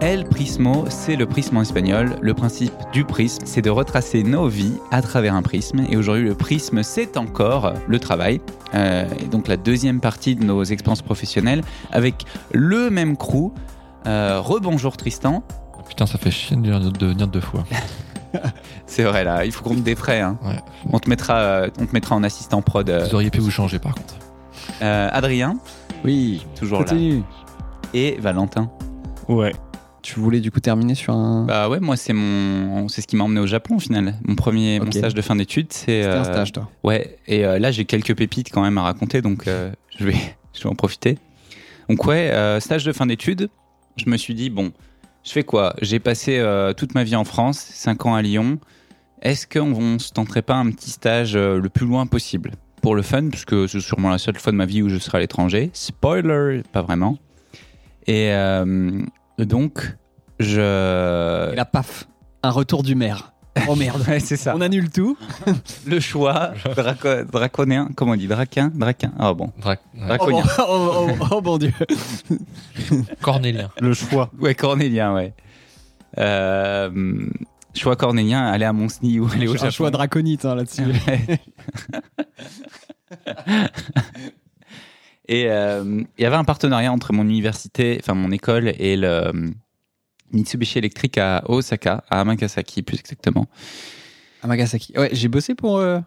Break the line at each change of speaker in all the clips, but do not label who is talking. El Prismo, c'est le prisme en espagnol. Le principe du prisme, c'est de retracer nos vies à travers un prisme. Et aujourd'hui, le prisme, c'est encore le travail. Euh, et donc la deuxième partie de nos expériences professionnelles avec le même crew. Euh, Rebonjour Tristan.
Oh, Putain, ça fait chier de venir- de venir deux fois.
C'est vrai là, il faut qu'on me défraie. Hein.
Ouais.
On, te mettra, euh, on te mettra en assistant prod. euh.
Vous auriez pu vous changer par contre.
Euh, Adrien,
Oui,
toujours là.
continue.
Et Valentin.
Ouais. Tu voulais du coup terminer sur un,
Bah ouais, moi c'est mon, c'est ce qui m'a emmené au Japon au final. Mon premier, mon
Ok.
stage de fin d'études, c'est.
C'était
euh,
un stage, toi.
Ouais, et euh, là j'ai quelques pépites quand même à raconter, donc euh, je, vais, je vais en profiter. Donc ouais, euh, stage de fin d'études, je me suis dit, bon, je fais quoi J'ai passé euh, toute ma vie en France, 5 ans à Lyon. Est-ce qu'on on se tenterait pas un petit stage euh, le plus loin possible Pour le fun, puisque c'est sûrement la seule fois de ma vie où je serai à l'étranger. Spoiler, pas vraiment. Et euh, donc, je...
Et la paf, un retour du maire. Oh merde.
Ouais, c'est ça.
On annule tout.
Le choix draco- draconien, comment on dit Draquin Draquin. Ah bon.
Drac- ouais.
Drac-
Oh,
Cognat.
bon- oh, oh, oh, mon dieu.
Cornélien.
Le choix.
Ouais, cornélien, ouais. Euh, choix cornélien, aller à Monsny ou aller au
Un
Japon.
choix draconite hein, là-dessus.
et euh, il y avait un partenariat entre mon université, enfin mon école et le euh, Mitsubishi Electric à Osaka, à Amagasaki plus exactement.
Ah, À Magasaki. Ouais, j'ai bossé pour. euh,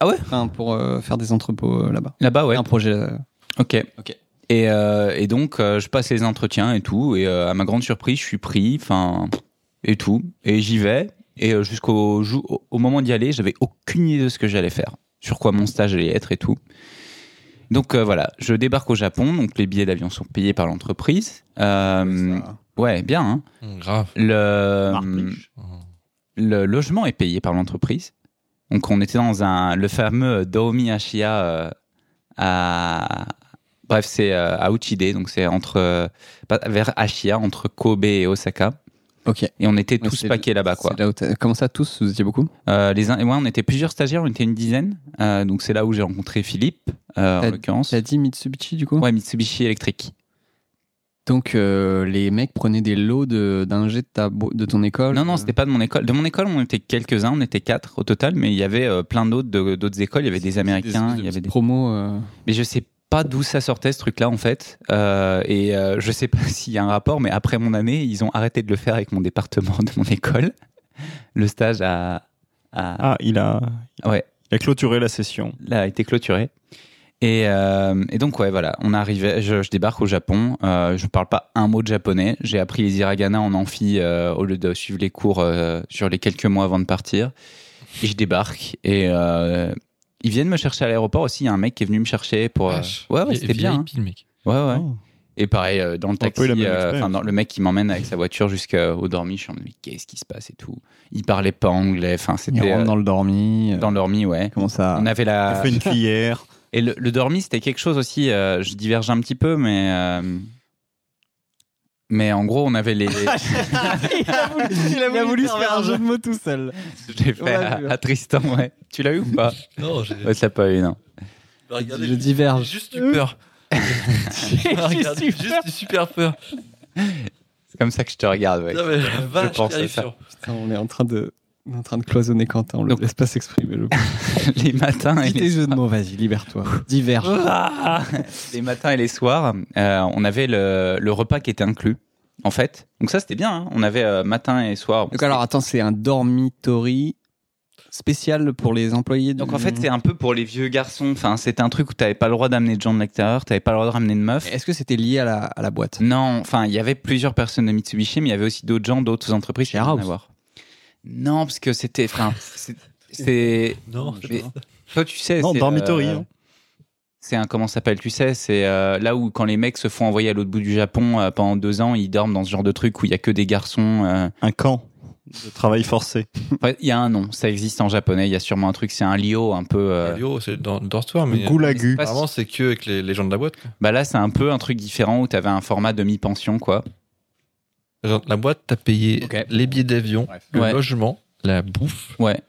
Ah ouais
enfin, pour euh, faire des entrepôts euh, là-bas.
Là-bas, ouais.
Un projet. euh,
Ok.
Ok.
Et, euh, et donc, euh, je passe les entretiens et tout. Et euh, à ma grande surprise, je suis pris, enfin, et tout. Et j'y vais. Et euh, jusqu'au jou- au- au moment d'y aller, j'avais aucune idée de ce que j'allais faire, sur quoi mon stage allait être et tout. Donc euh, voilà, je débarque au Japon. Donc les billets d'avion sont payés par l'entreprise. Euh, ouais, bien. hein.
Hum, grave.
Le,
Hum.
le logement est payé par l'entreprise. Donc on était dans un, le fameux Daomi Ashiya euh, à... Bref, c'est euh, à Uchide, donc c'est entre euh, pas- vers Ashiya, entre Kobe et Osaka.
Ok.
Et on était
Ouais,
tous
c'est-
paqués là-bas, quoi.
C'est là où t'as- Comment ça, tous Vous étiez beaucoup
Euh, les uns, ouais, on était plusieurs stagiaires, on était une dizaine. Euh, donc c'est là où j'ai rencontré Philippe, euh, en
T'as-
l'occurrence.
T'as dit Mitsubishi du coup
Ouais, Mitsubishi Electric.
Donc euh, les mecs prenaient des lots de- d'un jet de, ta bo- de ton école
Non, non,
euh,
c'était pas de mon école. De mon école, on était quelques-uns, on était quatre au total, mais il y avait euh, plein d'autres de- d'autres écoles. Il y avait des Américains,
espèces de
il y avait
petites
des
promos. euh,
Mais je sais pas d'où ça sortait ce truc-là en fait. Euh, et euh, je sais pas s'il y a un rapport, mais après mon année, ils ont arrêté de le faire avec mon département de mon école. Le stage a, a-
Ah, il a,
ouais,
il a clôturé la session.
là, a été clôturé. Et, euh, et donc ouais voilà, on arrivait, je, je débarque au Japon, euh, je parle pas un mot de japonais, j'ai appris les hiragana en amphi euh, au lieu de suivre les cours euh, sur les quelques mois avant de partir. Et je débarque et euh, ils viennent me chercher à l'aéroport aussi, il y a un mec qui est venu me chercher pour... euh,
Vache.
Ouais ouais
Vi-
c'était bien. hein.
VIP, le mec.
Ouais, ouais.
Oh.
Et pareil, euh, dans le
Un
taxi,
peu la même
euh,
expérience.
enfin, dans- le mec qui m'emmène avec sa voiture jusqu'au dormi, je suis en mode, mais qu'est-ce qui se passe et tout. Il parlait pas anglais, enfin,
Ils
c'était
rentrent
euh,
dans le dormi. euh,
dans Hum, l'ormi, ouais.
Comment ça
On avait
Ah. Il
la.
a fait une cuillère.
Et le, le dormi, c'était quelque chose aussi, euh, je diverge un petit peu, mais. euh, Mais en gros, on avait les.
il, a voulu,
voulu faire un jeu
de mots tout seul.
J'ai fait
l'a
à,
vu,
à Tristan, ouais. Tu l'as eu ou pas
Non, j'ai
Ouais, tu l'as pas eu, non.
je diverge.
juste eu peur.
Juste eu peur.
Juste eu super peur.
C'est comme ça que je te regarde, ouais.
Non, mais, vache,
pense à ça.
terrifiant.
Putain, on est en train de, on est en train de cloisonner Quentin. On le
Donc-
laisse pas s'exprimer. le pauvre.
les matins et
Dis tes
les
jeux de mots, vas-y, libère-toi. Diverge.
Ah les matins et les soirs, euh, on avait le, le repas qui était inclus, en fait. Donc ça, c'était bien. hein. On avait euh, matin et soir.
Donc alors, attends, c'est un dormitory spécial pour les employés. du-
Donc en fait, c'est un peu pour les vieux garçons. Enfin, c'était un truc où t'avais pas le droit d'amener de gens de l'extérieur, t'avais pas le droit de ramener de meufs.
Est-ce que c'était lié à la, à la boîte
Non, enfin, il y avait plusieurs personnes de Mitsubishi, mais il y avait aussi d'autres gens, d'autres entreprises qui
Chez
avaient rien à
House.
voir. Non, parce que c'était... Enfin, c'est- c'est...
Non,
mais- Toi, tu sais...
Non,
c'est,
dormitory.
euh,
hein.
C'est un comment ça s'appelle, tu sais, c'est euh, là où quand les mecs se font envoyer à l'autre bout du Japon euh, pendant deux ans, ils dorment dans ce genre de truc où il y a que des garçons. euh.
Un camp de travail forcé.
Enfin, il y a un nom, ça existe en japonais. Il y a sûrement un truc, c'est un lio un peu. euh,
Yo, c'est dans, dans ce soir, mais.
Le goulagu.
pas-
Apparemment, c'est que avec les, les gens de la boîte. quoi.
Bah là, c'est un peu un truc différent où t'avais un format demi-pension quoi.
Les gens de La boîte, t'as payé
Ok.
les billets d'avion,
Bref.
le
Ouais.
logement, la bouffe.
Ouais.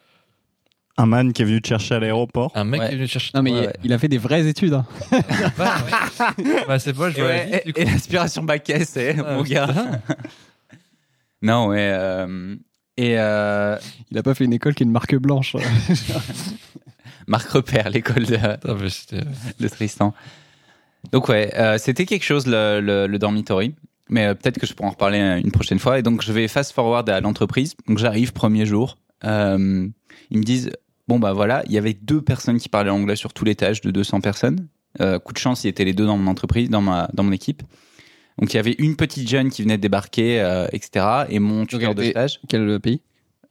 Un man qui est venu te chercher à l'aéroport.
Un mec
Ouais.
qui est venu chercher.
Non mais
Ouais,
il-
ouais.
il a fait des vraies études. hein.
bah, c'est pas, je
Et,
vois la liste, du coup.
l'aspiration baquet, c'est
Ah,
mon gars.
putain.
Non, et, euh, et euh,
Il a pas fait une école qui est une marque blanche.
Marc Repère, l'école de,
Putain, mais c'était-
de Tristan. Donc ouais, euh, c'était quelque chose le, le, le dormitory. Mais euh, peut-être que je pourrai en reparler euh, une prochaine fois. Et donc je vais fast forward à l'entreprise. Donc j'arrive premier jour. Euh, ils me disent bon bah voilà, il y avait deux personnes qui parlaient anglais sur tout l'étage de 200 personnes. Euh, coup de chance, ils étaient les deux dans mon entreprise, dans ma dans mon équipe. Donc il y avait une petite jeune qui venait de débarquer, euh, etc. Et mon tuteur
elle
de
était-
stage,
Quel pays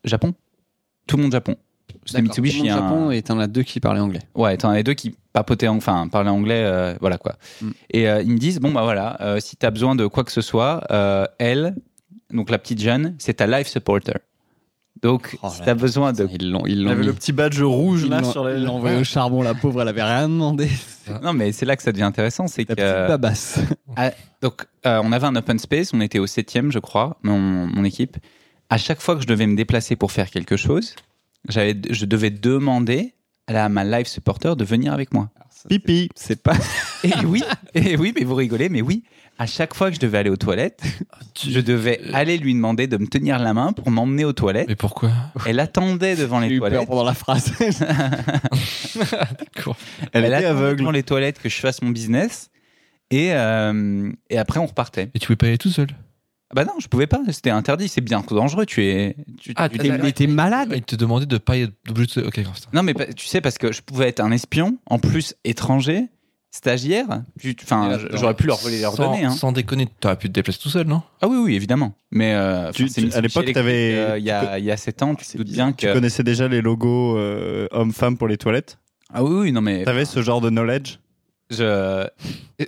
Japon. Tout le monde Japon. C'était
D'accord.
Mitsubishi.
Tout le monde
hein.
Japon et t'en as deux qui parlaient anglais.
Ouais, t'en as deux qui papotaient, ang- enfin, parlaient anglais, euh, voilà quoi.
Mm.
Et euh, ils me disent, bon bah voilà, euh, si t'as besoin de quoi que ce soit, euh, elle, donc la petite jeune, c'est ta life supporter. Donc,
Oh
si
là
t'as besoin de...
Ils l'ont, ils
Il
l'ont
avait
mis.
le petit badge rouge
Ils
là
l'ont-
sur les.
ils l'ont envoyé au charbon, la pauvre, elle avait rien demandé.
Non mais c'est là que ça devient intéressant, c'est que...
Euh,
La petite babasse.
Donc, euh, on avait un open space, on était au septième, je crois, mon, mon équipe. À chaque fois que je devais me déplacer pour faire quelque chose, j'avais, je devais demander à la- ma life supporter de venir avec moi.
Pipi.
C'est pas.
Et oui, et oui, mais vous rigolez, mais oui. À chaque fois que je devais aller aux toilettes, je devais aller lui demander de me tenir la main pour m'emmener aux toilettes.
Mais pourquoi
Elle attendait devant
J'ai
les
eu peur
toilettes.
pendant la phrase.
Elle était
attendait
aveugle.
devant les toilettes que je fasse mon business. Et, euh, et après, on repartait.
Et tu pouvais pas y aller tout seul
Ah Bah non, je pouvais pas. C'était interdit. C'est bien dangereux. Tu es. Tu,
Ah,
tu
t'es-
t'es-
t'es-
Mais t'es malade.
Il te demandait de pas y être obligé de se- Ok, grave. ça.
Non, mais pa- tu sais, parce que je pouvais être un espion, en plus étranger, stagiaire. Tu-
Et
Enfin,
là-dedans.
j'aurais pu leur voler leurs
Sans-
données. hein.
Sans déconner, t'aurais pu te déplacer tout seul, non
Ah oui, oui, évidemment. Mais euh,
Tu-
enfin, c'est
tu-
une-
à l'époque,
chez les-
t'avais-
euh, Il y, a, il y a 7 ans, tu te
C'est
doutes
bizarre.
bien
Tu
que.
connaissais déjà les logos euh, hommes-femmes pour les toilettes
Ah oui, oui, non, mais.
T'avais ce genre de knowledge
je-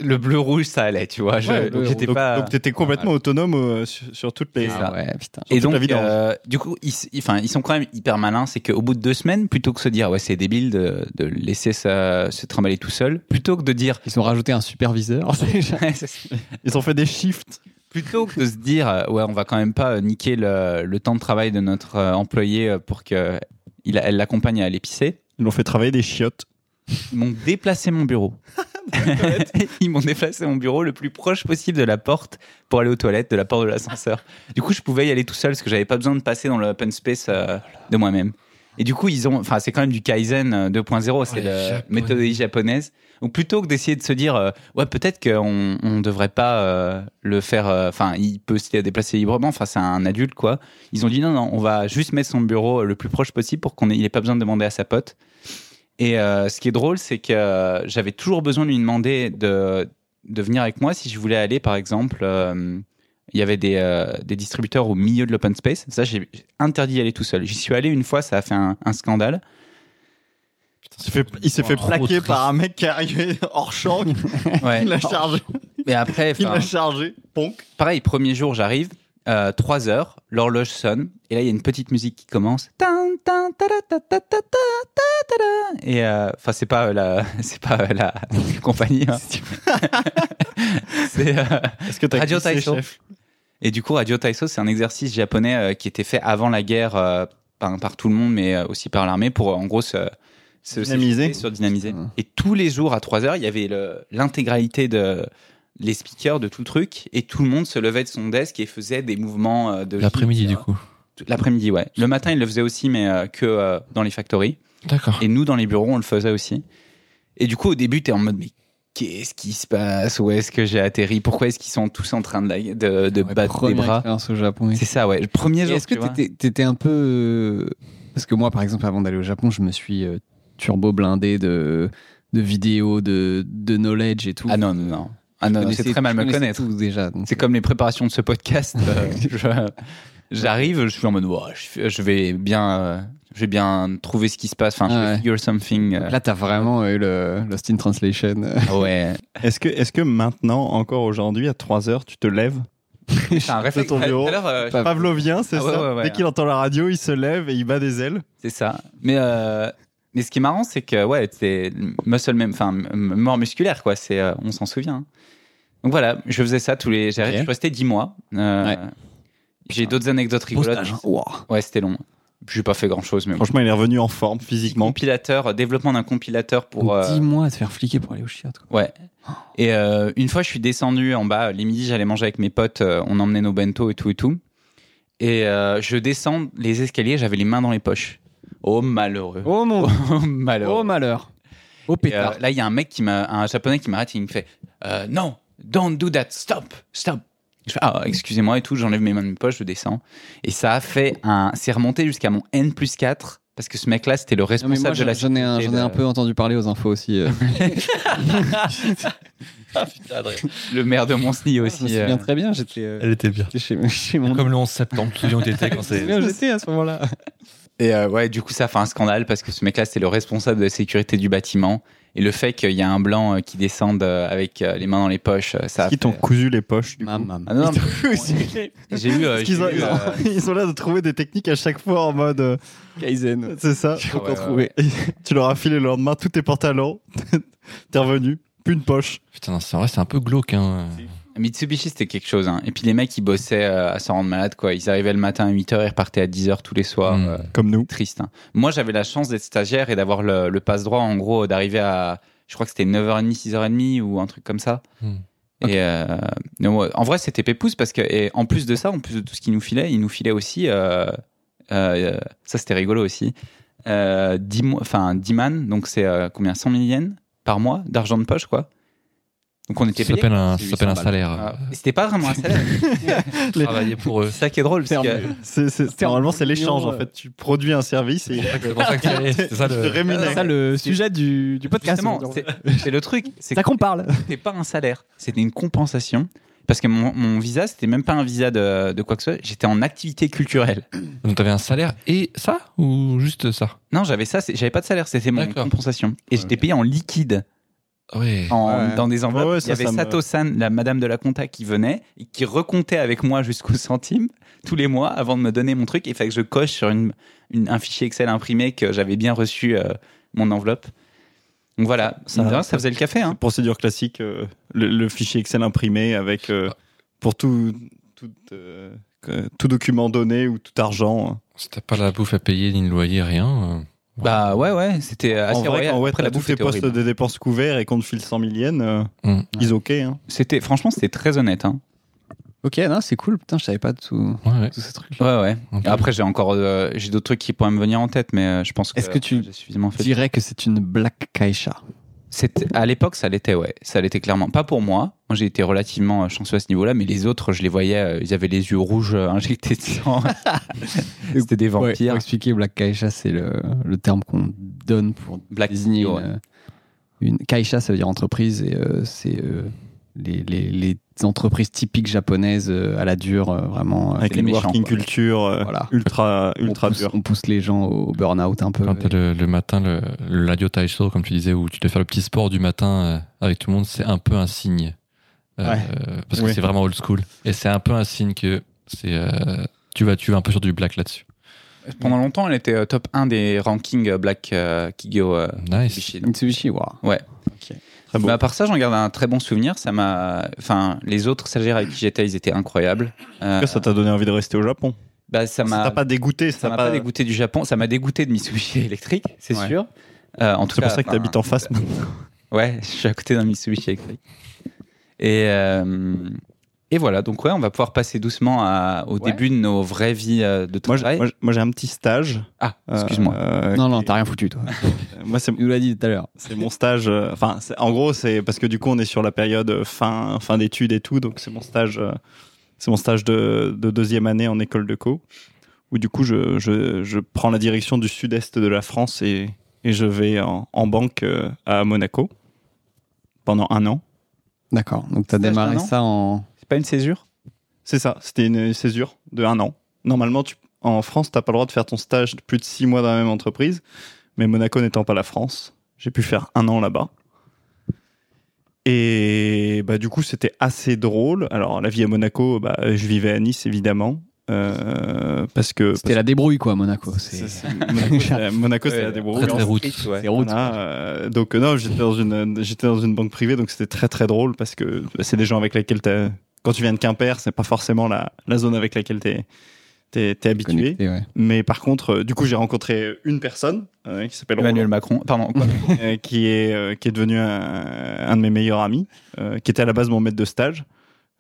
Le bleu-rouge, ça allait, tu vois. je-
Ouais,
donc, j'étais
Donc
pas.
donc t'étais complètement autonome euh, sur, sur toutes les.
ça.
Ah ouais, putain.
et
toute la
donc,
vidange.
euh, du coup, ils, s- ils- enfin, ils sont quand même hyper malins. C'est qu'au bout de deux semaines, plutôt que de se dire, ouais, c'est débile de, de laisser ça se trimballer tout seul, plutôt que de dire,
Ils ont rajouté un superviseur. déjà.
Ils ont fait des shifts.
plutôt que de se dire, euh, ouais, on va quand même pas euh, niquer le, le temps de travail de notre euh, employé euh, pour que il, elle l'accompagne à aller pisser,
Ils l'ont fait travailler des chiottes.
ils m'ont déplacé mon bureau. ils m'ont déplacé mon bureau le plus proche possible de la porte pour aller aux toilettes, de la porte de l'ascenseur. Du coup, je pouvais y aller tout seul parce que j'avais pas besoin de passer dans l'open space euh, de moi-même. Et du coup, ils ont, enfin, c'est quand même du Kaizen euh, 2.0, c'est
les
la
Japonais.
méthodologie japonaise. Donc, plutôt que d'essayer de se dire, euh, ouais, peut-être qu'on on devrait pas euh, le faire, euh, enfin, il peut se déplacer librement face à un adulte, quoi. Ils ont dit, non, non, on va juste mettre son bureau euh, le plus proche possible pour qu'on ait, il ait pas besoin de demander à sa pote. Et euh, ce qui est drôle, c'est que euh, j'avais toujours besoin de lui demander de, de venir avec moi si je voulais aller, par exemple, euh, il y avait des, euh, des distributeurs au milieu de l'open space. Ça, j'ai j'ai interdit d'y aller tout seul. J'y suis allé une fois, ça a fait un, un scandale.
Il s'est fait, il s'est fait
Trop
plaquer
triste.
par un mec qui est arrivé hors champ.
Ouais.
Il l'a chargé.
Mais après,
Il
enfin,
l'a chargé. Ponk.
pareil, premier jour, j'arrive, 3 heures, l'horloge sonne, et là, il y a une petite musique qui commence. Tan, tan, ta, ta, ta, ta, ta, ta, ta, ta, ta. Et euh, enfin, c'est pas euh, la, c'est pas euh, la compagnie. hein. c'est euh,
Est-ce que t'as
Radio
glissé,
Taisho.
chef
Et du coup, Radio Taiso, c'est un exercice japonais euh, qui était fait avant la guerre euh, par, par tout le monde, mais euh, aussi par l'armée, pour euh, en gros se, se
Dynamiser. Ah.
s'échauffer, se dynamiser.
Putain.
Et tous les jours à 3 heures, il y avait le- l'intégralité de les speakers de tout le truc, et tout le monde se levait de son desk et faisait des mouvements euh, de...
L'après-midi,
gym,
du coup.
etc. L'après-midi, ouais. Le matin, ils le faisaient aussi, mais euh, que euh, dans les factories.
D'accord.
Et nous, dans les bureaux, on le faisait aussi. Et du coup, au début, t'es en mode, mais qu'est-ce qui se passe Où est-ce que j'ai atterri Pourquoi est-ce qu'ils sont tous en train de, la- de, de
Ouais,
battre des
première
bras
expérience au Japon.
C'est ça, ouais. Le premier
Et
jour,
Est-ce que
tu vois.
t'étais- t'étais un peu. Parce que moi, par exemple, avant d'aller au Japon, je me suis euh, turbo blindé de, de vidéos, de, de knowledge et tout.
Ah non, non, non. Ah non, non, c'est très mal me connaître.
Tout déjà. donc-
C'est comme les préparations de ce podcast. euh, je- J'arrive, je suis en mode, Ouah, je fais- je vais bien, euh, je vais bien trouver ce qui se passe. Enfin, je
Ah
vais
ouais.
figure something. euh.
Là, t'as vraiment eu le Lost in Translation.
Ah ouais.
Est-ce que, est que maintenant, encore aujourd'hui, à 3h, tu te lèves
C'est un réflexe.
ton
Tout à
bureau.
l'heure, euh,
Ah,
Pavlovien, c'est
ah ouais,
ça
ouais, ouais.
Dès qu'il entend la radio, il se lève et il bat des ailes.
C'est ça. Mais, euh, mais ce qui est marrant, c'est que ouais, c'est muscle même, enfin m- mort musculaire quoi. C'est, euh, on s'en souvient. hein. Donc voilà, je faisais ça tous les. J'ai arrêté-
Ok.
je suis resté 10 mois. Euh,
Ouais.
J'ai d'autres anecdotes rigolotes.
hein.
Ouais, c'était long. J'ai pas fait grand chose, mais bon.
Franchement, il est revenu en forme physiquement.
compilateur, euh, développement d'un compilateur pour. euh,
10 mois à te faire fliquer pour aller au chiottes. quoi.
Ouais. Et euh, une fois, je suis descendu en bas. Les midis, j'allais manger avec mes potes. euh, on emmenait nos bento et tout et tout. Et euh, je descends les escaliers, j'avais les mains dans les poches. Oh malheureux.
Oh mon
Oh, malheureux.
Oh malheur. Oh
Et, euh,
pétard.
là, il y a un mec qui m'a, un japonais qui m'arrête et il me fait euh, Non, don't do that, stop, stop. Je fais Ah, excusez-moi et tout, j'enlève mes mains de mes poches, je descends. Et ça a fait un. C'est remonté jusqu'à mon N plus 4 parce que ce mec-là, c'était le
Non, mais
responsable
moi,
de la
j'en ai, un,
sécurité
j'en ai un
de-
peu entendu parler aux infos aussi. euh.
Ah putain, Adrien.
Le maire de Monsny
Ah, je me
aussi.
souviens
euh,
très bien, j'étais euh,
Elle était bien.
j'étais chez, chez mon...
Comme le 11 septembre, tout le monde était quand
Je me
c'est.
souviens, j'étais à ce moment-là.
Et euh, ouais, du coup, ça fait un scandale parce que ce mec-là, c'est le responsable de la sécurité du bâtiment. Et le fait qu'il y a un blanc euh, qui descende euh, avec euh, les mains dans les poches, euh, ça. a
Qui
fait-
t'ont cousu les poches du
Mam,
coup
mam.
Ah non, non, mais j'ai eu. euh,
Parce qu'ils
j'ai
ont-
eu,
ils, ont-
euh,
ils sont là de trouver des techniques à chaque fois en mode euh,
Kaizen.
c'est ça
faut qu'on trouve.
Ouais. tu leur as filé le lendemain tous tes pantalons t'es revenu plus une poche
Putain, non, c'est vrai, c'est un peu glauque. Hein.
Mitsubishi, c'était quelque chose. hein. Et puis les mecs, ils bossaient euh, à s'en rendre malade, quoi. Ils arrivaient le matin à 8h, ils repartaient à 10h tous les soirs.
Mm.
euh,
comme nous
triste. hein. Moi, j'avais la chance d'être stagiaire et d'avoir le, le passe-droit, en gros, d'arriver à. Je crois que c'était 9h30, 6h30 ou un truc comme ça.
Mm.
Et euh, non, ouais, en vrai, c'était pépouze parce que, et en plus de ça, en plus de tout ce qu'ils nous filait, ils nous filaient aussi. euh, euh, ça, c'était rigolo aussi. Euh, 10, mois- enfin, 10 man, donc c'est euh, combien 100 000 yens par mois d'argent de poche, quoi. Donc on était
Ça
payé.
s'appelle un, ça
C'est
s'appelle un
800
salaire. Euh,
Ah, et C'était pas vraiment un salaire.
Les-
Travailler pour eux.
C'est ça qui est drôle. parce que-
c'est, c'est-
C'était
normalement c'est
en
l'échange
euh.
millions,
en fait tu produis un service et
C'est pour ça que c'est- c'est ça
tu
le.
rémunères.
Ah,
C'est ça le sujet du, du podcast.
Justement, c'est c'est le truc. C'est
ça qu'on parle.
c'était pas un salaire, c'était une compensation. Parce que mon, mon visa, c'était même pas un visa de, de quoi que ce soit. J'étais en activité culturelle.
Donc t'avais un salaire et ça ou juste ça
Non, j'avais ça, c'est- j'avais pas de salaire, c'était mon
D'accord.
compensation. Et
Ouais,
j'étais
ok.
payé en liquide,
Ouais.
en-
Ouais.
dans des enveloppes.
Ouais, ouais, ça,
Il y avait
ça me-
Sato-san, la madame de la compta, qui venait, et qui recomptait avec moi jusqu'au centime, tous les mois, avant de me donner mon truc. Il fallait que je coche sur une, une- un fichier Excel imprimé que j'avais bien reçu euh, mon enveloppe. Donc voilà,
Ça-
ça, ça, faisait le café. Hein.
procédure classique euh, le, le fichier Excel imprimé avec
Ah.
euh, pour tout tout, euh, que- tout document donné ou tout argent
Si t'as pas la bouffe à payer ni le loyer, rien. euh,
Bah ouais, ouais, c'était assez
en vrai,
royal.
quand ouais,
Après, la
t'as tous
bouffe
tes
était
postes
horrible.
des dépenses couverts et qu'on te file 100 000 yens, euh,
Mm.
ils ok. Hein.
C'était franchement c'était très honnête. Hein.
Ok, non, c'est cool. Putain, je savais pas de tout,
Ouais, ouais.
tout ce truc.
Ouais ouais.
un peu.
Après j'ai encore euh, j'ai d'autres trucs qui pourraient me venir en tête mais euh, je pense que
Est-ce que tu
j'ai suffisamment
Je
fait.
dirais que c'est une Black Kaisha.
C'était à l'époque ça l'était ouais, ça l'était clairement pas pour moi. Moi j'ai été relativement euh, chanceux à ce niveau-là mais les autres je les voyais euh, ils avaient les yeux rouges euh, injectés de sang. c'était des
Ouais,
vampires.
pour expliquer, Black Kaisha, c'est le, le terme qu'on donne pour
Black
désigner
ouais.
une, une- Kaisha, ça veut dire entreprise, et euh, c'est euh, les, les- les entreprises typiques japonaises euh, à la dure, euh, vraiment. euh,
Avec
les
une
méchants,
working
quoi.
culture euh,
Voilà.
ultra,
on
ultra
pousse-
dure.
On pousse les gens au, au burn-out un peu.
Quand t'as le, le matin, le, le radio taiso, comme tu disais, où tu dois faire le petit sport du matin euh, avec tout le monde, c'est un peu un signe. Euh,
Ouais.
euh, Parce que
Oui.
c'est vraiment old school. Et c'est un peu un signe que c'est, euh, tu, vas, tu vas un peu sur du black là-dessus.
Pendant longtemps elle était euh, top 1 des rankings euh, Black euh, Kigyo. euh,
Nice.
Mitsubishi.
Mitsubishi, waouh.
Très beau.
Mais à part ça, j'en garde un très bon souvenir. Ça m'a, enfin, les autres stagiaires avec qui j'étais, ils étaient incroyables. Euh,
Est-ce que ça t'a donné envie de rester au Japon
bah, ça
Ça
m'a
t'a pas dégoûté
Ça m'a pas dégoûté du Japon, ça m'a dégoûté de Mitsubishi électrique, c'est
Ouais.
sûr. Euh, en tout
C'est pour
cas, euh,
ça que t'habites en face.
Ouais, je suis à côté d'un Mitsubishi électrique. Et, euh, et voilà, donc ouais, on va pouvoir passer doucement à- au
Ouais.
début de nos vraies vies euh, de
Moi, j'ai-
travail.
moi, j'ai- moi, j'ai un petit stage.
ah,
euh,
excuse-moi.
euh,
Non, non, t'as rien foutu, toi.
Moi, c'est
Il nous l'a dit tout à l'heure.
c'est mon stage. euh, Enfin, c'est- en gros, c'est parce que du coup, on est sur la période euh, fin, fin d'études et tout. Donc, c'est mon stage, euh, c'est mon stage de, de deuxième année en école de co. Où du coup, je, je, je prends la direction du sud-est de la France et, et je vais en, en banque euh, à Monaco pendant un an.
D'accord. Donc t'as
Stage
démarré
d'un an
ça en.
C'est pas une césure
C'est ça, c'était une césure de un an. Normalement, tu, en France, t'as pas le droit de faire ton stage de plus de six mois dans la même entreprise, mais Monaco n'étant pas la France, j'ai pu faire un an là-bas. Et bah, du coup, c'était assez drôle. Alors, la vie à Monaco, bah, je vivais à Nice, évidemment, euh, parce que...
C'était la débrouille, quoi, à Monaco.
parce-
C'est
Oh, c'est- c'est- Monaco, c'est- Monaco, c'est la débrouille. hein.
Très, très route.
c'est route.
Voilà, euh, donc euh, non, j'étais dans une euh, j'étais dans une banque privée, donc c'était très très drôle parce que bah, c'est des gens avec lesquels t'as- quand tu viens de Quimper, c'est pas forcément la, la zone avec laquelle t'es es, habitué.
Connecté, ouais.
Mais par contre, euh, du coup, j'ai rencontré une personne euh, qui s'appelle
Emmanuel Macron, pardon, quoi.
Roland, euh, qui est euh, qui est devenu un, un de mes meilleurs amis, euh, qui était à la base mon maître de stage.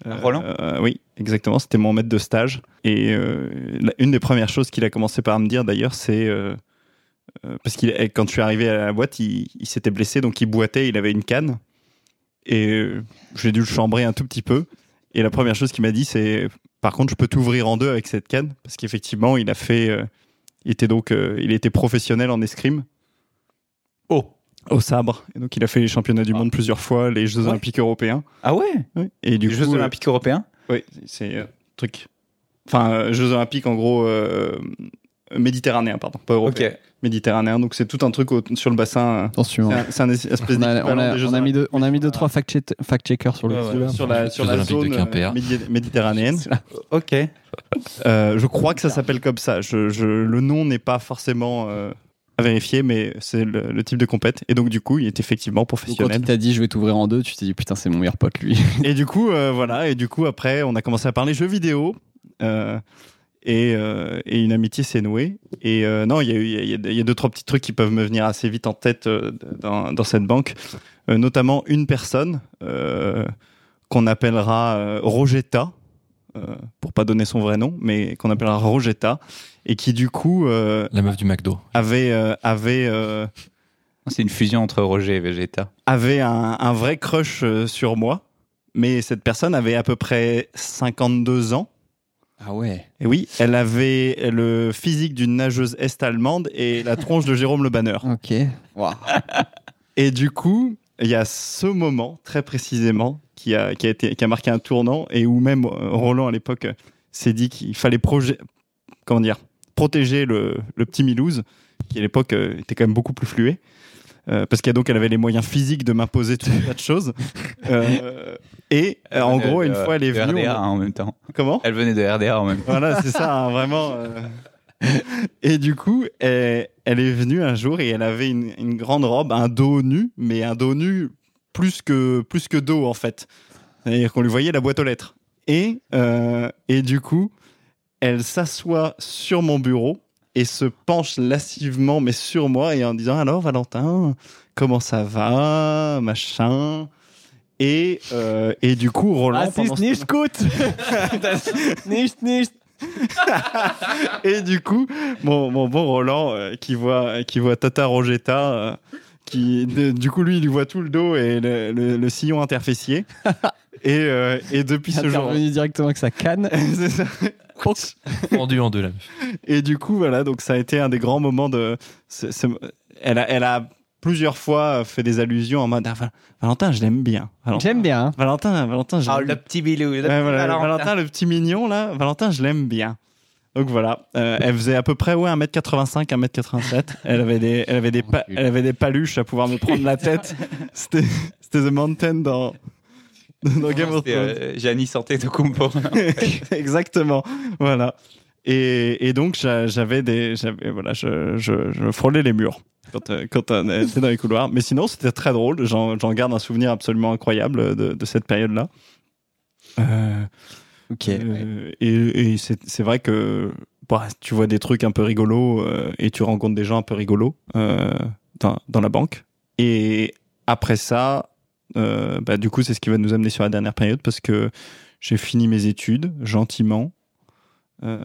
Euh,
Roland
euh, Oui, exactement. C'était mon maître de stage. Et euh, la- une des premières choses qu'il a commencé par me dire, d'ailleurs, c'est. euh, euh, parce qu'il eh, quand je suis arrivé à la boîte, il, il s'était blessé, donc il boitait, il avait une canne. Et euh, j'ai dû le chambrer un tout petit peu. Et la première chose qu'il m'a dit, c'est par contre, je peux t'ouvrir en deux avec cette canne. Parce qu'effectivement, il a fait. euh, il était donc. euh, il était professionnel en escrime.
Oh.
Au sabre. Et donc, il a fait les championnats du
Ah.
monde plusieurs fois, les Jeux
Ouais.
Olympiques européens.
Ah ouais
Oui. Et du
Les Jeux
coup, euh,
Olympiques Européens
oui, c'est euh, truc. Enfin, euh, Jeux Olympiques, en gros, euh, méditerranéen, pardon, pas
Ok.
européen. Méditerranéen, donc c'est tout un truc au- sur le bassin. euh,
Attention.
c'est un- C'est un, es- espèce
On a, on
d'équivalent
a-
des Jeux
on a mis deux,
Olympiques,
on a mis
mais
deux trois fact, fact checkers sur le
Ouais, ouais.
sujet.
Sur la, sur
Jeux
la
Olympiques de
zone euh,
Quimper.
médi- méditerranéenne.
Ok.
Euh, je crois que ça s'appelle comme ça. Je, je- le nom n'est pas forcément euh, à vérifier, mais c'est le, le type de compète. Et donc, du coup, il est effectivement
Donc, quand
professionnel.
il t'a dit je vais t'ouvrir en deux, tu t'es dit putain c'est mon meilleur pote lui.
Et du coup, euh, voilà. Et du coup, après, on a commencé à parler jeux vidéo. euh, et, euh, et une amitié s'est nouée. Et euh, non, il y, a eu- il y a- il y a- il y a deux, trois petits trucs qui peuvent me venir assez vite en tête euh, dans, dans cette banque. Euh, notamment une personne euh, qu'on appellera euh, Rogetta, euh, pour pas donner son vrai nom, mais qu'on appellera Rogetta, et qui du coup euh,
La meuf du McDo.
avait, euh, avait euh,
C'est une fusion entre Roger et Vegeta.
avait un, un vrai crush euh, sur moi, mais cette personne avait à peu près 52 ans.
Ah ouais.
Et oui, elle avait le physique d'une nageuse est-allemande et la tronche de Jérôme Le Banner.
Ok. Waouh.
Et du coup, il y a ce moment très précisément qui a, qui a, été, qui a marqué un tournant et où même euh, Roland à l'époque euh, s'est dit qu'il fallait proje- comment dire, protéger le, le petit Milouz, qui à l'époque euh, était quand même beaucoup plus fluet. euh, parce qu'elle donc elle avait les moyens physiques de m'imposer tout un tas de choses. Euh, et euh, en gros, une fois elle est venue.
RDA
on-
en même temps.
Comment
Elle venait de RDA en même temps.
Voilà, c'est ça, hein, vraiment. euh. Et du coup, elle, elle est venue un jour et elle avait une, une grande robe, un dos nu, mais un dos nu plus que, plus que dos en fait. C'est-à-dire qu'on lui voyait la boîte aux lettres. Et, euh, et du coup, elle s'assoit sur mon bureau et se penche lascivement, mais sur moi, et en disant Alors, Valentin, comment ça va Machin. Et, euh, et du coup, Roland. pendant ce-
gut. nicht nicht.
Et du coup, mon, mon bon Roland euh, qui voit qui voit Tata Rogetta, euh, qui de- du coup lui il lui voit tout le dos et le, le- le sillon interfessier. Et, euh, et depuis ce jour,
Intervenu directement avec sa canne.
C'est ça.
Pendu en deux, la meuf.
et du coup voilà donc ça a été un des grands moments de. ce- ce- elle a elle a plusieurs fois fait des allusions en mode Ah, Val- Valentin je l'aime bien. Valentin
J'aime bien. hein.
Valentin, Valentin je l'aime bien.
Ah, petit bilou.
Ouais, voilà, Valentin. le petit mignon, là, Valentin, je l'aime bien. Donc voilà, Euh, elle faisait à peu près ouais, 1m85, 1m87. Elle avait des, elle avait des, pa- elle avait des paluches à pouvoir me prendre la tête. C'était c'était The Mountain dans,
Ah,
dans Game of
euh,
Thrones.
Gianni sortait de Kumpo.
Exactement, voilà. Et, et donc j'a- j'avais des, j'avais- voilà, je, je, je frôlais les murs quand, euh, quand on était dans les couloirs. Mais sinon c'était très drôle. J'en j'en garde un souvenir absolument incroyable de, de cette période-là. Euh,
Ok.
euh, et et c'est c'est vrai que bah, tu vois des trucs un peu rigolos euh, et tu rencontres des gens un peu rigolos euh, dans, dans la banque. Et après ça, euh, bah, du coup, c'est ce qui va nous amener sur la dernière période parce que j'ai fini mes études gentiment. Euh,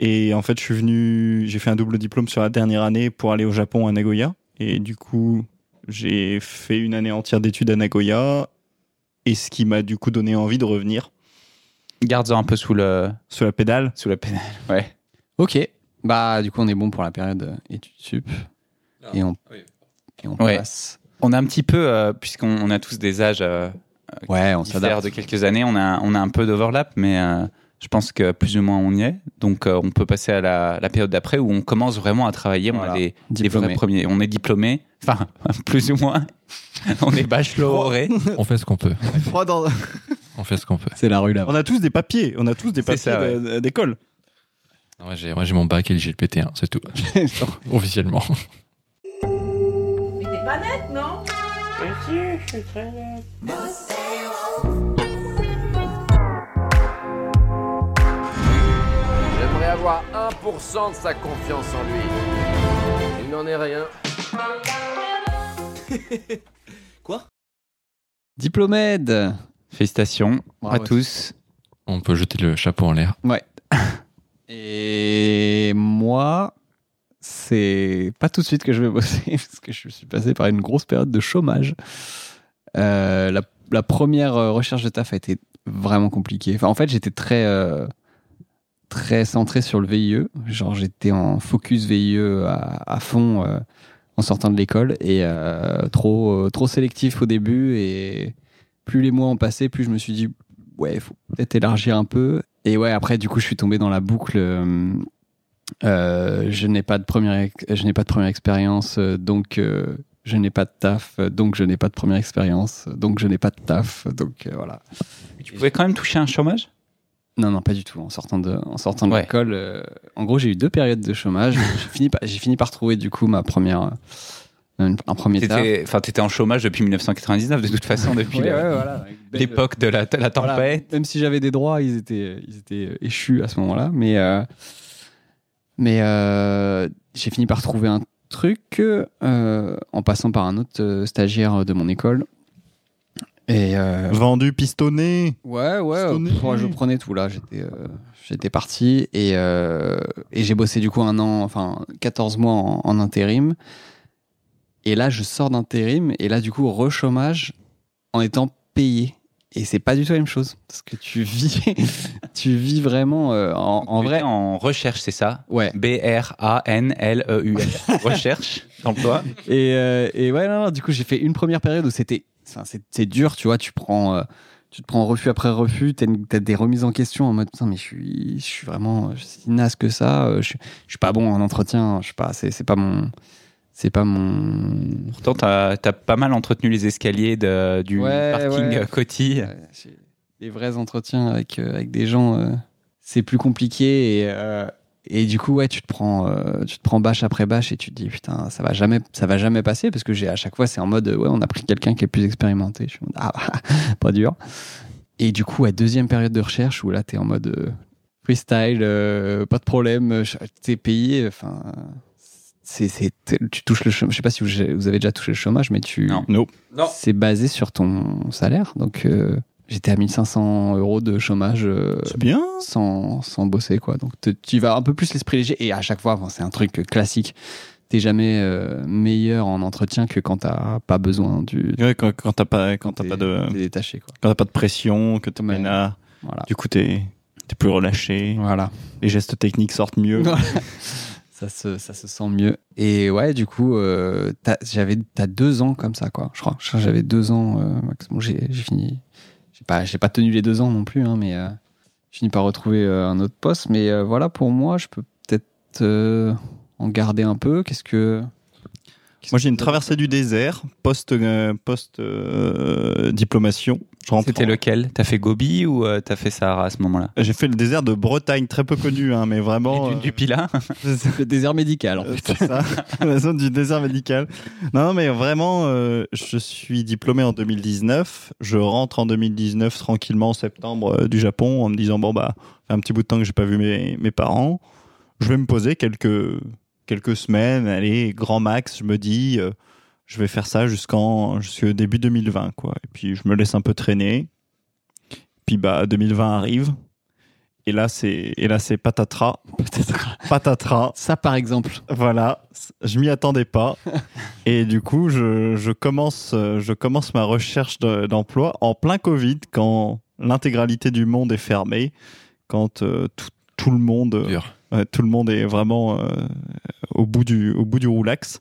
et en fait, je suis venu, j'ai fait un double diplôme sur la dernière année pour aller au Japon à Nagoya. Et du coup, j'ai fait une année entière d'études à Nagoya. Et ce qui m'a du coup donné envie de revenir
Garde-en un peu sous, le,
sur la pédale.
sous la pédale. Ouais.
Ok. Bah du coup on est bon pour la période euh, études sup. Et on.
oui.
Et on
Ouais.
passe.
On a un petit peu, euh, puisqu'on on a tous des âges euh,
Ouais, on
diffèrent
s'adapte.
de quelques années, on a, on a un peu d'overlap, mais euh, je pense que plus ou moins on y est. Donc euh, on peut passer à la, la période d'après où on commence vraiment à travailler. On
Voilà.
a des, des vrais
Diplômé.
premiers. On est diplômé, enfin plus ou moins. on est bacheloré.
On fait ce qu'on peut.
Trois dans-
On fait ce qu'on peut.
C'est la rue là.
On a tous des papiers, on a tous des
C'est
papiers
ça, ouais.
de- d'école.
Moi, j'ai moi, j'ai mon bac et le GPT1, c'est tout. Officiellement.
Mais t'es pas nette, non
J'aimerais avoir 1% de sa confiance en lui. Il n'en est rien.
Diplomède.
Félicitations
Bravo.
à tous.
On peut jeter le chapeau en l'air.
Et moi, c'est pas tout de suite que je vais bosser parce que je suis passé par une grosse période de chômage. Euh, la, la première euh, recherche de taf a été vraiment compliquée. Enfin, en fait, j'étais très euh, très centré sur le VIE. Genre, j'étais en focus VIE à, à fond euh, en sortant de l'école et euh, trop euh, trop sélectif au début. Et plus les mois ont passé, plus je me suis dit ouais, faut peut-être élargir un peu. Et ouais, après, du coup, je suis tombé dans la boucle. euh, euh, je n'ai pas de première, ex- je n'ai pas de première expérience, euh, donc euh, je n'ai pas de taf, euh, donc je n'ai pas de première expérience, euh, donc je n'ai pas de taf, euh, donc euh, voilà.
Tu pouvais quand même toucher un chômage
Non, non, pas du tout. En sortant de, en sortant de
Ouais.
l'école, euh, en gros, j'ai eu deux périodes de chômage. j'ai fini par, j'ai fini par trouver du coup ma première, euh, une- un premier taf.
T'étais enfin, t'étais en chômage depuis 1999 de toute façon, depuis
Ouais,
le-
ouais, voilà. euh, Belle- euh,
l'époque de la, de la
Voilà.
tempête.
Même si j'avais des droits, ils étaient, ils étaient euh, échus à ce moment-là. Mais, euh, mais euh, j'ai fini par trouver un truc euh, en passant par un autre euh, stagiaire de mon école. Et euh,
Vendu, pistonné.
ouais, ouais, euh,
Stoney.
pff, ouais, je prenais tout là. J'étais, euh, j'étais parti et, euh, et j'ai bossé du coup un an, enfin 14 mois en, en intérim. Et là, je sors d'intérim et là, du coup, rechômage en étant payé. Et c'est pas du tout la même chose parce que tu vis, tu vis vraiment euh, en, en vrai.
en recherche, c'est ça
Ouais.
E B-R-A-N-L-E-U-S. Recherche, emploi.
Et, euh, et ouais, non, non, du coup, j'ai fait une première période où c'était. enfin, c'est- C'est dur, tu vois, tu prends. euh, tu te prends refus après refus, t'as une- t'as des remises en question en mode putain mais je suis, je suis vraiment euh, si naze que ça, euh, je, suis- je suis pas bon en entretien, je sais pas, c'est c'est pas mon, c'est pas mon.
Pourtant, t'as as pas mal entretenu les escaliers de- du
Ouais,
parking
ouais.
euh, Coty.
Ouais, j'ai- Les vrais entretiens avec, euh, avec des gens, euh, c'est plus compliqué. Et, euh, et du coup, ouais, tu te prends, euh, tu te prends bâche après bâche et tu te dis, putain, ça va jamais, ça va jamais passer parce que j'ai à chaque fois, c'est en mode, euh, ouais, on a pris quelqu'un qui est plus expérimenté. Je suis en mode, ah, pas dur. Et du coup, à deuxième période de recherche où là, t'es en mode euh, freestyle, euh, pas de problème, euh, je- t'es payé, enfin. c'est c'est- tu touches le chômage. Je sais pas si vous, vous avez déjà touché le chômage, mais tu,
Non.
Non.
c'est basé sur ton salaire. Donc, euh, j'étais à 1500 euros de chômage euh,
C'est bien.
sans, sans bosser, quoi. Donc, te- tu vas un peu plus l'esprit léger. Et à chaque fois, enfin, c'est un truc classique. T'es jamais euh, meilleur en entretien que quand t'as pas besoin du.
Ouais, quand quand t'as pas, quand t'as
t'es-
pas de,
t'es détaché, quoi.
quand t'as pas de pression, que t'es
Ouais.
là,
Voilà.
du coup t'es, t'es plus relâché.
Voilà.
Les gestes techniques sortent mieux.
Non. Ça se, ça se sent mieux. Et ouais, du coup, euh, t'as- j'avais t'as deux ans comme ça, quoi. Je crois, Je crois que j'avais deux ans. euh, max. Bon, j'ai j'ai fini. J'ai pas, j'ai pas tenu les deux ans non plus, hein, mais euh, j'ai fini par retrouver euh, un autre poste. Mais euh, voilà, pour moi, je peux peut-être euh, en garder un peu. Qu'est-ce que. qu'est-ce
Moi j'ai une
que-
traversée du désert, post, euh, post euh, diplomation. Je rentre
C'était
en-
lequel T'as fait Gobi ou euh, t'as fait Sahara à ce moment-là
J'ai fait le désert de Bretagne, très peu connu, hein, mais vraiment.
Les dunes du Pilat
euh,
Le désert médical, en
Euh,
fait.
C'est ça, la zone du désert médical. Non, non, mais vraiment, euh, je suis diplômé en 2019. Je rentre en 2019 tranquillement en septembre euh, du Japon en me disant bon bah, fait un petit bout de temps que j'ai pas vu mes, mes parents. Je vais me poser quelques quelques semaines, allez, grand max. Je me dis, euh, je vais faire ça jusqu'en jusqu'au début 2020 quoi. Et puis je me laisse un peu traîner. Puis bah 2020 arrive. Et là, c'est et là c'est patatras, patatras.
Ça, par exemple.
Voilà, c- je m'y attendais pas. Et du coup, je, je commence, euh, je commence ma recherche de- d'emploi en plein Covid, quand l'intégralité du monde est fermée, quand euh, tout, tout le monde,
Dur.
euh, tout le monde est vraiment euh, au, bout du, au bout du roulax.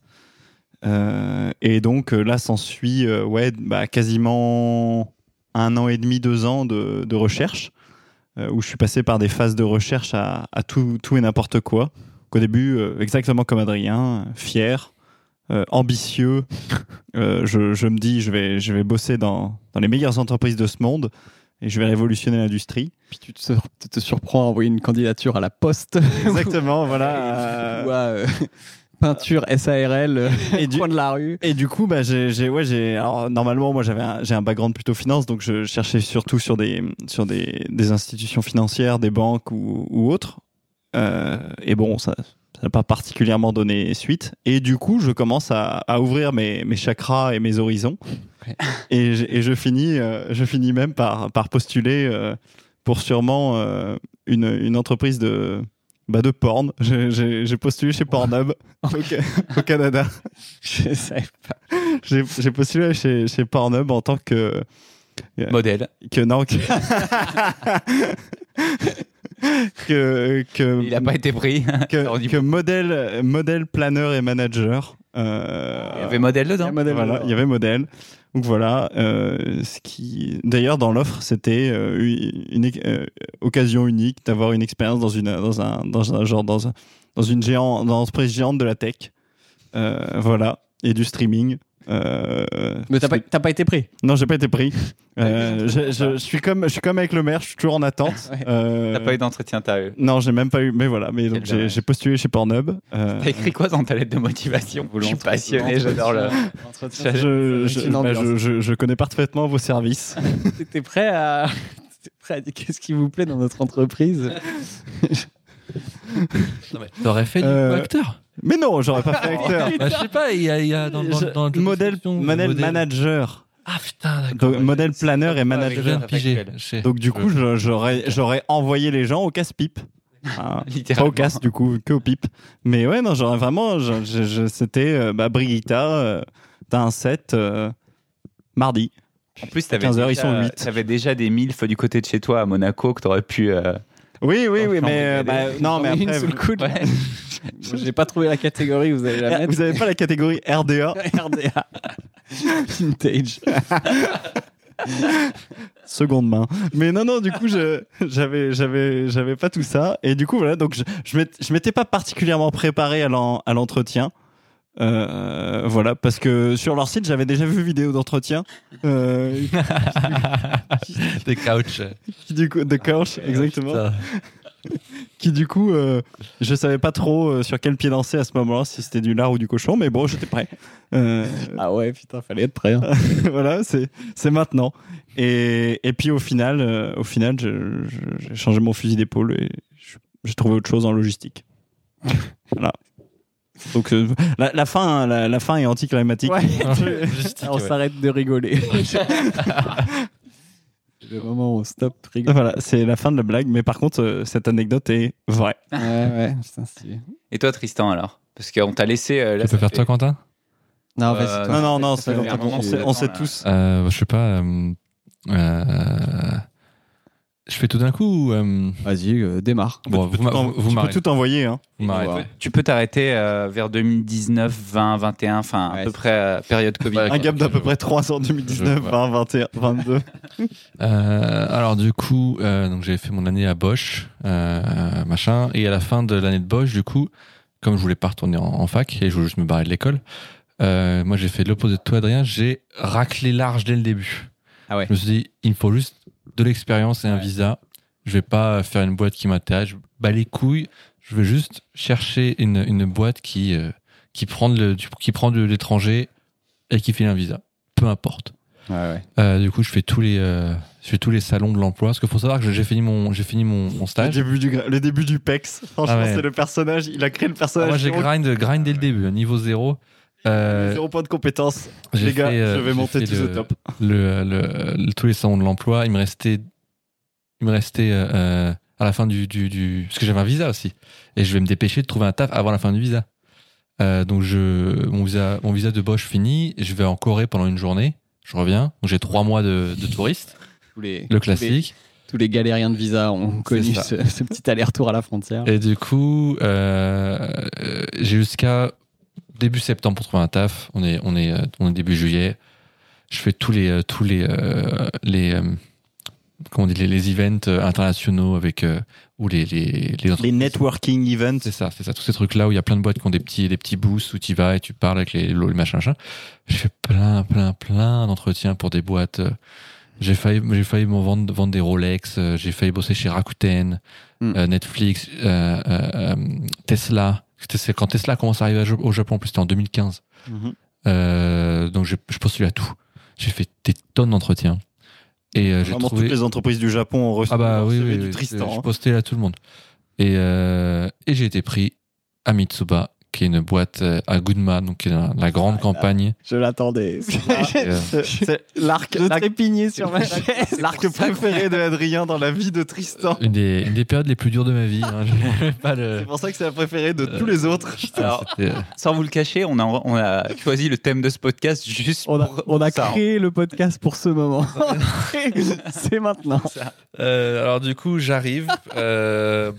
Euh, et donc euh, là, s'ensuit euh, ouais, bah, quasiment un an et demi, deux ans de, de recherche, euh, où je suis passé par des phases de recherche à, à tout, tout et n'importe quoi. Qu'au début, euh, exactement comme Adrien, fier, euh, ambitieux, euh, je, je me dis, je vais, je vais bosser dans, dans les meilleures entreprises de ce monde et je vais révolutionner l'industrie.
Puis tu te, sur- tu te surprends à envoyer une candidature à la poste.
Exactement, voilà.
Ou à euh, peinture SARL, euh,
Et du-
coin de la rue.
Et du coup, bah, j'ai, j'ai- ouais, j'ai, alors, normalement, moi, j'avais un, j'ai un background plutôt finance, donc je cherchais surtout sur des, sur des, des institutions financières, des banques ou, ou autres. Euh, et bon, ça, ça n'a pas particulièrement donné suite. Et du coup, je commence à, à ouvrir mes, mes chakras et mes horizons.
Ouais.
Et, je- et je finis, euh, je finis même par, par postuler, euh, pour sûrement euh, une, une entreprise de, bah, de porn. J'ai- J'ai j'ai postulé chez Pornhub au, Ca- au Canada.
Je sais pas.
J'ai j'ai postulé chez, chez Pornhub en tant que.
Modèle.
que non, que. que, que-
Il n'a pas été pris. On
que,
dit-
que modèle, modèle, planeur et manager. Euh,
Il y avait modèle
Il y a
dedans.
modèle
voilà,
dedans.
il y avait modèle. Donc voilà, euh, ce qui, d'ailleurs, dans l'offre, c'était euh, une euh, occasion unique d'avoir une expérience dans une, dans un, dans un genre, dans un- dans une géant, dans une entreprise géante de la tech. Euh, voilà, et du streaming. Euh,
Mais t'as pas, t'as pas été pris.
Non, j'ai pas été pris. Euh, je, je- je suis comme, je suis comme avec le maire, je suis toujours en attente.
Ouais.
Euh,
T'as pas eu d'entretien, t'as eu.
Non, j'ai même pas eu. Mais voilà, mais donc
Quel
j'ai
dommage.
j'ai postulé chez Pornhub. Euh,
T'as écrit quoi dans ta lettre de motivation Je suis passionné, j'adore le.
Entretien,
je,
c'est
je-
une
bah,
ambiance.
je- je- je connais parfaitement vos services.
T'étais prêt à. t'étais prêt à dire qu'est-ce qui vous plaît dans notre entreprise
T'aurais fait du
Euh,
coup acteur
Mais non, j'aurais pas fait acteur.
Bah, Je sais pas, il y a, il y a dans, dans,
Je-
dans le job
modèle,
description,
modèle manager,
Ah putain, d'accord.
Donc, modèle planeur et
Je
manager.
viens de piger. Je sais.
Donc du coup, je- j'aurais j'aurais envoyé les gens au casse-pipe. Ah, pas
Littéralement.
au casse du coup, que au pipe. Mais ouais, non, j'aurais vraiment, je- je- je- c'était euh, bah, Brigitta, euh, t'as un set euh, mardi.
En plus, t'avais
15 heures,
déjà,
ils sont huit.
t'avais déjà des milfs du côté de chez toi à Monaco que t'aurais pu. euh,
Oui, oui, oui,
Enfin,
mais euh,
il y a
bah, non, mais
J'en ai une
après,
sous le coude.
Ouais.
J'ai pas trouvé la catégorie, vous ah. allez la
vous-
mettre.
vous avez pas la catégorie RDA.
RDA. Vintage.
seconde main. Mais non, non, du coup, je- j'avais, j'avais, j'avais pas tout ça. Et du coup, voilà, donc je, je m'ét- je m'étais pas particulièrement préparé à l'en- à l'entretien. Euh, voilà, parce que sur leur site, j'avais déjà vu vidéo d'entretien. Euh,
Des couch.
qui du coup, de coach, exactement. Qui du coup, euh, je savais pas trop euh, sur quel pied danser à ce moment-là, si c'était du lard ou du cochon, mais bon, j'étais prêt. Euh,
Ah ouais, putain, fallait être prêt. hein.
voilà, c'est c'est maintenant. Et, et puis au final, euh, au final, je- je- j'ai changé mon fusil d'épaule et je- j'ai trouvé autre chose en logistique. voilà. Donc euh, la, la fin, hein, la, la fin est anticlimatique.
Ouais.
Logistique,
on
ouais.
s'arrête de rigoler. Le moment où on stop, rigole.
Voilà, c'est la fin de la blague. Mais par contre, euh, cette anecdote est vraie.
Ouais, ouais, putain, stylé.
Et toi, Tristan, alors Parce qu'on t'a laissé. euh, là,
Tu
ça
peux faire
fait-
toi, Quentin
Euh,
Non, vas-y,
non,
toi.
non, non,
ça
c'est-
fait un moment
on,
qu'on
sait, on sait
attend, là.
Ah,
tous.
Euh, Je sais pas. euh, euh, Je fais tout d'un coup ou, euh,
Vas-y, euh, démarre.
Bon,
Tu
vous
peux tout en-
m'a- vous
tu peux
m'arrêtez.
tout envoyer. hein.
Vous m'arrêtez.
Ouais.
Tu peux t'arrêter euh, vers 2019, 20, 21, enfin à
Ouais,
peu
c'est-
près euh, période Covid.
Ouais.
Un gap d'à peu près 3 ans 2019,
Je-
20, 21, 22.
Euh, alors du coup, euh, donc j'ai fait mon année à Bosch, euh, machin, et à la fin de l'année de Bosch, du coup, comme je voulais pas retourner en, en fac et je voulais juste me barrer de l'école, euh, moi j'ai fait l'opposé de toi, Adrien. J'ai raclé large dès le début.
Ah ouais.
Je me suis dit, il me faut juste de l'expérience et un
Ouais.
visa. Je vais pas faire une boîte qui m'intéresse. Je bats les couilles. Je vais juste chercher une, une boîte qui euh, qui prend de, le- qui prend de l'étranger et qui file un visa. Peu importe.
Ouais, ouais.
Euh, du coup, je fais tous les, euh, je fais tous les salons de l'emploi. Parce qu'il faut savoir que j'ai fini mon, j'ai fini mon, mon
Le
stage.
début, du, gra- le début du PEX. Franchement,
Ah ouais.
c'est le personnage. Il a créé le
Ah,
personnage.
moi, j'ai
zéro-
grind, grind dès le début, hein, niveau zéro. Euh,
zéro point de compétence.
j'ai
Les gars,
fait, euh,
je vais
j'ai
monter
fait
tous
le-
au top.
le- le- le- tous les salons de l'emploi. Il me restait, il me restait euh, euh, à la fin du, du, du- parce que j'avais un visa aussi, et je vais me dépêcher de trouver un taf avant la fin du visa. Euh, donc je, mon visa, mon visa de Bosch fini. Je vais en Corée pendant une journée. Je reviens. Donc j'ai trois mois de, de touriste,
Tous les,
le classique.
tous les galériens de visa ont connu
ça.
ce, ce petit aller-retour à la frontière.
Et du coup, euh, euh, j'ai jusqu'à début septembre pour trouver un taf. On est, on est, euh, on est début juillet. Je fais tous les, euh, tous les, euh, les, euh, comment on dit, les, les events euh, internationaux avec euh, ou les, les, les
Les
entreprises.
networking events.
C'est ça, c'est ça. Tous ces trucs-là où il y a plein de boîtes qui ont des petits, des petits boosts où tu vas et tu parles avec les lots, le machin, machin. J'ai fait plein, plein, plein d'entretiens pour des boîtes. euh, J'ai failli, j'ai failli m'en vendre, vendre des Rolex. euh, J'ai failli bosser chez Rakuten,
Mm.
euh, Netflix, euh, euh, euh, Tesla. C'était- c'est quand Tesla commence à arriver à Ja- au Japon, en plus c'était en 2015.
Mhm.
Euh, donc je, je postule à tout. J'ai fait des tonnes d'entretiens. Et euh, j'ai
Vraiment,
trouvé.
toutes les entreprises du Japon ont reçu
Ah bah
leur
oui,
CV
oui,
du
oui,
Tristan.
je
hein.
postais à tout le monde. Et, euh, et j'ai été pris à Mitsuba qui est une boîte euh, à Goodman, donc qui est dans la grande campagne.
Je l'attendais.
Et, euh,
C'est l'arc
Je trépignais sur ma chaise.
l'arc préféré de Adrien dans la vie de Tristan.
une, des, une des périodes les plus dures de ma vie. hein. Je- pas le-
C'est pour ça que c'est la préférée de tous les autres.
Alors,
c'était- euh.
sans vous le cacher, on a, on a choisi le thème de ce podcast juste
On a,
pour
on a
ça.
créé le podcast pour ce moment. C'est maintenant.
Euh, alors du coup, j'arrive, euh,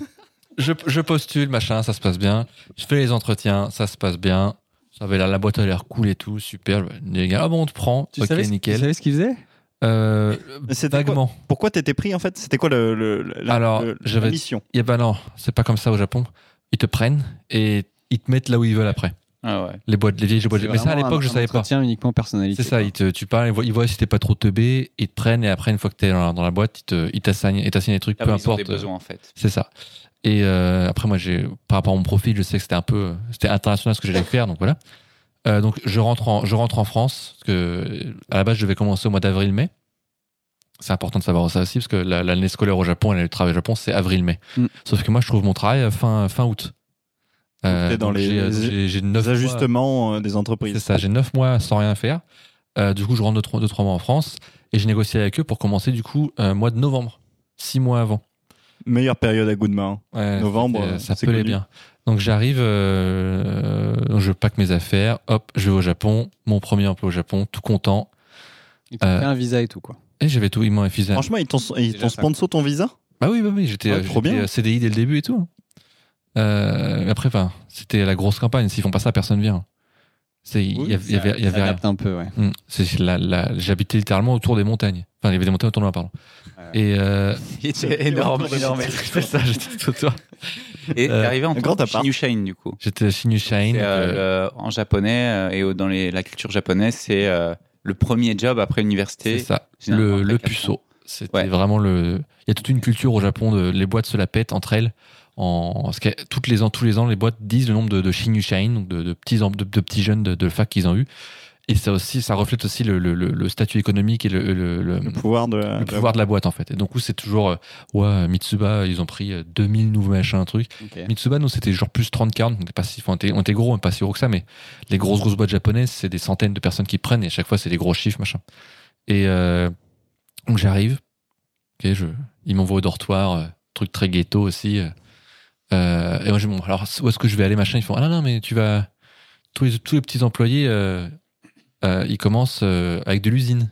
je, je postule, machin, ça se passe bien. Je fais les entretiens, ça se passe bien. Ça avait l'air, la boîte a l'air cool et tout, super. Les gars, ah bon, on te prend, ok,
ce- tu
nickel.
savais ce qu'il faisait
Euh,
Mais c'était quoi-
vaguement.
Pourquoi t'étais pris en fait C'était quoi le, le- la,
Alors,
le- la
j'avais-
mission
Eh ben non, c'est pas comme ça au Japon. Ils te prennent et ils te mettent là où ils veulent après.
Ah ouais.
Les boîtes, les vieilles boîtes.
C'est
Mais ça à
vraiment
l'époque,
un-
je
un
savais pas.
entretien uniquement personnalité.
C'est ça, ils te, tu parles, ils voient, ils voient si t'es pas trop teubé, ils te prennent et après, une fois que t'es dans, la- dans la boîte, ils te- ils t'assignent ils t'assignent des trucs,
Ah
peu
oui, ils ont
importe.
des besoins en fait.
C'est ça. Et euh, après, moi, j'ai par rapport à mon profil, je sais que c'était un peu, c'était international ce que j'allais faire, donc voilà. Euh, donc je rentre en, je rentre en France parce que à la base je devais commencer au mois d'avril-mai. C'est important de savoir ça aussi parce que la- l'année scolaire au Japon et le travail au Japon c'est avril-mai.
Mm.
Sauf que moi je trouve mon travail fin fin août. Euh,
t'es dans
donc
les-
j'ai- j'ai- j'ai neuf
Les
mois-
ajustements euh, des
c'est
entreprises.
ça, j'ai 9 mois sans rien faire. Euh, du coup, je rentre 2 trois, deux, trois mois en France et j'ai négocié avec eux pour commencer du coup euh, mois de novembre, 6 mois avant.
Meilleure période à hein. Goodman.
Ouais,
Novembre,
c'était-
euh,
ça
c'est
pelait
connu.
bien. Donc j'arrive, euh, donc je pack mes affaires, hop, je vais au Japon, mon premier emploi au Japon, tout content.
Il
euh,
t'a fait un visa et tout quoi.
Et j'avais tout, ils m'ont effusé. un-
Franchement, ils t'ont ils
Déjà
t'ont
ça.
sponsor ton visa
Bah oui, bah oui, j'étais
Ouais,
euh,
trop
j'étais,
bien.
euh, CDI dès le début et tout. Euh, après, enfin, c'était la grosse campagne. S'ils font pas ça, personne vient. C'est, il y avait, il y avait, il y
Ça
avait rien.
adapte un peu, ouais.
Hum, c'est la- la- J'habitais littéralement autour des montagnes. Enfin, il y avait des montagnes autour de moi, pardon.
Ouais.
Et euh,
Il était énorme, énorme.
c'est ça, j'étais autour de toi.
Et
Euh,
t'es arrivé en tant
grand
que
appart.
Shinushain du coup.
J'étais Shinu Shine.
C'est, euh,
donc, euh,
le- en japonais euh, et au- dans les- la culture japonaise, c'est euh, le premier job après l'université.
C'est ça,
généralement,
le,
t'as
le
quatre
puceau. C'était
Ouais.
vraiment le. Il y a toute une culture au Japon de les boîtes se la pètent entre elles. En, parce que toutes les ans, tous les ans, les boîtes disent le nombre de, de shinushain, donc de, de petits, em- de, de petits jeunes de, de fac qu'ils ont eu. Et ça aussi, ça reflète aussi le, le- le- le statut économique et le, le- le-
Le pouvoir de.
le pouvoir de la boîte en fait. Et donc où c'est toujours euh, ouais Mitsuba, ils ont pris euh, 2000 nouveaux machins, un truc.
Ok.
Mitsuba, nous c'était genre plus 30 40 on était pas si on était, on était gros, on était pas si gros que ça, mais les grosses grosses boîtes japonaises, c'est des centaines de personnes qui prennent et à chaque fois c'est des gros chiffres machin. Et euh, donc j'arrive, ok, je, ils m'envoient au dortoir, euh, truc très ghetto aussi. euh. Euh, et moi je dis bon, alors où est-ce que je vais aller machin Ils font ah non non mais tu vas tous les tous les petits employés, euh, euh, ils commencent euh, avec de l'usine.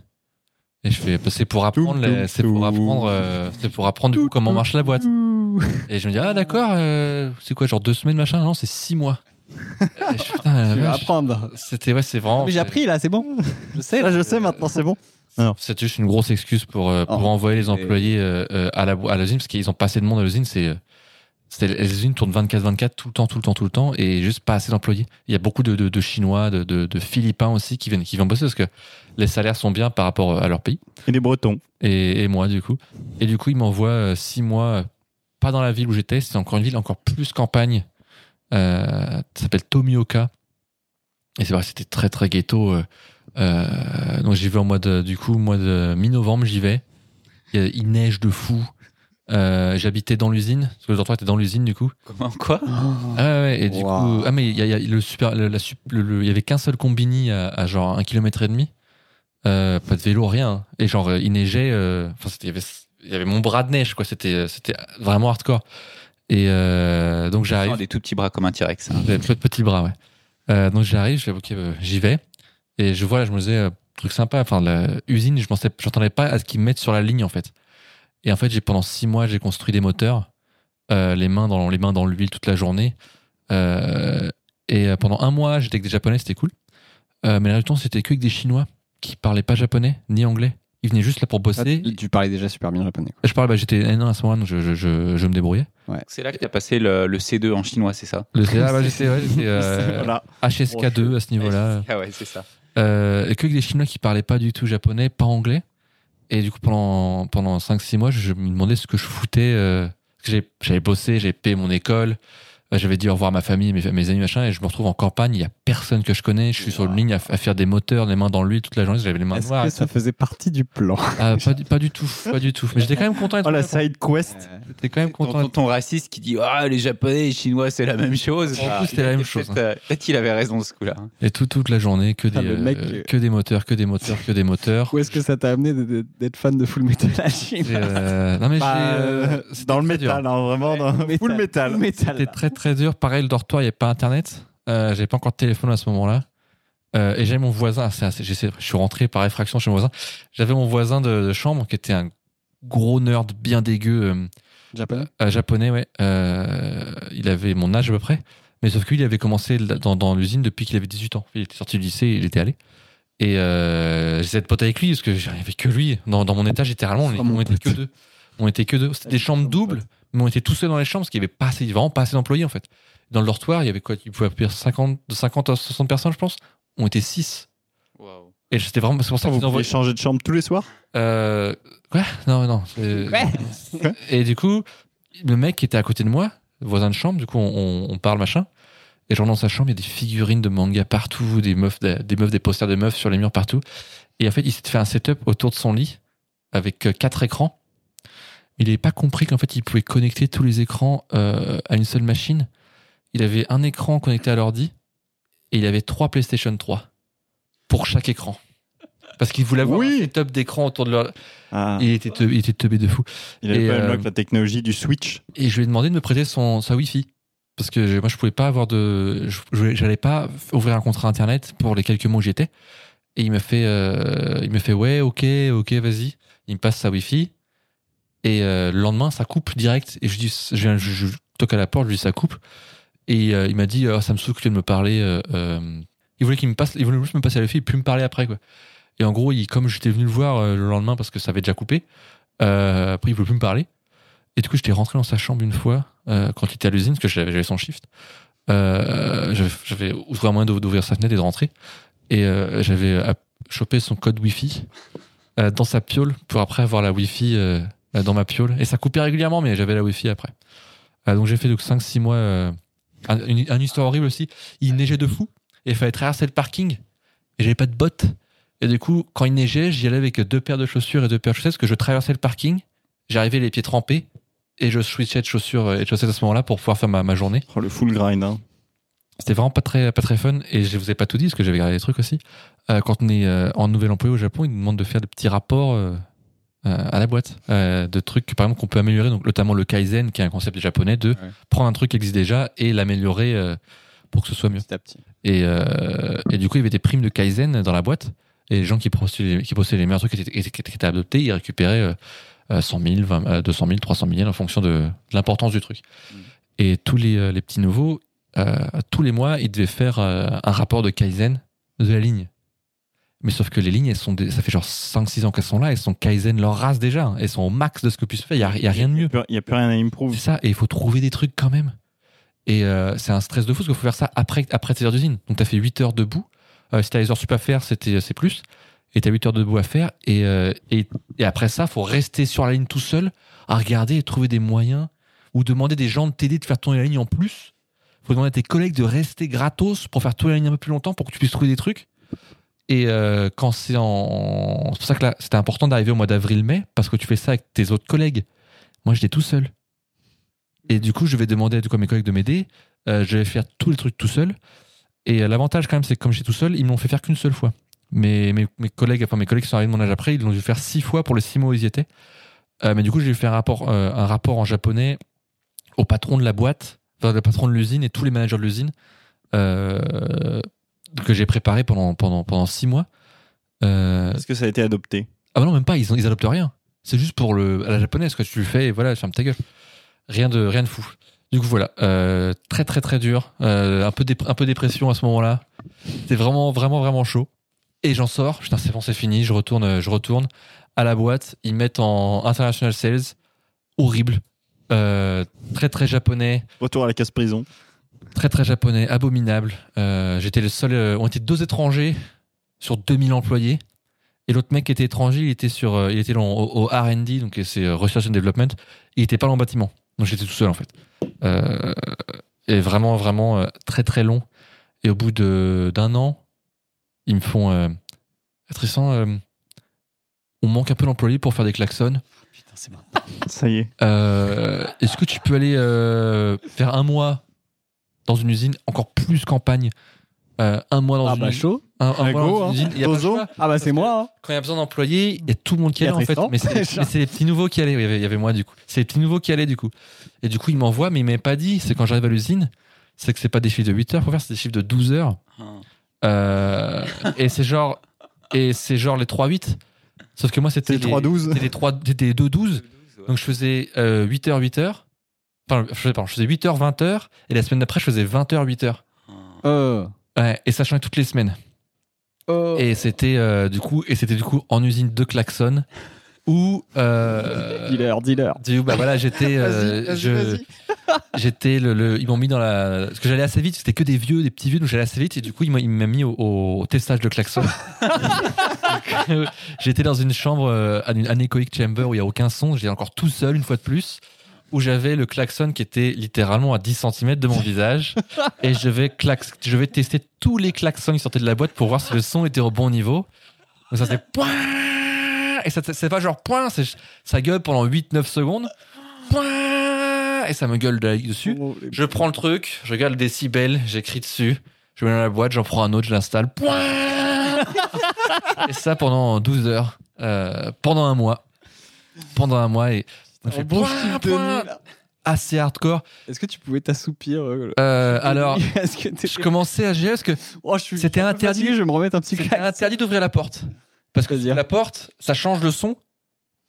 Et je fais bah, c'est pour apprendre,
Tout,
la-
tout,
c'est pour
tout.
apprendre, euh, c'est pour apprendre du coup comment marche la boîte.
Ouh.
Et je me dis, ah d'accord, euh, c'est quoi, genre deux semaines, machin Non, c'est six mois. Et je fais, Putain, la
Tu vas
vache.
apprendre.
C'était, ouais, c'est vraiment.
Mais j'ai appris là, c'est bon. Je sais.
Là, je sais maintenant, c'est bon.
C'est juste une grosse excuse pour, euh, pour
Oh.
envoyer les
Et-
employés euh, euh, à la bo- à l'usine, parce qu'ils ont passé de monde à l'usine, c'est. euh, c'était- Les usines tournent 24-24 tout le temps, tout le temps, tout le temps, et juste pas assez d'employés. Il y a beaucoup de, de, de Chinois, de, de, de Philippins aussi qui viennent, qui viennent bosser parce que les salaires sont bien par rapport euh, à leur pays.
Et les Bretons.
et, et moi du coup. Et du coup, il m'envoie euh, six mois, euh, pas dans la ville où j'étais, c'est encore une ville encore plus campagne. Euh, ça s'appelle Tomioka. Et c'est vrai, c'était très très ghetto. euh, euh, donc j'y vais en mois de, du coup, au mois de mi-novembre, j'y vais. Il, y a- il neige de fou. Euh, J'habitais dans l'usine, parce que le dortoir était dans l'usine du coup.
Comment quoi
Oh.
Ah ouais, et du
Wow.
coup, ah mais il y, a- il y a le super, le- la sup- le- le- il y avait qu'un seul combini à, à genre un kilomètre et demi, Euh, pas de vélo, rien, et genre euh, il neigeait, euh, enfin c'était, il y avait- il y avait mon bras de neige quoi, c'était, euh, c'était vraiment hardcore. Et euh, donc
Oh,
j'arrive,
Des tout petits bras comme un T-Rex. hein.
j'avais peu de petits bras ouais. Euh, donc j'arrive, je fais, ok, euh, j'y vais, et je vois là, je me disais euh, truc sympa, enfin la usine, je pensais, j'entendais pas à ce qu'ils me mettent sur la ligne en fait. Et en fait, j'ai pendant six mois, j'ai construit des moteurs, euh, les mains dans les mains dans l'huile toute la journée. Euh, et euh, pendant un mois, j'étais avec des Japonais, c'était cool. Euh, mais le résultat, c'était que avec des Chinois qui parlaient pas japonais ni anglais. Ils venaient juste là pour
Ah,
bosser.
tu- Tu parlais déjà super bien japonais. quoi.
Je parle, bah, j'étais N1 à ce moment-là, donc je, je, je, je me débrouillais.
C'est là que t'as passé le, le C2 en chinois, c'est ça
Le CA, bah, j'étais ouais, j'étais, euh,
Voilà.
HSK2 à ce niveau-là.
Ah ouais, c'est ça.
Euh, et que des Chinois qui parlaient pas du tout japonais, pas anglais. Et du coup, pendant, pendant 5-6 mois, je me demandais ce que je foutais. euh, parce que j'avais- j'avais bossé, j'avais payé mon école. euh, j'avais dit au revoir à ma famille, mes, mes amis, machin, et je me retrouve en campagne, il y a personne que je connais, je suis sur une ligne à, à faire des moteurs, les mains dans l'huile toute la journée, j'avais les mains
Est-ce
noires.
que
et
ça
tout.
faisait partie du plan
Ah, pas, du- pas du tout, pas du tout. Mais j'étais quand même content. d'être
Oh la
content.
side
euh,
quest.
J'étais quand même
Ton
content. d'être-
tonton raciste qui dit Ah, les Japonais et les Chinois, c'est la même chose.
En plus, c'était la même chose,
Peut-être euh, peut-être qu'il avait raison ce coup-là. hein.
Et tout, toute la journée, que des,
Ah, le mec,
euh,
euh,
que des moteurs, que des moteurs, que des moteurs.
Où est-ce que ça t'a amené de- de- d'être fan de Full Metal
Et,
Alchemist
euh, non mais
Bah,
j'ai, euh,
euh, dans le
très dur.
métal, hein, vraiment, dans full métal.
Full metal.
euh, C'était très très dur. Pareil, le dortoir, il n'y avait pas internet. Euh, j'avais pas encore de téléphone à ce moment-là. Euh, et j'avais mon voisin. c'est assez- j'essaie- je suis rentré par effraction chez mon voisin. J'avais mon voisin de, de chambre qui était un gros nerd bien dégueu euh,
Japonais.
euh, japonais. Ouais. Euh, il avait mon âge à peu près. Mais sauf qu'il avait commencé la- dans, dans l'usine depuis qu'il avait 18 ans. Il était sorti du lycée, il était allé. Et euh, j'essayais de pote avec lui parce que j'avais que lui. Dans, dans mon étage, littéralement, on,
Oh, mon
on était
pote. Ah,
que deux. On était que deux. C'était des chambres doubles mais on était tous seuls dans les chambres parce qu'il n'y avait pas assez, vraiment pas assez d'employés en fait. Dans le dortoir, il y avait quoi Il pouvait accueillir 50, de 50 à 60 personnes, je pense. On était 6. Et c'était vraiment. C'est pour ça
Vous
qu'ils
pouvez
envoyaient.
changer de chambre tous les soirs
Euh, quoi Non, non. c'est- Et du coup, le mec qui était à côté de moi, voisin de chambre, du coup, on, on- on parle machin. Et genre dans sa chambre, il y a des figurines de manga partout, des meufs, des, des meufs, des posters de meufs sur les murs partout. Et en fait, il s'est fait un setup autour de son lit avec euh, quatre écrans. Il n'avait pas compris qu'en fait, il pouvait connecter tous les écrans euh, à une seule machine. Il avait un écran connecté à l'ordi et il avait trois PlayStation 3 pour chaque écran. Parce qu'il voulait avoir
Oui.
un setup d'écran autour de leur...
Ah,
Il était, teubé, il était teubé de fou.
Il avait
et,
pas
euh,
unlock la technologie du Switch.
Et je lui ai demandé de me prêter son, sa Wi-Fi. Parce que je- moi, je pouvais pas avoir de. je- je- J'allais pas f- ouvrir un contrat internet pour les quelques mois où j'étais. Et il me fait, euh, il me fait ouais, ok, ok, vas-y. Il me passe sa Wi-Fi. Et euh, le lendemain, ça coupe direct. Et je dis, je, viens- je, je toque à la porte, je lui dis ça coupe. Et euh, il m'a dit, Ah, ça me saoule que tu viennes me parler. euh, euh. il voulait qu'il me passe, il voulait juste me passer la Wi-Fi et puis me parler après quoi. Et en gros, il, comme j'étais venu le voir euh, le lendemain parce que ça avait déjà coupé, euh, après il voulait plus me parler. Et du coup, j'étais rentré dans sa chambre une fois euh, quand il était à l'usine, parce que j'avais j'avais son shift. Euh, j'avais- j'avais trouvé un moyen d'ou- d'ouvrir sa fenêtre et de rentrer. Et euh, j'avais euh, chopé son code Wi-Fi euh, dans sa piole pour après avoir la Wi-Fi euh, euh, dans ma piole. Et ça coupait régulièrement, mais j'avais la Wi-Fi après. Euh, donc j'ai fait donc 5-6 mois. euh, un- une, une histoire horrible aussi. Il neigeait de fou et il fallait traverser le parking. Et j'avais pas de bottes. Et du coup, quand il neigeait, j'y allais avec deux paires de chaussures et deux paires de chaussettes parce que je traversais le parking. J'arrivais les pieds trempés et je switchais de chaussures et de chaussettes à ce moment-là pour pouvoir faire ma, ma journée.
Oh, le full grind. Hein.
C'était vraiment pas très, pas très fun et je vous ai pas tout dit parce que j'avais gardé des trucs aussi. Euh, quand on est euh, en nouvel employé au Japon, ils nous demandent de faire des petits rapports euh, euh, à la boîte euh, de trucs que, par exemple qu'on peut améliorer, donc notamment le kaizen qui est un concept japonais de prendre un truc qui existe déjà et l'améliorer euh, pour que ce soit mieux.
Petit à petit.
Et, euh, et du coup, il y avait des primes de Kaizen dans la boîte. Et les gens qui postulaient, qui postulaient les meilleurs trucs qui étaient, qui étaient- qui étaient adoptés, ils récupéraient euh, euh, 100 000, 20 euh, 200 000, 300 000 en fonction de, de l'importance du truc. Et tous les, euh, les petits nouveaux, euh, tous les mois, ils devaient faire euh, un rapport de Kaizen de la ligne. Mais sauf que les lignes, elles sont des- ça fait genre 5-6 ans qu'elles sont là, elles sont Kaizen leur race déjà. hein. Elles sont au max de ce que puisse faire. Il n'y a, il y a rien de mieux.
Il n'y a plus rien à
C'est euh,
improve.
ça, et il faut trouver des trucs quand même. Et euh, c'est un stress de fou parce qu'il faut faire ça après, après tes heures d'usine. Donc t'as fait 8 heures debout. Euh, si t'as les heures sup à faire, c'était- euh, c'est plus. Et t'as 8 heures debout à faire. Et, euh, et, et après ça, faut rester sur la ligne tout seul, à regarder et trouver des moyens ou demander des gens de t'aider de faire tourner la ligne en plus. faut demander à tes collègues de rester gratos pour faire tourner la ligne un peu plus longtemps pour que tu puisses trouver des trucs. Et euh, quand c'est en. C'est pour ça que là, c'était important d'arriver au mois d'avril-mai parce que tu fais ça avec tes autres collègues. Moi, j'étais tout seul. Et du coup, je vais demander à du coup, à mes collègues de m'aider. Euh, je vais faire tous les trucs tout seul. Et euh, l'avantage, quand même, c'est que comme j'étais tout seul, ils m'ont fait faire qu'une seule fois. Mes, mes, mes collègues, enfin mes collègues qui sont arrivés de mon âge après, ils l'ont dû faire six fois pour les six mois où ils y étaient. Euh, mais du coup, j'ai fait un rapport, euh, un rapport en japonais au patron de la boîte, enfin, le patron de l'usine et tous les managers de l'usine euh, que j'ai préparé pendant, pendant, pendant six mois. Euh,
Est-ce que ça a été adopté
ah bah non, même pas, ils, ils adoptent rien. C'est juste pour le, à la japonaise que tu le fais et voilà, ferme ta gueule. Rien de, rien de fou. Du coup, voilà, euh, très très très dur. Euh, un, peu dép- un peu dépression à ce moment-là. C'était vraiment, vraiment, vraiment chaud. Et j'en sors, putain, c'est bon, c'est fini. Je retourne, euh, je retourne à la boîte. Ils mettent en international sales. Horrible. Euh, très très japonais
Retour à la casse-prison.
très très japonais, abominable. Euh, J'étais le seul. euh, on était deux étrangers sur 2000 employés. Et l'autre mec qui était étranger, il était sur, euh, il était dans- au, au R&D, donc c'est euh, research and development. Il était pas dans le bâtiment, donc j'étais tout seul en fait. Euh, est vraiment, vraiment euh, très, très long. Et au bout de- d'un an, ils me font. Euh, Tristan, euh, on manque un peu d'employés pour faire des klaxons.
Putain, c'est marrant.
Ça y est.
Euh, Est-ce que tu peux aller euh, faire un mois dans une usine, encore plus campagne euh, Un mois dans
Ah
une
bah
usine.
chaud.
Un, un
Ah,
mois
go,
dans
hein.
une usine. Il y a pas le
Dozo.
choix.
Ah bah
que-
c'est moi. hein.
Quand il y a besoin d'employés, il y a tout le monde qui
Il y
allait
a
en fait.
Tristan.
Mais c'est mais c'est les petits nouveaux qui allaient. Il y avait, il y avait moi du coup. C'est les petits nouveaux qui allaient du coup. Et du coup, il m'envoie, mais il m'avait pas dit. C'est quand j'arrive à l'usine, c'est que c'est pas des chiffres de 8 heures pour faire, c'est des chiffres de 12 heures.
Ah.
Euh, et c'est genre, et c'est genre les 3-8. Sauf que moi, c'était
C'est
les
3-12.
c'était les 3, c'était les 2-12. Donc je faisais euh, 8h, 8h. Enfin, je faisais, pardon, je faisais 8h, 20h. Et la semaine d'après, je faisais 20h, 8h.
Ah.
Euh,
Ouais, et ça changeait toutes les semaines.
Oh.
Et c'était euh, du coup, et c'était du coup en usine de Klaxon où euh,
Dealer, dealer.
du- bah voilà, j'étais, euh, je- j'étais le, le- ils m'ont mis dans la, parce que j'allais assez vite, c'était que des vieux, des petits vieux, donc j'allais assez vite et du coup ils m'ont ils m'ont mis au, au testage de Klaxon. Donc, euh, j'étais dans une chambre, euh, une anechoic chamber où il y a aucun son, j'étais encore tout seul une fois de plus. Où j'avais le klaxon qui était littéralement à 10 cm de mon visage. Et je vais, clax, je vais tester tous les klaxons qui sortaient de la boîte pour voir si le son était au bon niveau. Donc ça c'est point et ça c'est pas genre point, c'est ça gueule pendant 8 9 secondes. Point et ça me gueule de- dessus.
Oh,
Je prends le truc, je regarde le décibel, j'écris dessus, je mets dans la boîte, j'en prends un autre, je l'installe. Point et ça pendant 12 heures, euh, pendant un mois. Pendant un mois et on fait
bon
point,
chiffre de
point.
nuit, là.
assez hardcore.
Est-ce que tu pouvais t'assoupir euh, le-
Euh, alors
Est-ce que t'étais-
je commençais à gérer parce que
Oh, je suis-
c'était
je suis un peu
interdit.
fatigué, Je vais me remettre un petit
C'est
claque.
interdit d'ouvrir la porte. Parce que
C'est-à-dire
la porte, ça change le son.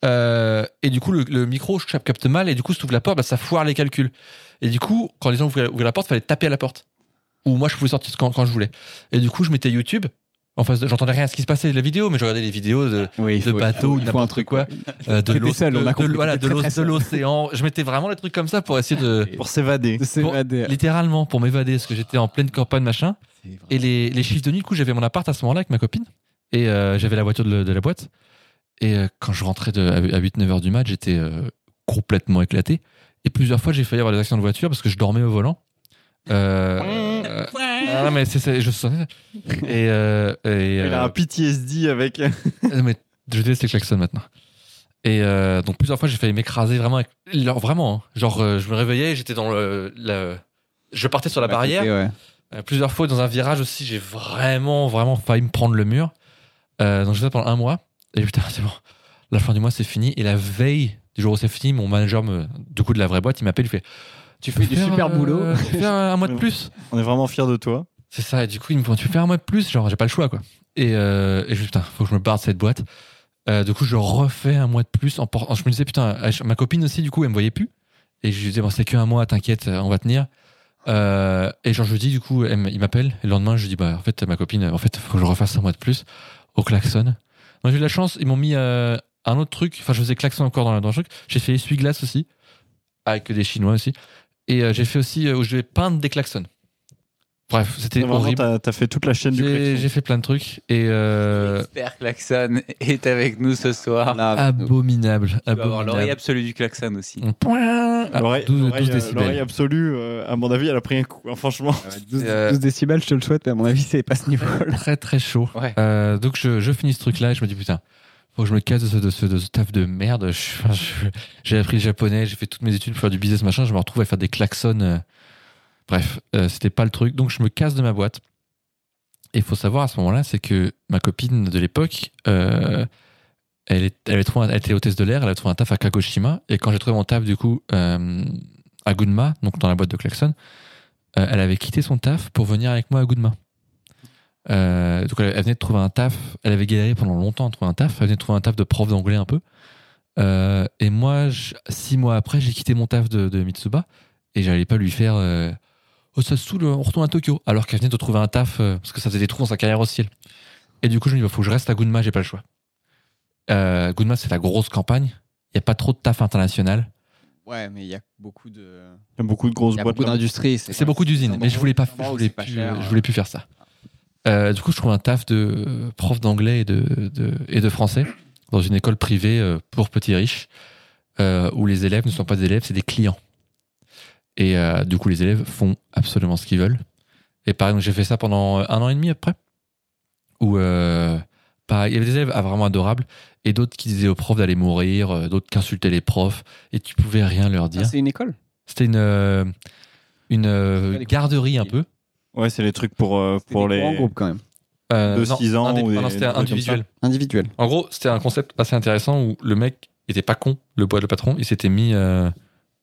Euh, et du coup, le, le micro je capte mal. Et du coup, si tu ouvres la porte, bah, ça foire les calculs. Et du coup, quand les gens ouvraient, ouvraient la porte, fallait taper à la porte. Ou moi, je pouvais sortir quand, quand je voulais. Et du coup, je mettais YouTube. En face, de- j'entendais rien à ce qui se passait de la vidéo, mais je regardais les vidéos de,
Oui, il
de
faut-
bateau ou
il faut
n'importe
un truc
quoi. euh, de
T'étais
l'oc-
seul, on
de-
a compris,
de- voilà, de
t'étais très,
l'oc-
très
de
seul.
l'océan. Je mettais vraiment les trucs comme ça pour essayer de,
Pour s'évader.
De s'évader.
littéralement, pour m'évader, parce que j'étais en pleine campagne, machin.
Euh. C'est vrai.
Et les, les chiffres de nuit, du coup, j'avais mon appart à ce moment-là avec ma copine. Et euh, j'avais la voiture de, de la boîte. Et euh, quand je rentrais de, à 8-9 heures du mat, j'étais euh, complètement éclaté. Et plusieurs fois, j'ai failli avoir des accidents de voiture parce que je dormais au volant. Euh, euh, ah non, mais c'est, c'est- je sonnais. Et, euh, et,
Il a
euh,
un PTSD avec.
non, mais je déteste les klaxons maintenant. Et euh, donc plusieurs fois j'ai failli m'écraser vraiment, avec- genre, vraiment. hein. Genre euh, je me réveillais, j'étais dans le, la- je partais
Bah,
sur la barrière
Et ouais.
euh, plusieurs fois dans un virage aussi, j'ai vraiment, vraiment failli me prendre le mur. Euh, donc, je fais ça pendant un mois. Et putain, c'est bon. La fin du mois, c'est fini. Et la veille du jour où c'est fini, mon manager, me, du coup, de la vraie boîte, il m'appelle, il fait Tu fais
fais du super boulot.
euh, Tu fais un, un mois de plus.
On est vraiment fiers de toi.
C'est ça. Et du coup, il me dit Tu fais un mois de plus Genre, j'ai pas le choix, quoi. Et, euh, et je dis Putain, faut que je me barre de cette boîte. Euh, du coup, je refais un mois de plus. En por- Je me disais Putain, euh, ma copine aussi, du coup, elle me voyait plus. Et je lui disais Bon, c'est qu'un mois, t'inquiète, euh, on va tenir. Euh, et genre, je lui dis, du coup, elle m- il m'appelle. Et le lendemain, je lui dis, bah, en fait, ma copine, en fait, faut que je refasse un mois de plus au klaxon. Moi, j'ai eu de la chance. Ils m'ont mis euh, un autre truc. Enfin, je faisais klaxon encore dans, le- dans le truc. J'ai fait essuie-glace aussi. Avec des Chinois aussi. Et euh, j'ai fait aussi euh, où je vais peindre des klaxons. Bref, c'était
Vraiment,
horrible.
t'as t'as fait toute la chaîne du
J'ai
collection.
j'ai fait plein de trucs. Et euh,
J'espère que Klaxon est avec nous ce soir.
Ah,
Là,
abominable.
On va avoir l'oreille
abominable.
absolue du Klaxon aussi.
Point. Ah, 12,
L'oreille l'oreille,
12
euh, l'oreille
décibels.
absolue, euh, à mon avis, elle a pris un coup. hein, franchement,
euh, 12,
Euh,
12 décibels, je te le souhaite, mais à mon avis, c'est pas ce niveau.
Très, très chaud.
Ouais.
Euh, donc je, je finis ce truc là et je me dis putain faut que je me casse de ce, de ce, de ce taf de merde Je- enfin, je- j'ai appris le japonais j'ai fait toutes mes études pour faire du business machin je me retrouve à faire des klaxons euh. bref euh, c'était pas le truc donc je me casse de ma boîte et il faut savoir à ce moment là c'est que ma copine de l'époque euh, elle, est, elle, avait trouvé un- elle était hôtesse de l'air elle a trouvé un taf à Kagoshima et quand j'ai trouvé mon taf du coup euh, à Gunma donc dans la boîte de klaxon euh, elle avait quitté son taf pour venir avec moi à Goodma. Euh, donc elle, elle venait de trouver un taf, elle avait galéré pendant longtemps à trouver un taf, elle venait de trouver un taf de prof d'anglais un peu. Euh, et moi, je- six mois après, j'ai quitté mon taf de, de Mitsuba et j'allais pas lui faire euh, Oh, ça se saoule, on retourne à Tokyo. Alors qu'elle venait de trouver un taf euh, parce que ça faisait des trous dans sa carrière au ciel. Et du coup, je me dis bah, Faut que je reste à Gunma, j'ai pas le choix. Euh, Gunma, c'est la grosse campagne, il n'y a pas trop de taf international.
Ouais, mais il y a beaucoup de.
il y a beaucoup de grosses
Il y a
boîtes.
beaucoup
là.
d'industries.
C'est beaucoup d'usines,
un
mais je
endroit-
voulais pas, hein.
un
je
endroit où
voulais
c'est pas
plus,
cher. hein.
je voulais plus faire ça. Euh, du coup, je trouve un taf de euh, prof d'anglais et de, de- et de français dans une école privée euh, pour petits riches, euh, où les élèves ne sont pas des élèves, c'est des clients. Et euh, du coup, les élèves font absolument ce qu'ils veulent. Et pareil, donc j'ai fait ça pendant euh, un an et demi après. Où, euh, pareil, il y avait des élèves ah, vraiment adorables et d'autres qui disaient aux profs d'aller mourir, euh, d'autres qui insultaient les profs et tu pouvais rien leur
Ah,
dire.
c'est une école.
C'était une, euh, une euh,
pas les
garderie un
cours
peu.
Ouais, c'est les trucs pour, euh,
C'était
pour
des cours En
les.
groupe quand même.
Euh,
De
non,
six ans
indép-
ou des-
ah non,
des
c'était
trucs comme
individuel.
Individuel.
En gros, c'était un concept assez intéressant où le mec était pas con, le bois de patron, il s'était mis, euh,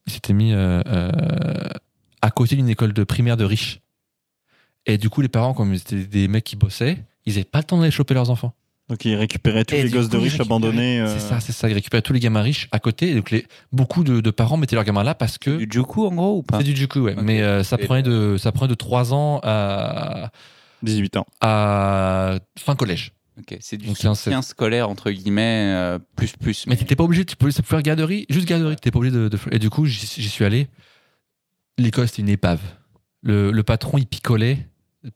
il s'était mis euh, euh, à côté d'une école de primaire de riches. Et du coup, les parents, comme c'était des mecs qui bossaient, ils n'avaient pas le temps d'aller choper leurs enfants.
Donc ils récupéraient tous
Et
les
du
gosses de
coup, ils
riches
récupéraient-
abandonnés. euh,
C'est ça, c'est ça. Ils récupéraient tous les gamins riches à côté. Et donc, les, beaucoup de, de parents mettaient leurs gamins là parce que
Du Juku, en gros, ou pas
c'est du juku, ouais.
Ok.
Mais euh, ça
Et-
prenait de ça prenait de 3 ans à,
18 ans.
à fin collège.
Ok, c'est du
Donc, c'est un-
soutien scolaire, entre guillemets, euh, plus, plus.
Mais t'étais pas obligé, tu pouvais ça pouvait faire garderie, juste garderie, t'étais pas obligé de, de- Et du coup, j'y j'y suis allé. L'école, c'était une épave. Le, le patron, il picolait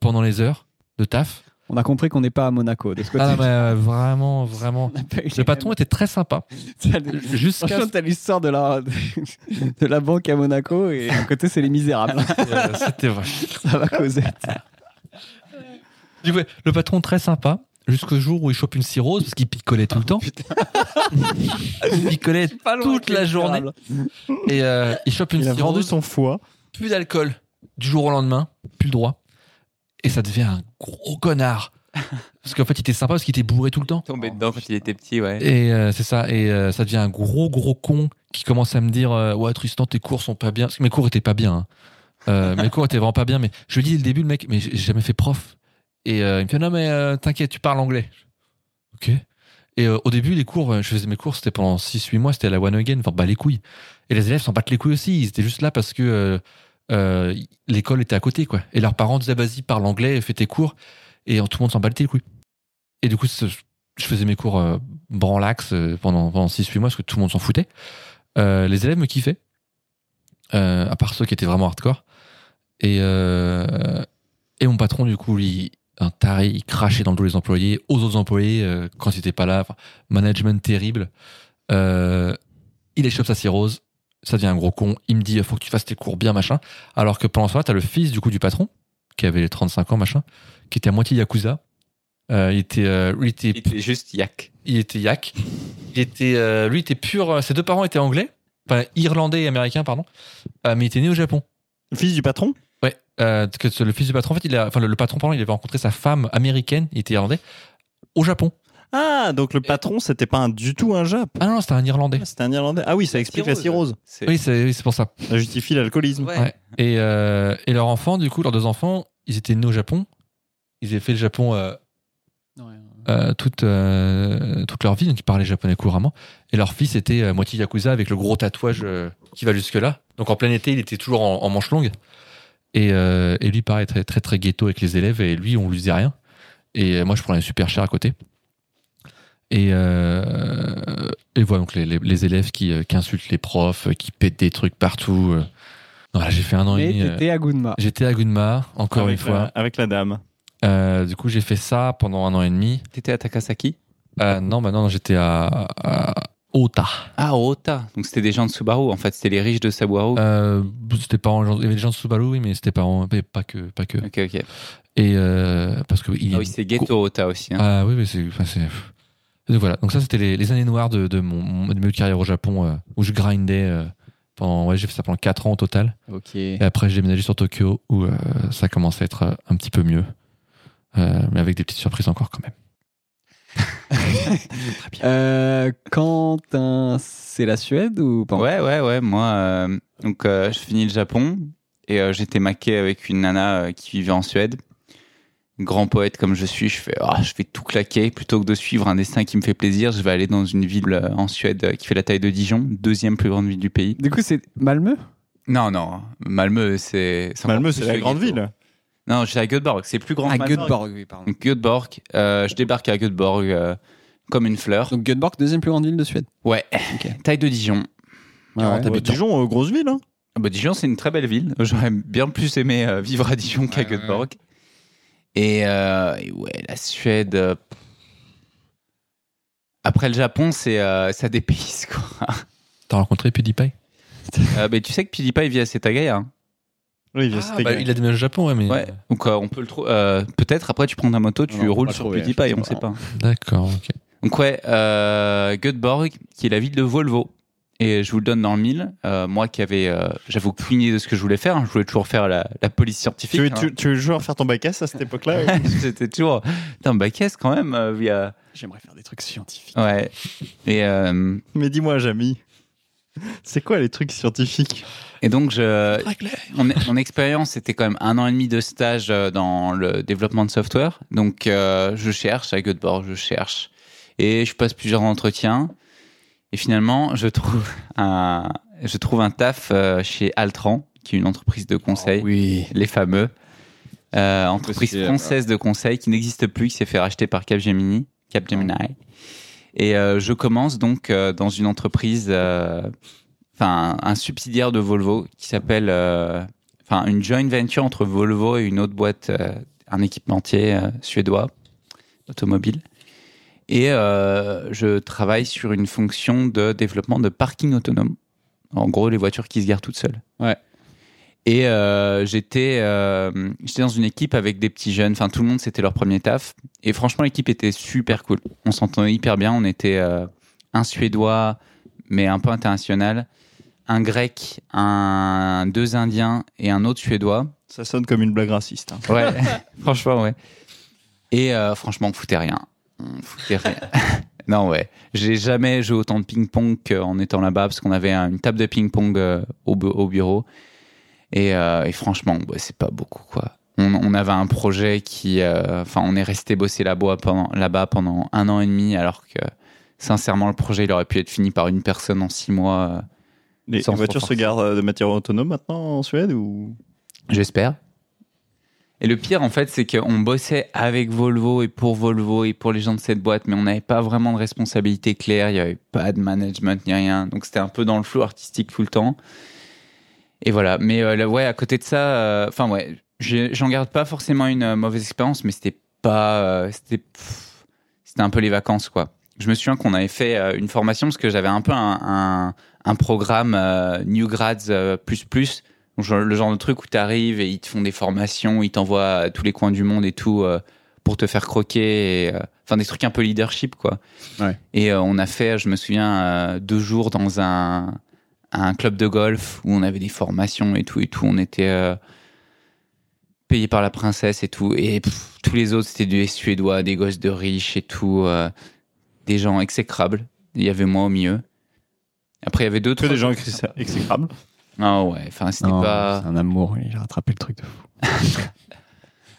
pendant les heures de taf.
On a compris qu'on n'est pas à Monaco. De ce côté,
Ah non, mais euh, vraiment, vraiment.
on n'a pas eu les
Le patron était très sympa.
mêmes- T'as-
Jusqu'à
Franchement, t'as l'histoire de la, de la banque à Monaco et à côté, c'est les misérables.
Euh, c'était vrai.
Ça va causer.
Du coup, le patron très sympa, jusqu'au jour où il chope une cirrhose, parce qu'il picolait tout le temps. il picolait toute la journée. Et euh, il chope une
Il a vendu
cirrhose,
son foie.
plus d'alcool du jour au lendemain, plus le droit. Et ça devient un gros connard. Parce qu'en fait, il était sympa parce qu'il était bourré tout le temps.
tombé dedans quand il était petit, ouais.
Et euh, c'est ça, et euh, ça devient un gros gros con qui commence à me dire euh, Ouais, Tristan, tes cours sont pas bien. Parce que mes cours étaient pas bien. hein. Euh, mes cours étaient vraiment pas bien, mais je lui dis dès le début, le mec, mais j'ai j'ai jamais fait prof. Et euh, il me fait Non, mais euh, t'inquiète, tu parles anglais. Ok. Et euh, au début, les cours, euh, je faisais mes cours, c'était pendant 6-8 mois, c'était à la One Again, enfin, bah les couilles. Et les élèves s'en battent les couilles aussi, ils étaient juste là parce que euh, euh, l'école était à côté, quoi. Et leurs parents disaient Vas-y, parle anglais, fais tes cours. Et euh, tout le monde s'en battait les couilles. Et du coup, ce- je faisais mes cours euh, branlax euh, pendant, pendant 6-8 mois parce que tout le monde s'en foutait. Euh, les élèves me kiffaient, euh, à part ceux qui étaient vraiment hardcore. Et, euh, et mon patron, du coup, lui, un taré, il crachait dans le dos les employés, aux autres employés, euh, quand ils étaient pas là. Enfin, management terrible. Euh, il échoppe sa cirrhose, ça devient un gros con. Il me dit, faut que tu fasses tes cours bien, machin. Alors que pendant ce temps-là, t'as le fils du coup du patron, qui avait 35 ans, machin, qui était à moitié yakuza. Euh, il était, euh, lui, il était
Il était juste yak.
il était yak. Il était, euh, lui, était pur. euh, Ses deux parents étaient anglais, enfin irlandais et américains, pardon. Euh, mais il était né au Japon.
Le fils du patron
Ouais. euh, que ce- le fils du patron, en fait, il a, enfin le, le patron, pardon, il avait rencontré sa femme américaine. Il était irlandais au Japon.
Ah, donc le patron, c'était pas un- du tout un Jap.
Ah non, non, c'était un irlandais.
C'était un Irlandais. Ah oui, ça explique la cirrhose.
C'est-
Oui, c'est oui, c'est pour ça.
Ça justifie l'alcoolisme.
Ouais.
Ouais. Et, euh, et leurs enfants, du coup, leurs deux enfants, ils étaient nés au Japon. Ils avaient fait le Japon euh, euh, toute, euh, toute leur vie, donc ils parlaient japonais couramment. Et leur fils était euh, moitié yakuza avec le gros tatouage euh, qui va jusque-là. Donc en plein été, il était toujours en, en manche longue. Et, euh, et lui, pareil, très, très très ghetto avec les élèves. Et lui, on lui disait rien. Et euh, moi, je prenais super cher à côté. Et, euh, et voilà, donc les, les- les élèves qui, euh, qui insultent les profs, euh, qui pètent des trucs partout. euh. Voilà, j'ai fait un an et
Mais
demi. euh,
t'étais Ah à Goudma.
J'étais à Gunma, encore
avec
une fois.
La, avec la dame.
Euh, du coup, j'ai fait ça pendant un an et demi.
T'étais à Takasaki
Euh, non, bah non, non, j'étais à, à Ota.
Ah, Ota. Donc c'était des gens de Subaru, en fait. C'était les riches de Subaru.
Euh, c'était pas en- il y avait des gens de Subaru, oui, mais c'était pas en- mais pas que, pas que.
Ok, ok.
Et euh, parce que il y a
Ah oui,
une
c'est
gros-
ghetto Ota aussi. hein.
Ah oui, mais c'est, enfin, c'est- Donc voilà. Donc ça, c'était les, les années noires de, de mon, mon- de ma carrière au Japon euh, où je grindais euh, pendant, ouais, j'ai fait ça pendant 4 ans au total.
Ok.
Et après, j'ai déménagé sur Tokyo où euh, ça commence à être euh, un petit peu mieux, Euh, mais avec des petites surprises encore quand même.
Euh, Quentin, c'est la Suède ou pas
Ouais, ouais, ouais. Moi, euh, donc, euh, je finis le Japon et euh, j'étais maqué avec une nana euh, qui vivait en Suède. Grand poète comme je suis, je fais, Ah, je vais tout claquer. Plutôt que de suivre un destin qui me fait plaisir, je vais aller dans une ville euh, en Suède euh, qui fait la taille de Dijon, deuxième plus grande ville du pays.
Du coup, c'est Malmö
Non, non, Malmö, c'est. c'est encore
Malmö,
plus
c'est la
le
grande
ghetto.
ville.
Non, j'étais à Göteborg, c'est plus grand
Ah,
que Malmö.
Göteborg, oui, pardon.
Donc, Göteborg, euh, je débarque à Göteborg euh, comme une fleur.
Donc Göteborg, deuxième plus grande ville de Suède.
Ouais,
Ok.
taille de Dijon.
Ah ouais.
Ouais,
habitants.
Dijon, euh, grosse ville. Hein.
Ah bah, Dijon, c'est une très belle ville. J'aurais bien plus aimé euh, vivre à Dijon qu'à
Ouais, ouais,
Göteborg. Et, euh, et ouais, la Suède. euh, pff. Après le Japon, c'est euh, ça dépayse quoi.
T'as rencontré PewDiePie
Euh, mais tu sais que PewDiePie vit à Setagaya. hein.
Oui,
Ah,
via
bah, il a déménagé au Japon, ouais, mais.
Ouais. Donc euh, on peut le trouver. euh, Peut-être après tu prends ta moto, tu
Non, on peut
roules
pas
sur
trouver,
PewDiePie,
je
on
sais
sait
pas.
pas.
D'accord, ok.
Donc ouais, euh, Göteborg, qui est la ville de Volvo. Et je vous le donne dans le mille. Euh, moi qui avais, euh, j'avoue, aucune idée de ce que je voulais faire. hein. Je voulais toujours faire la, la police scientifique.
Tu veux,
hein.
tu, tu veux toujours faire ton bac S à cette époque-là ou-
C'était toujours, putain, bah qu'est-ce quand même euh, via-
J'aimerais faire des trucs scientifiques.
Ouais. Et, euh,
Mais dis-moi, Jamy, c'est quoi les trucs scientifiques
et donc, je, mon, mon expérience, c'était quand même un an et demi de stage euh, dans le développement de software. Donc, euh, je cherche à Göteborg, je cherche. Et je passe plusieurs entretiens. Et finalement, je trouve un, je trouve un taf euh, chez Altran, qui est une entreprise de conseil,
Oui.
les fameux. Euh, entreprise
Précisé,
française de conseil qui n'existe plus, qui s'est fait racheter par Capgemini. Capgemini. Et euh, je commence donc euh, dans une entreprise, euh, enfin un subsidiaire de Volvo qui s'appelle, euh, enfin une joint venture entre Volvo et une autre boîte, euh, un équipementier euh, suédois automobile. Et euh, je travaille sur une fonction de développement de parking autonome. En gros, les voitures qui se garent toutes seules.
Ouais.
Et euh, j'étais euh, j'étais dans une équipe avec des petits jeunes. Enfin, tout le monde, c'était leur premier taf. Et franchement, l'équipe était super cool. On s'entendait hyper bien. On était euh, un Suédois, mais un peu international, un Grec, un deux Indiens et un autre Suédois.
Ça sonne comme une blague raciste. hein.
Ouais, franchement, ouais. Et euh, franchement, on foutait rien. On foutait rien. non, ouais. J'ai jamais joué autant de ping-pong qu'en étant là-bas, parce qu'on avait euh, une table de ping-pong euh, au, bu- au bureau. Et, euh, et franchement, bah, c'est pas beaucoup, quoi. On, on avait un projet qui. euh, Enfin, on est resté bosser là-bas pendant, là-bas pendant un an et demi, alors que sincèrement, le projet, il aurait pu être fini par une personne en six mois, euh,
Les,
Sans
les voitures se
forcer.
garent euh, de matière autonome maintenant en Suède ou
j'espère. Et le pire, en fait, c'est qu'on bossait avec Volvo et pour Volvo et pour les gens de cette boîte, mais on n'avait pas vraiment de responsabilité claire, il n'y avait pas de management ni rien, donc c'était un peu dans le flou artistique tout le temps. Et voilà, mais euh, là, ouais, à côté de ça, euh, enfin ouais, j'ai- j'en garde pas forcément une euh, mauvaise expérience, mais c'était pas, euh, c'était, pff, c'était un peu les vacances quoi. Je me souviens qu'on avait fait euh, une formation parce que j'avais un peu un, un, un programme euh, New Grads euh, plus plus Genre- le genre de truc où t'arrives et ils te font des formations, ils t'envoient à tous les coins du monde et tout euh, pour te faire croquer, et, euh, enfin des trucs un peu leadership quoi.
Ouais.
Et euh, on a fait, je me souviens, euh, deux jours dans un, un club de golf où on avait des formations et tout et tout. On était euh, payé par la princesse et tout. Et pff, tous les autres c'était des Suédois, des gosses de riches et tout, euh, des gens exécrables. Il y avait moi au milieu. Après il y avait deux
que
trois-
des gens exé- exécrables
Ah ouais, enfin c'était
Non,
pas.
c'est un amour, il a rattrapé le truc de fou.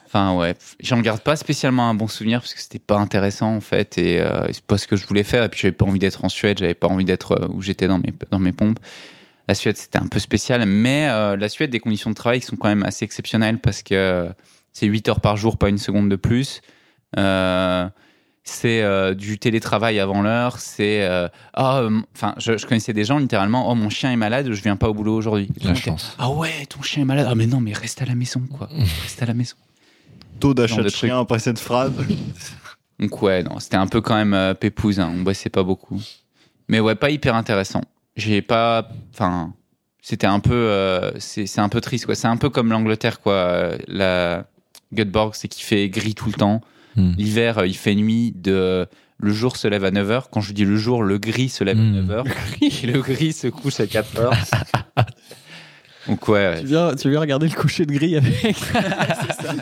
Enfin ouais, pff, j'en garde pas spécialement un bon souvenir parce que c'était pas intéressant en fait et euh, c'est pas ce que je voulais faire et puis j'avais pas envie d'être en Suède, j'avais pas envie d'être euh, où j'étais dans mes dans mes pompes. La Suède c'était un peu spécial mais euh, la Suède des conditions de travail qui sont quand même assez exceptionnelles parce que euh, c'est 8 heures par jour, pas une seconde de plus. Euh, c'est euh, du télétravail avant l'heure, c'est euh, ah euh, enfin je, je connaissais des gens littéralement oh mon chien est malade, je viens pas au boulot aujourd'hui.
La chance.
Ah ouais, ton chien est malade. Ah mais non, mais reste à la maison quoi. Reste à la maison.
Taux d'achat
Genre
de,
de
chien après cette phrase.
Donc ouais, non, c'était un peu quand même euh, pépouze, hein, on bossait pas beaucoup. Mais ouais, pas hyper intéressant. J'ai pas... Enfin, c'était un peu... euh, c'est c'est un peu triste, quoi. C'est un peu comme l'Angleterre, quoi. Euh, La Göteborg, c'est qu'il fait gris tout le temps.
Hmm.
L'hiver, euh, il fait nuit de... Le jour se lève à 9h. Quand je dis le jour, le gris se lève
Mm.
à 9h. Et le gris se couche à 4h. Donc ouais,
Tu viens, tu viens regarder le coucher de gris avec.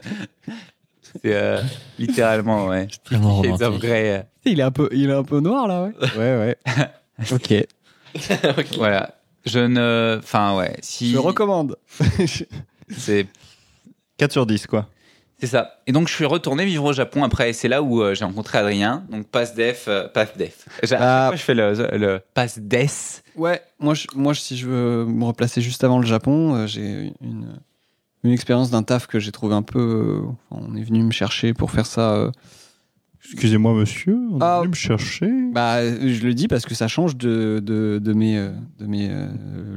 c'est euh, littéralement, ouais.
Vraiment
Shades of
romantique.
Grey, euh,
Il est un peu, il est un peu noir là, ouais. Ouais, ouais. ok.
Voilà. Je ne. Enfin, ouais. Si...
Je recommande.
C'est
4 sur 10, quoi.
c'est ça. Et donc, je suis retourné vivre au Japon après. Et c'est là où euh, j'ai rencontré Adrien. Donc, passe def, euh, passe def. J'ai- à chaque
Ah.
fois, je fais le, le passe des.
Ouais, moi, je, moi, je- si je veux me replacer juste avant le Japon, euh, j'ai une, une expérience d'un taf que j'ai trouvé un peu. euh, enfin, on est venu me chercher pour faire ça. euh.
Excusez-moi, monsieur, on
Ah.
est venu me chercher.
Bah, je le dis parce que ça change de, de, de mes, euh, de mes euh,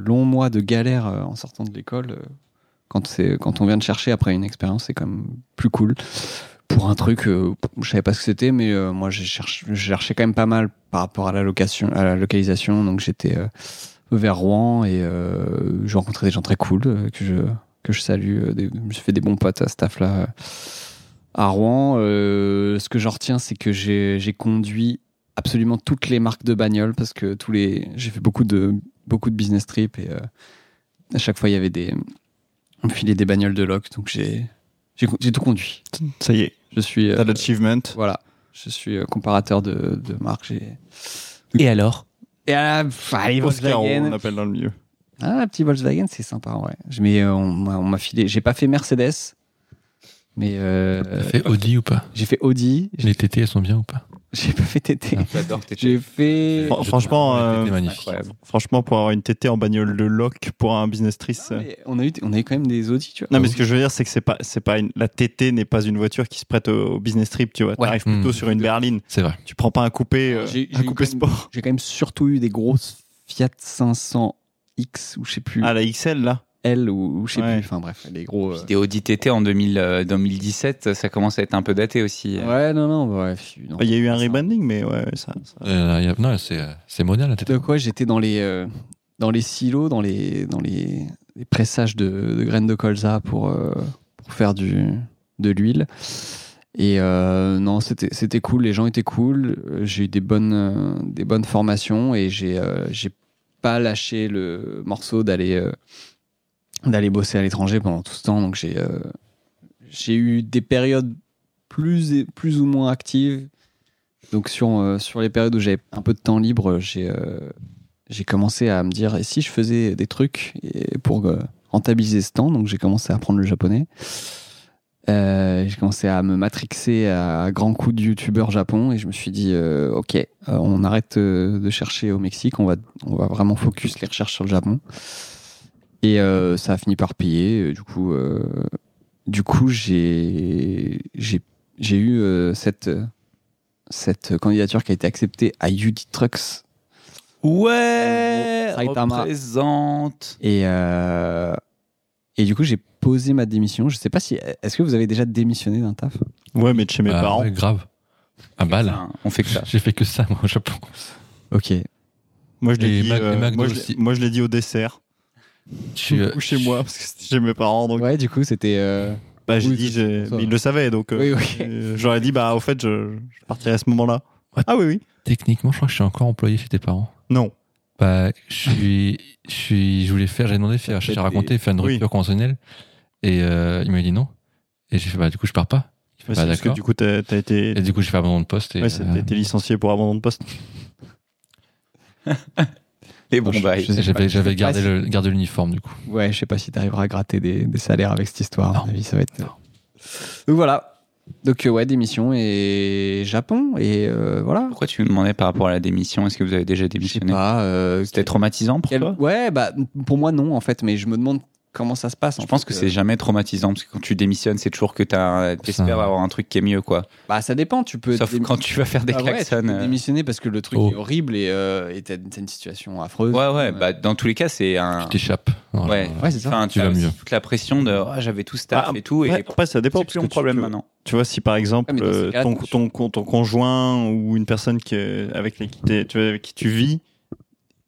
longs mois de galère euh, en sortant de l'école. euh, Quand, c'est- quand on vient de chercher après une expérience, c'est quand même plus cool. Pour un truc, euh, je savais pas ce que c'était, mais euh, moi, j'ai cherché, je cherchais quand même pas mal par rapport à la location, à la localisation. Donc, j'étais euh, vers Rouen et euh, j'ai rencontré des gens très cool euh, que je que je salue. euh, des- J'ai fait des bons potes à ce taf là à Rouen. Euh, ce que j'en retiens, c'est que j'ai j'ai conduit absolument toutes les marques de bagnoles parce que tous les j'ai fait beaucoup de beaucoup de business trip et euh, à chaque fois il y avait des on me filait des bagnoles de loc donc j'ai j'ai con- j'ai tout conduit.
Ça y est,
Je suis
t'as
euh,
l'achievement.
voilà, je suis euh, comparateur de de marques. j'ai-
Et alors
Et à la, pff, Bah, allez,
Oscar,
Volkswagen.
on l'appelle dans le milieu.
Ah, petit Volkswagen, c'est sympa, ouais. Je- Mais euh, on, m'a- on m'a filé. J'ai pas fait Mercedes, mais euh,
T'as fait Audi ou pas
j'ai fait Audi.
Les TT, elles sont bien ou pas
J'ai pas fait TT.
Ah,
J'adore tes
J'ai fait.
Fran- franchement,
Les TT
euh,
magnifiques.
Incroyable.
franchement, pour avoir une TT en bagnole de loc pour un business trice.
Non,
euh,
mais On a eu, on a eu quand même des Audi, tu vois.
Non, mais ce que je veux dire, c'est que c'est pas, c'est pas une, la TT n'est pas une voiture qui se prête au, au business trip, tu vois. T'arrives
Ouais.
plutôt
Hmm.
sur une berline.
C'est vrai.
Tu prends pas un coupé, euh,
J'ai-
un
j'ai
coupé
eu quand
sport.
J'ai quand même surtout eu des grosses Fiat 500 X ou je sais plus
Ah, la XL, là.
L ou, ou je sais
Ouais.
plus. Enfin bref, les gros. euh,
Puis des Audi TT en 2000, euh, 2017, ça commence à être un peu daté aussi.
Ouais, non, non, bref. non.
Il y a eu un
Ça-
rebranding, mais ouais, ouais, ça. ça-
Euh, y a- Non, c'est euh, c'est moderne la TT.
De quoi j'étais dans les euh, dans les silos, dans les dans les, les pressages de, de graines de colza pour euh, pour faire du de l'huile. Et euh, non, c'était c'était cool. Les gens étaient cool. Euh, J'ai eu des bonnes euh, des bonnes formations et j'ai euh, j'ai pas lâché le morceau d'aller euh, d'aller bosser à l'étranger pendant tout ce temps. Donc j'ai euh, j'ai eu des périodes plus et- plus ou moins actives donc sur, euh, sur les périodes où j'avais un peu de temps libre, j'ai euh, j'ai commencé à me dire et si je faisais des trucs et pour euh, rentabiliser ce temps. Donc j'ai commencé à apprendre le japonais. Euh, j'ai commencé à me matrixer à grands coups de youtubeur japon et je me suis dit euh, ok euh, on arrête euh, de chercher au Mexique on va on va vraiment focus les recherches sur le Japon et euh, ça a fini par payer Euh, du coup euh, du coup j'ai j'ai j'ai eu euh, cette cette candidature qui a été acceptée à UD Trucks.
Ouais,
Saitama.
représente.
Et, euh, et du coup, j'ai posé ma démission. Je sais pas si. Est-ce que vous avez déjà démissionné d'un taf
Ouais, mais de chez mes
Ah,
parents.
ouais, grave. Ah bah là.
Enfin, on fait que ça.
J'ai fait que ça, moi, au Japon.
Ok.
Moi, je
Et
l'ai dit,
Mac-
euh,
et McDo
moi, je l'ai-
aussi.
moi, je l'ai dit au dessert.
Je suis, euh,
Ou chez moi, parce que c'était chez mes parents. Donc,
Ouais, du coup, c'était. euh,
bah, j'ai
oui,
dit, j'ai-
ça va.
mais ils le savaient, donc. euh,
Oui, oui.
euh, J'aurais dit, bah, au fait, je, je partirai à ce moment-là.
What
Ah oui, oui.
Techniquement, je crois que je suis encore employé chez tes parents.
Non.
Bah, je suis, je suis, je voulais faire, j'ai demandé de faire, j'ai
fait
raconté, faire une
Oui.
rupture conventionnelle, et euh, il m'a dit non. Et j'ai fait, bah, du coup, je pars pas. Il fait,
Parce
bah,
parce que
d'accord.
du coup, t'as t'as été.
Et du coup, j'ai fait abandon de poste. Et,
Ouais, c'est-
euh,
t'as été licencié pour abandon de poste.
Les bons
je-
bails.
je sais pas,
j'avais,
je sais
j'avais
pas
gardé
si-
le, gardé l'uniforme, du coup.
Ouais, je sais pas si t'arriveras à gratter des, des salaires avec cette histoire. À mon
Non.
avis, ça va être. Donc voilà. Donc euh, ouais, démission et Japon et euh, voilà.
Pourquoi tu me demandais par rapport à la démission Est-ce que vous avez déjà
Je sais
démissionné
pas. euh,
C'était traumatisant pour
quel-
toi
Ouais, bah pour moi non en fait, mais je me demande comment ça se passe. en
Je pense
fait,
que
euh,
c'est jamais traumatisant parce que quand tu démissionnes, c'est toujours que t'as- t'espères
Ça-
avoir un truc qui est mieux quoi.
Bah ça dépend. Tu peux.
Sauf
dém-
quand tu vas faire des
Ah ouais, tu
klaxons.
peux
euh.
démissionner parce que le truc
Oh.
est horrible et euh, et t'as t'as une situation affreuse. Euh,
Ouais ouais, bah dans tous les cas c'est un.
Tu oh t'échappes. Non,
Ouais.
genre,
Ouais, c'est ça.
Enfin,
Tu
t'as
vas
aussi
mieux.
Toute la pression de Ah, j'avais tout staff
Ah,
et tout et
Après, après, ça dépend.
c'est
parce
plus
que
mon
tu-
problème
tu-
maintenant.
Tu vois, si par exemple,
Ah, mais dans ces
euh,
cas-là,
ton,
tu-
ton, con- ton conjoint ou une personne qui, est- avec, les- qui t'es- tu- avec qui tu vis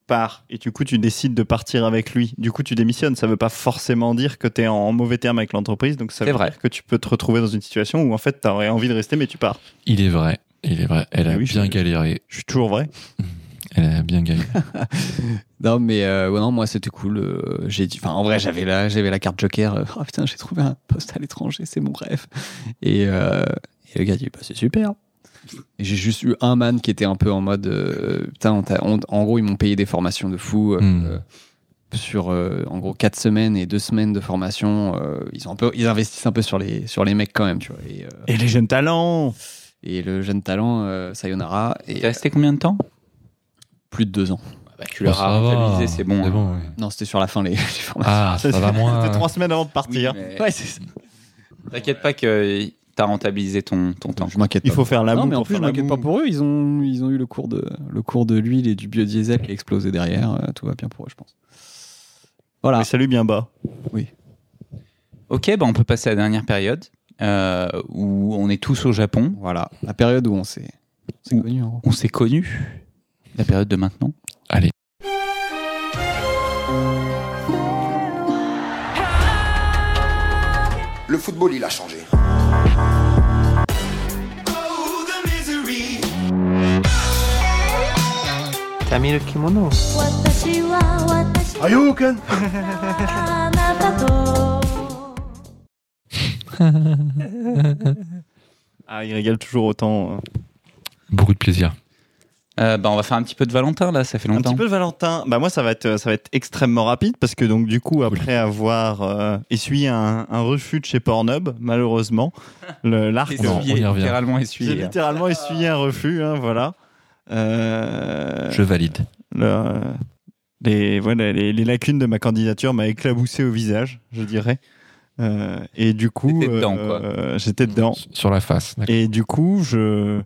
part et du coup tu décides de partir avec lui, du coup tu démissionnes, ça veut pas forcément dire que tu es en mauvais terme avec l'entreprise, donc ça
C'est
veut
vrai.
dire que tu peux te retrouver dans une situation où en fait tu aurais envie de rester mais tu pars.
Il est vrai. Il est vrai. Elle a
Ah oui,
bien
je-
galéré.
Je suis toujours vrai.
Elle a bien galéré.
Non, mais euh, ouais, non, moi c'était cool. euh, j'ai dit, enfin, en vrai, j'avais la, j'avais la carte Joker. euh, oh putain, j'ai trouvé un poste à l'étranger, c'est mon rêve. Et, euh, et le gars dit, bah, c'est super. Et j'ai juste eu un man qui était un peu en mode, euh, putain, on t'a- on- en gros, ils m'ont payé des formations de fou. euh,
Hmm.
euh, sur euh, en gros quatre semaines et deux semaines de formation, euh, ils, ont un peu, ils investissent un peu sur les, sur les mecs quand même, tu vois. Et, euh,
Et les jeunes talents
et le jeune talent, euh, Sayonara,
T'es
et euh,
resté combien de temps
plus de deux ans.
Tu
Bon,
l'as
bah, Oh, ça va.
rentabilisé, c'est bon.
C'est
hein.
bon, ouais.
Non, c'était sur la fin les, les formations.
Ah, ça va moins.
euh.
C'était trois semaines avant de
Oui,
partir.
mais
Ouais, c'est ça.
T'inquiète pas que euh, t'as rentabilisé ton, ton temps.
Je m'inquiète pas.
Il faut faire la
non,
boue
mais en
pour
plus, je
faire la
m'inquiète pas
boue.
pour eux. Ils ont, ils ont eu le cours de, le cours de l'huile et du biodiesel qui a explosé derrière. Euh, Tout va bien pour eux, je pense. Voilà.
Mais salut bien bas.
Ok, bah on peut passer à la dernière période euh, où on est tous au Japon.
Voilà. La période où on s'est, on s'est
Où-
connus, en gros.
On s'est connus. La période de maintenant.
Allez.
Le football, il a changé.
T'as mis le kimono.
Ah, il régale toujours autant. euh.
Beaucoup de plaisir.
Euh, bah, on va faire un petit peu de Valentin là, ça fait
Un
longtemps.
petit peu de Valentin. Bah moi ça va être ça va être extrêmement rapide parce que donc du coup après avoir euh, essuyé un, un refus de chez Pornhub malheureusement le l'arc
Non, on y
essuyé,
revient.
littéralement
j'ai
essuyé. hein.
littéralement essuyé un refus hein, voilà. Euh,
Je valide.
le- les, voilà, les, les lacunes de ma candidature m'a éclaboussé au visage, je dirais. Euh, et du coup,
T'étais dedans, quoi.
euh, j'étais dedans.
S- Sur la face. d'accord.
Et du coup, je,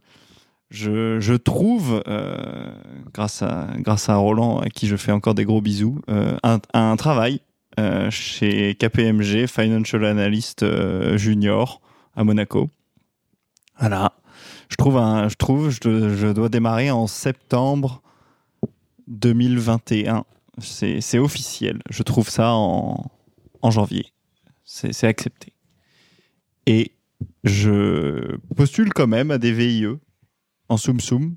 je, je trouve, euh, grâce, à, grâce à Roland, à qui je fais encore des gros bisous, euh, un, un travail euh, chez KPMG, Financial Analyst euh, Junior, à Monaco. Voilà. Je trouve, un, je, trouve je, je dois démarrer en septembre 2021. C'est c'est officiel. Je trouve ça en, en janvier. C'est c'est accepté. Et je postule quand même à des VIE en soum soum.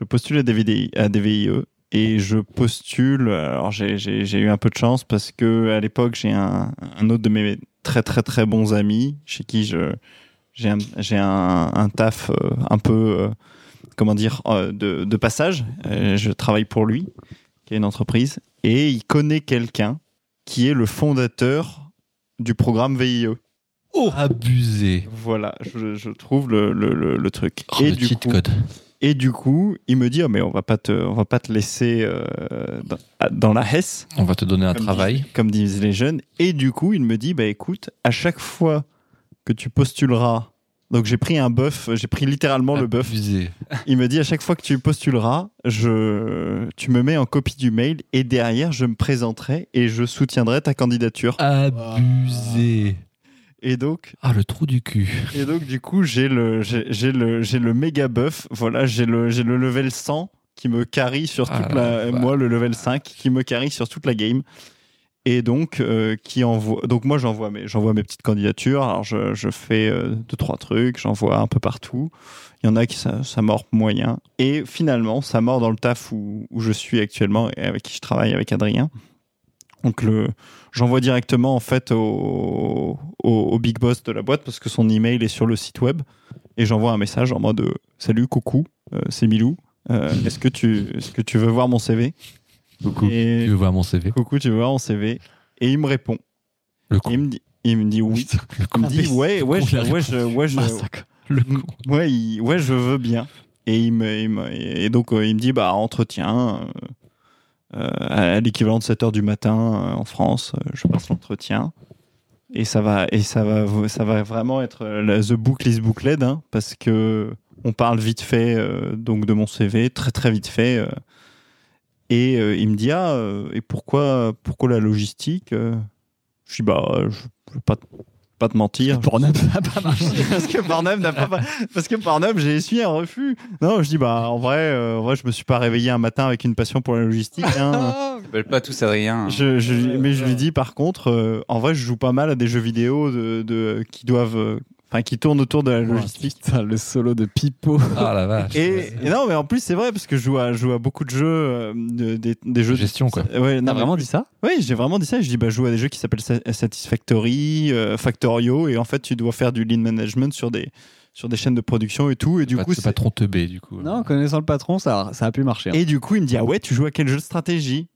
Je postule à des, VDI à des VIE et je postule. Alors j'ai- j'ai j'ai eu un peu de chance parce que à l'époque j'ai un, un autre de mes très très très bons amis chez qui je j'ai un, j'ai un, un taf euh, un peu euh, comment dire euh, de, de passage. Euh, je travaille pour lui, qui est une entreprise, et il connaît quelqu'un qui est le fondateur du programme E. VIE. Oh.
Abusé.
Voilà, je, je trouve le, le, le, le truc.
Oh, le cheat
coup,
code.
et du coup, il me dit Ah, mais on va pas te, on va pas te laisser euh, dans, à- dans la hesse,
On va te donner un
Comme
travail.
comme disent les jeunes. Et du coup, il me dit bah écoute, à chaque fois que tu postuleras, donc j'ai pris un bœuf, j'ai pris littéralement
Ah,
le bœuf.
Abusé.
Il me dit à chaque fois que tu postuleras, je, tu me mets en copie du mail et derrière je me présenterai et je soutiendrai ta candidature.
Ah. Abusé.
Et donc,
Ah, le trou du cul.
Et donc, du coup, j'ai le, j'ai j'ai le, j'ai le méga buff. Voilà, j'ai le, j'ai le level 100 qui me carry sur
Ah
toute
là
la,
là.
moi, le level 5 qui me carry sur toute la game. Et donc, euh, qui envoie, donc moi, j'envoie mes, j'envoie mes petites candidatures. Alors, je, je fais euh, deux, trois trucs, j'envoie un peu partout. Il y en a qui, ça, ça mord moyen. Et finalement, ça mord dans le taf où, où je suis actuellement et avec qui je travaille avec Adrien. Donc, le, j'envoie directement en fait au, au, au big boss de la boîte parce que son email est sur le site web et j'envoie un message en mode euh, salut coucou euh, c'est Milou Euh, est-ce que tu est-ce que tu veux voir mon CV
Coucou.
et
Tu veux voir mon CV
coucou tu veux voir mon CV et il me répond
Le con.
il me dit il me dit oui
Le
il
con.
me dit ouais ouais
con,
je-
la
ouais je- ouais je-
Le con.
ouais il- ouais je veux bien et il me, il me- et donc euh, il me dit bah entretien euh, euh, à l'équivalent de 7 heures du matin euh, en France euh, je passe l'entretien et ça va et ça va ça va vraiment être euh, la- the book is booklet hein, parce que on parle vite fait euh, donc de mon CV très très vite fait euh, et euh, il me dit ah euh, et pourquoi pourquoi la logistique Euh, je dis bah euh, je je veux pas te- pas te mentir
Pornhub, ça n'a pas marché.
parce que Pornhub n'a pas parce que Pornhub j'ai essuyé un refus non je dis bah en vrai euh, en vrai je me suis pas réveillé un matin avec une passion pour la logistique hein.
Ils veulent pas tous Adrien. hein.
Je- je- mais je lui dis par contre euh, en vrai je joue pas mal à des jeux vidéo de, de- qui doivent euh, enfin qui tournent autour de la logistique
Putain, le solo de Pipo.
Ah la vache.
et, et non mais en plus c'est vrai parce que je joue à, je joue à beaucoup de jeux euh, de- des, des jeux
Gestion, quoi.
ouais, non, mais-
dit ça
Oui, j'ai vraiment dit ça. Je dis, bah, je joue à des jeux qui s'appellent Sa- Satisfactory, euh, Factorio, et en fait, tu dois faire du lean management sur des, sur des chaînes de production et tout. Et du
Pas-
coup,
c'est pas
c'est-
trop teubé du coup.
Non, connaissant le patron, ça, ça a pu marcher. hein.
et du coup, il me dit, ah ouais, tu joues à quel jeu de stratégie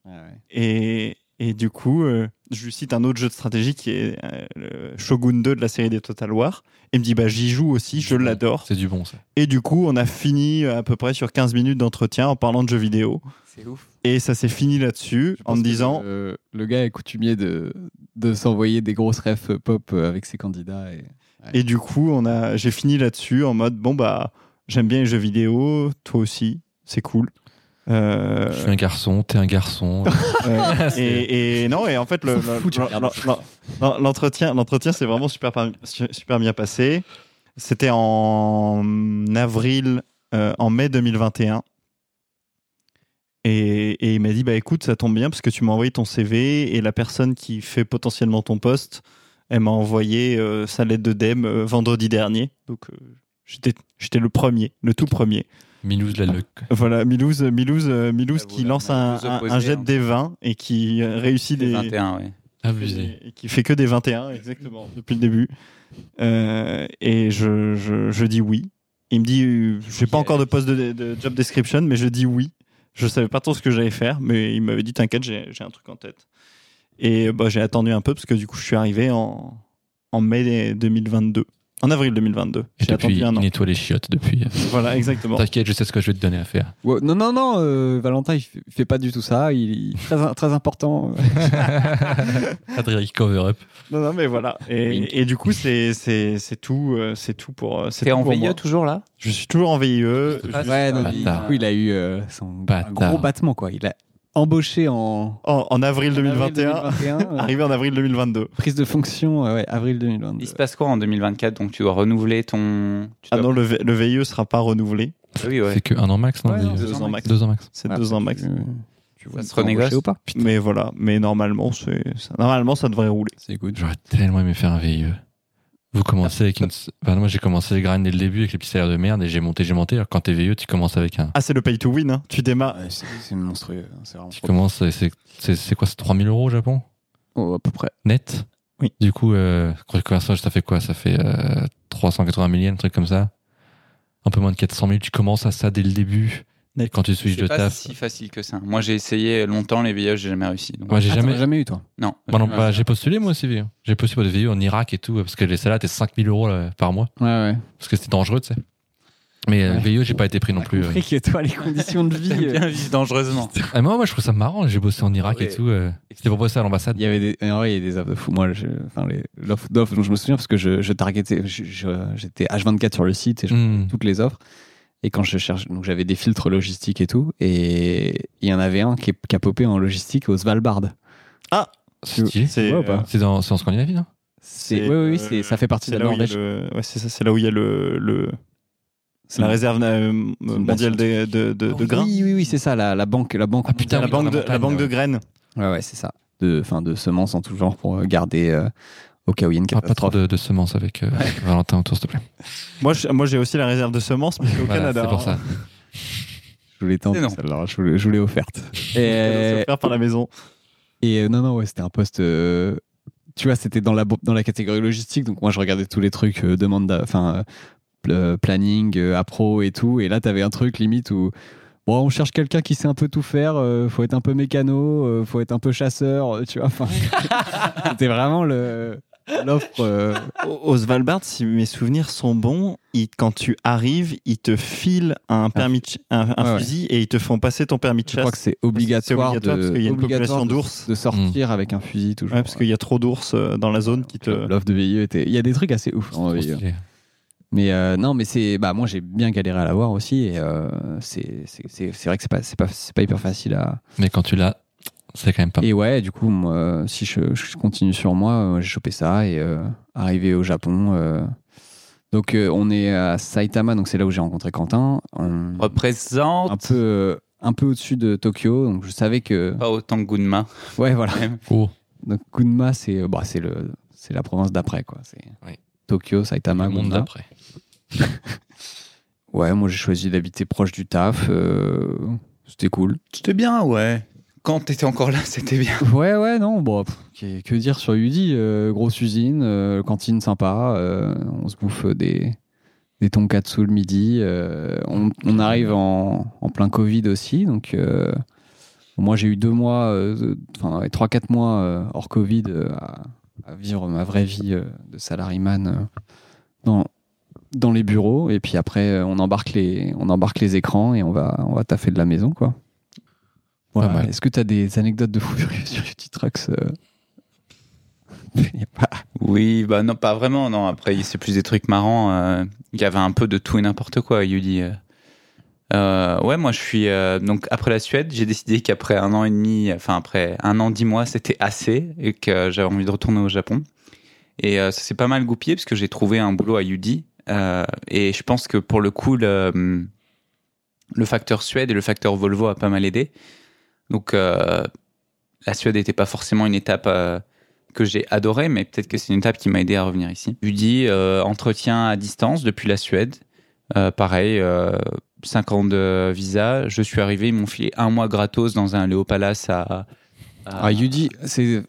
et, et du coup, euh, je lui cite un autre jeu de stratégie qui est euh, le Shogun 2 de la série des Total War. Il me dit, bah, j'y joue aussi, je l'adore.
C'est du bon ça.
Et du coup, on a fini à peu près sur 15 minutes d'entretien en parlant de jeux vidéo.
C'est ouf.
Et ça s'est fini là-dessus
Je
en
pense
me
que,
disant,
euh, le gars est coutumier de, de s'envoyer des grosses refs pop avec ses candidats. Et...
Et du coup, on a, j'ai fini là-dessus en mode bon bah j'aime bien les jeux vidéo, toi aussi, c'est cool. Euh,
Je suis un garçon, t'es un garçon.
euh,
C'est-
et, et non et en fait le- le- le- le- le- l'entretien l'entretien c'est vraiment super par- su- super bien passé. C'était en avril euh, en mai 2021. Et, et il m'a dit bah écoute ça tombe bien parce que tu m'as envoyé ton CV et la personne qui fait potentiellement ton poste elle m'a envoyé euh, sa lettre de DEM euh, vendredi dernier. Donc euh, j'étais j'étais le premier, le tout premier.
Milouz la Leuc.
Voilà, Milouz, Milouz, euh, Milouz
Ah,
qui
voilà,
lance un,
Milouz
un-
opposé,
un jet
hein.
des 20 et qui euh, réussit des,
21, ouais.
Abusé.
et qui fait que des 21, exactement, depuis le début. Euh, et je, je, je dis oui. Il me dit, euh, j'ai pas encore de poste de, de job description, mais je dis oui. Je savais pas trop ce que j'allais faire, mais il m'avait dit, t'inquiète, j'ai j'ai un truc en tête. Et bah, j'ai attendu un peu, parce que du coup, je suis arrivé en, en mai 2022. En avril 2022.
Et
J'ai
depuis,
attendu un
il
an.
nettoie les chiottes depuis. euh,
Voilà, exactement.
T'inquiète, je sais ce que je vais te donner à faire.
Ouais, non, non, non, euh, Valentin, il fait, il fait pas du tout ça. Il est très, très important.
Adrien cover up.
Non, non, mais voilà.
Wink.
Et, et du coup, c'est c'est- c'est tout, euh, c'est tout pour. euh, c'est
T'es
tout
en
pour
VIE
moi.
toujours là
Je suis toujours en VIE.
Ah,
je-
ouais,
c'est
non,
un
il,
bâtard.
du coup, il a eu euh, son un
Bâtard.
gros battement, quoi. Il a embauché en
en, en avril 2021,
en avril 2021, euh,
arrivé en avril 2022.
prise de fonction, euh, ouais, avril
Il se
2022.
passe quoi en 2024 Donc tu dois renouveler ton. tu dois-
Ah
Ah
non, le, V- le VIE sera pas renouvelé.
Oui, ouais.
C'est que un an max, non
Ouais, non,
déjà
deux ans max.
Deux ans max.
C'est
Ah,
deux ans max.
Tu, tu vois,
se
il peut
renégocie
embaucher ou pas
Mais voilà, mais normalement, c'est ça- normalement ça devrait rouler.
C'est good.
J'aurais tellement aimé faire un VIE. Vous commencez avec une. Enfin, moi, j'ai commencé le grind dès le début avec les petits salaires de merde et j'ai monté, j'ai monté. Alors, quand t'es VIE, tu commences avec un.
Ah, c'est le pay to win. hein. Tu démarres.
Ah C'est monstrueux. hein, C'est vraiment
Tu commences, et c'est c'est- c'est quoi C'est 3000 euros au Japon
Oh, à peu près.
Net
Oui.
Du coup, euh, croix de conversion, ça fait quoi Ça fait euh, 380 000 yens, un truc comme ça Un peu moins de 400 000. Tu commences à ça dès le début.
Net.
Et Quand tu switches
C'est
de
pas
taf.
si facile que ça. Moi, j'ai essayé longtemps les VIE, j'ai jamais réussi. donc-
Moi, j'ai
Ah,
jamais.
t'en as jamais eu, toi.
Non.
Moi non, pas. J'ai postulé moi aussi, VIE. J'ai postulé pour des VIE en Irak et tout, parce que les salaires étaient 5000 euros là, par mois,
Ouais, ouais.
parce que c'était dangereux, tu sais. Mais euh,
Ouais.
VIE, j'ai pas été pris non plus.
compris que toi, les conditions de vie.
J'aime
euh,
bien vivre dangereusement.
euh. Ah, moi, moi, je trouve ça marrant. J'ai bossé en Irak
Ouais.
et tout. euh. C'était proposé à l'ambassade.
Il y avait des, en vrai, il y a des offres de fou. Moi, je- enfin, les- l'offre d'offres dont je me souviens parce que je, je targetais, je- je- j'étais H24 sur le site et je
Hmm.
toutes les offres. Et quand je cherche, donc j'avais des filtres logistiques et tout, et il y en avait un qui, est- qui a popé en logistique au Svalbard.
C'est stylé.
C'est
vois ou pas
euh,
C'est dans- c'est en Scandinavie, non
C'est,
C'est,
oui, oui, oui,
euh,
c'est- ça fait partie de
c'est
la
là où il y a
Norvège.
le. Ouais, c'est ça. C'est là où il y a le. le-
C'est
La
une-
réserve euh,
une Ah
mondiale des- de, de, de, grains.
Oui, oui, oui, c'est ça, la, la banque, la banque.
Ah, putain,
la
oui,
banque
dans
de,
la
la banque de
montagne,
graines.
Ouais, ouais, c'est ça. De, enfin, de semences en tout genre pour garder euh, au cas où il y a une
Parle Ah, pas trop
catastrophe.
de, de semences avec euh, Valentin autour, s'il te plaît.
Moi, je- moi, j'ai aussi la réserve de semences, mais c'est au
Voilà,
Canada.
C'est pour
hein.
ça.
Je vous l'ai tendue,
C'est non.
celle-là, je vous l'ai- je vous l'ai offerte.
C'est
et,
offert par la maison.
Et euh, non, non, ouais, c'était un poste. euh, tu vois, c'était dans la, bo- dans la catégorie logistique. Donc, moi, je regardais tous les trucs, euh, demande, d'a- enfin, euh, pl- planning, euh, appro et tout. Et là, t'avais un truc limite où. Bon, on cherche quelqu'un qui sait un peu tout faire. euh, faut être un peu mécano, euh, faut être un peu chasseur, euh, tu vois. Enfin, c'était vraiment le l'offre. euh,
Au au Svalbard, si mes souvenirs sont bons, ils- quand tu arrives, ils te filent un permis, de ch- un, un
Ouais, ouais.
fusil et ils te font passer ton permis de
je crois
chasse.
que c'est obligatoire,
obligatoire
de,
parce qu'il y a une
obligatoire
population
de-
d'ours. Mm.
de sortir avec un fusil toujours.
Ouais, parce qu'il y a trop d'ours euh, dans la zone qui te.
L'offre de VIE était. Il y a des trucs assez ouf. en
Trop
VIE.
stylé.
Mais euh, non, mais c'est bah moi j'ai bien galéré à l'avoir aussi et euh, c'est c'est- c'est c'est vrai que c'est pas c'est pas c'est pas hyper facile à
Mais quand tu l'as, c'est quand même pas.
et ouais du coup moi, si je, je continue sur moi euh, j'ai chopé ça et euh, arrivé au Japon euh, donc euh, on est à Saitama donc c'est là où j'ai rencontré Quentin On-
Représente
un peu euh, un peu au-dessus de Tokyo donc je savais que
pas autant que Gunma.
ouais voilà
Oh.
donc Gunma c'est bah c'est le c'est la province d'après quoi c'est
Oui.
Tokyo Saitama
le monde
Gunma.
d'après.
ouais moi j'ai choisi d'habiter proche du taf euh, c'était cool
C'était bien, ouais. Quand t'étais encore là, c'était bien.
Ouais, ouais, non, bon, pff, que, que dire sur Udi euh, Grosse usine, euh, cantine sympa, euh, on se bouffe des, des tonkatsu le midi, euh, on, on arrive en, en plein Covid aussi, donc euh, moi j'ai eu deux mois, euh, de- enfin ouais, trois, quatre mois euh, hors Covid euh, à, à vivre ma vraie vie euh, de salaryman euh, dans, dans les bureaux, et puis après euh, on embarque les, on embarque les écrans et on va, on va taffer de la maison, quoi. Voilà.
Pas mal.
Est-ce que tu as des anecdotes de fou furieux sur Uti Trucks euh Il y a pas-
Oui, bah non, pas vraiment. Non, après, c'est plus des trucs marrants. euh, Il y avait un peu de tout et n'importe quoi, Yudi. euh. Euh, ouais, moi, je suis. euh, donc, après la Suède, j'ai décidé qu'après un an et demi, enfin, après un an, dix mois, c'était assez et que j'avais envie de retourner au Japon. Et euh, ça s'est pas mal goupillé parce que j'ai trouvé un boulot à Yudi. Euh, et je pense que pour le coup, le, le facteur Suède et le facteur Volvo a pas mal aidé. Donc, euh, la Suède n'était pas forcément une étape euh, que j'ai adoré, mais peut-être que c'est une étape qui m'a aidé à revenir ici. Udi, euh, entretien à distance depuis la Suède. Euh, pareil, euh, 5 ans de visa. Je suis arrivé, ils m'ont filé un mois gratos dans un Léo Palace à. à-
Ah, Yudi, c'est.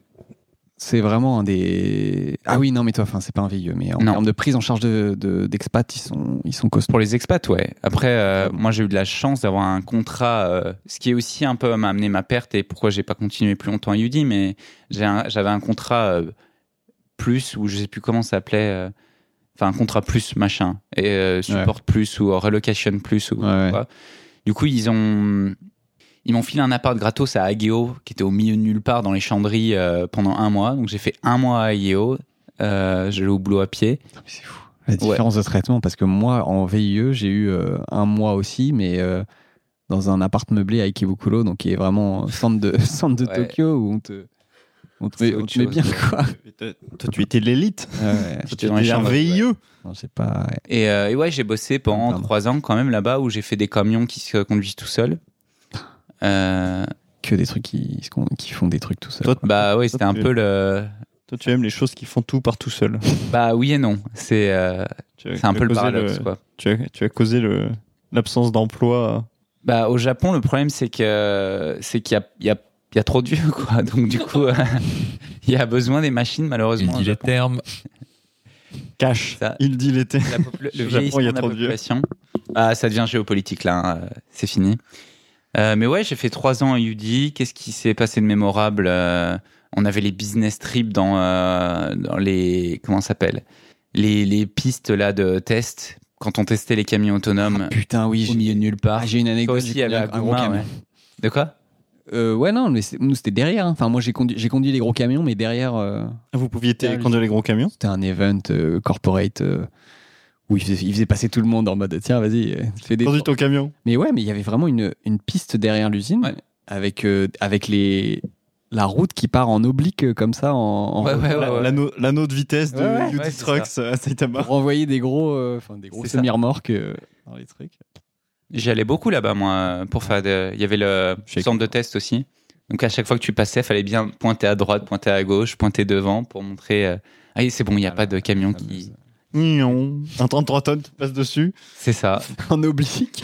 C'est vraiment un des. Ah oui, non, mais toi, enfin, c'est pas un VIE, mais en
Non.
termes de prise en charge d'expats, de, d'expats, ils, sont, ils sont costauds.
Pour les expats, ouais. Après, euh,
Ah bon.
moi, j'ai eu de la chance d'avoir un contrat, euh, ce qui est aussi un peu m'a amené ma perte et pourquoi j'ai pas continué plus longtemps à UD, mais j'ai un- j'avais un contrat euh, plus ou je sais plus comment ça s'appelait, euh, enfin un contrat plus machin et euh, support plus ou relocation plus ou
Ouais, ouais.
quoi. Du coup, ils ont ils m'ont filé un appart gratos à Ageo, qui était au milieu de nulle part dans les Chanderies euh, pendant un mois. Donc j'ai fait un mois à Ageo. Euh, j'allais au boulot à pied.
Putain, mais C'est fou. La différence de traitement, parce que moi, en VIE, j'ai eu euh, un mois aussi, mais euh, dans un appart meublé à Ikebukuro, donc qui est vraiment centre de, centre de
Ouais.
Tokyo, où on te, on te
C'est
met, on
autre
te met
chose,
bien,
ouais.
quoi.
Et Toi, toi, tu étais de l'élite.
Ouais, ouais.
J'étais
Tu
dans les
étais un E.
chambres,
VIE.
Non, je sais pas. ouais.
Et, euh, et ouais, j'ai bossé pendant
Pardon.
trois ans quand même là-bas où j'ai fait des camions qui se conduisent tout seuls. Euh,
Que des trucs qui, se con- qui font des trucs tout seul.
Toi,
quoi.
bah oui, c'était un
tu-
peu le.
Toi, tu aimes les choses qui font tout par tout seul.
Bah oui et non. C'est euh,
Tu as-
c'est un
tu as
peu le
causé
paradoxe
le-
quoi.
Tu as, tu as causé le- l'absence d'emploi.
Bah au Japon, le problème c'est que c'est qu'il y a, il y, a, il y a trop de vieux quoi. Donc du coup, euh, il y a besoin des machines
Il
malheureusement.
dit les termes.
Cash.
Ça-
Il dit l'été.
La popu- le
Au Japon,
vieillissement
il y a
de la
trop de vieux.
population. Ah, ça devient géopolitique là, hein, euh, c'est fini. Euh, mais ouais, j'ai fait trois ans à UD. Qu'est-ce qui s'est passé de mémorable Euh, On avait les business trips dans, euh, dans les comment ça s'appelle les, les pistes là de test quand on testait les camions autonomes
Putain, Ah, oui,
au
j'ai-
milieu de nulle part.
ah, j'ai une
Toi
anecdote.
aussi, il
du-
y avait
d'un-
un,
un gros camion.
Ouais. De quoi
Euh, ouais, non, mais c'est- nous c'était derrière. hein. Enfin, moi j'ai conduit, j'ai conduit les gros camions, mais derrière, euh,
Vous pouviez t-
Ah, lui.
conduire les gros camions.
c'était un event euh, corporate euh, où ils faisaient, ils faisaient passer tout le monde en mode tiens, vas-y, euh, fais des.
Conduis ton camion.
Mais ouais, mais il y avait vraiment une, une piste derrière l'usine
Ouais.
avec, euh, avec les, la route qui part en oblique euh, comme ça en, en-
Ouais, ouais, ouais,
La-
ouais.
L'anneau l'anneau de vitesse de
Ouais, ouais.
UD
Ouais, c'est
Trucks à Saitama.
pour envoyer des gros, euh, enfin, des gros
C'est ça.
semi-remorques euh, dans les trucs.
J'allais beaucoup là-bas, moi, pour faire. de- Il y avait le
Chez-
centre de test aussi. Donc à chaque fois que tu passais, fallait bien pointer à droite, pointer à gauche, pointer devant pour montrer. euh, Ah oui, c'est bon, il n'y a pas de camion qui.
Mignon. Un 33 tonnes, tu passes dessus.
C'est ça.
En oblique.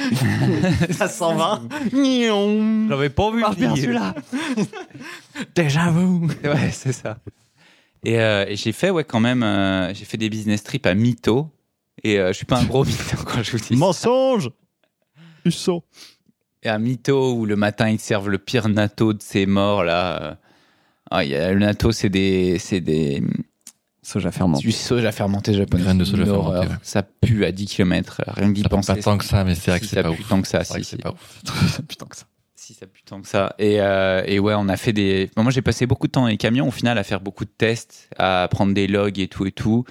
À 120. Mignon.
J'avais pas vu.
Marche Ah, bien celui-là. Déjà vous.
Ouais, c'est ça. Et, euh, et j'ai fait, ouais, quand même, euh, j'ai fait des business trips à Mito. Et euh, je suis pas un gros mytho quand je vous dis. ça.
Mensonge. Ils sont.
Et à Mito, où le matin, ils te servent le pire natto de ces morts, là. euh. Ah, il y a- le natto, c'est des, c'est des,
Soja ferment.
Du soja fermenté japonais.
Graines de
C'est
soja
une
fermentée,
horreur.
ouais.
Ça pue à 10 km. Rien que d'y
Ça prend
penser.
pas tant que ça, mais c'est vrai
si
que c'est pas
pue
ouf.
tant que ça.
C'est
Si,
vrai que c'est
si.
pas ouf.
Putain que ça.
Si, ça pue tant que ça. Et, euh, et ouais, on a fait des. Bon, moi, j'ai passé beaucoup de temps dans les camions, au final, à faire beaucoup de tests, à prendre des logs et tout et tout.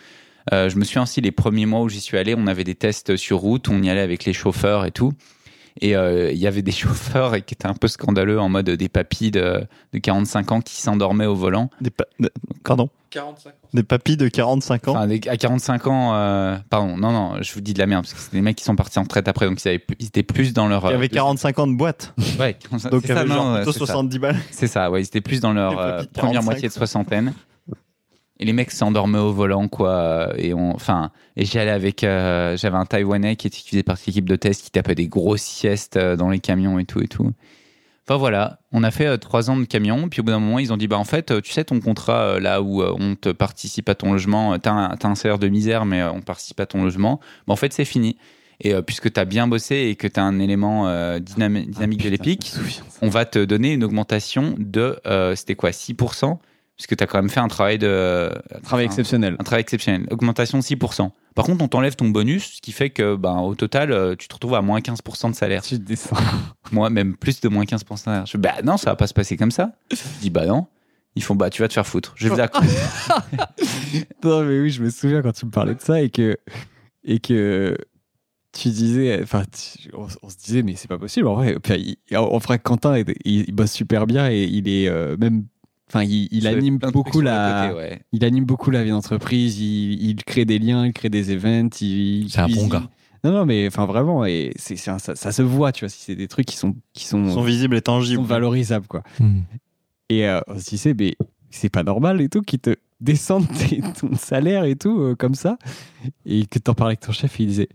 Euh, je me souviens aussi, les premiers mois où j'y suis allé, on avait des tests sur route, on y allait avec les chauffeurs et tout. Et euh, il y avait des chauffeurs qui étaient un peu scandaleux en mode des papis de, de 45 ans qui s'endormaient au volant.
Des pa- de- Pardon. 45 ans. Des papis de 45 ans.
Enfin, des- à 45 ans, euh, pardon, non, non, je vous dis de la merde, parce que c'est des mecs qui sont partis en retraite après, donc ils, avaient plus- ils étaient plus dans leur.
Il y
euh,
avait 45 ans de boîte.
Ouais, 45
Donc, il
c'est
y
ça,
avait
non,
genre
ouais,
plutôt
c'est ça.
70 balles.
C'est ça, ouais, ils étaient plus dans leur
Les
euh,
papis de
première
45,
moitié de soixantaine. Et les mecs s'endormaient au volant, quoi. euh, Et on, enfin, et j'allais avec, euh, j'avais un Taïwanais qui était qui faisait partie de l'équipe de test, qui tapait des grosses siestes euh, dans les camions et tout et tout. Enfin voilà, on a fait euh, trois ans de camion, puis au bout d'un moment ils ont dit bah en fait euh, tu sais ton contrat euh, là où euh, on te participe à ton logement, euh, t'as un, t'as un salaire de misère mais euh, on participe à ton logement, bah en fait c'est fini. Et euh, puisque t'as bien bossé et que t'as un élément euh, dynami- dynamique de l'épique, on va te donner une augmentation de, euh, c'était quoi, 6% Puisque tu as quand même fait un travail de.
Travail
un-
exceptionnel.
Un travail exceptionnel. Augmentation de 6%. Par contre, on t'enlève ton bonus, ce qui fait que, ben, au total, euh, tu te retrouves à moins 15% de salaire.
Tu descends.
Moi, même plus de moins 15% de salaire. Je fais, bah non, ça va pas se passer comme ça. Je dis, bah non. Ils font, bah tu vas te faire foutre. Je dis, d'accord.
Non, mais oui, je me souviens quand tu me parlais de ça et que, et que tu disais, enfin, tu- on, on se disait, mais c'est pas possible. En vrai, Enfin, il- en- en vrai, Quentin, il, il bosse super bien et il est euh, même, enfin, il, il anime beaucoup la, il anime beaucoup la vie d'entreprise. Il, il crée des liens, il crée des events. il- il
C'est un bon
cuisine.
gars.
Non, non, mais enfin vraiment, et c'est, c'est un- ça, ça se voit, tu vois, si c'est des
Mmh.
trucs qui sont, qui sont,
Ils sont visibles et
qui sont
tangibles.
valorisables, quoi.
Hmm.
Et euh, on se disait, mais c'est pas normal et tout, qui te descendent tes- ton salaire et tout, euh, comme ça, et que t'en parlais avec ton chef, il disait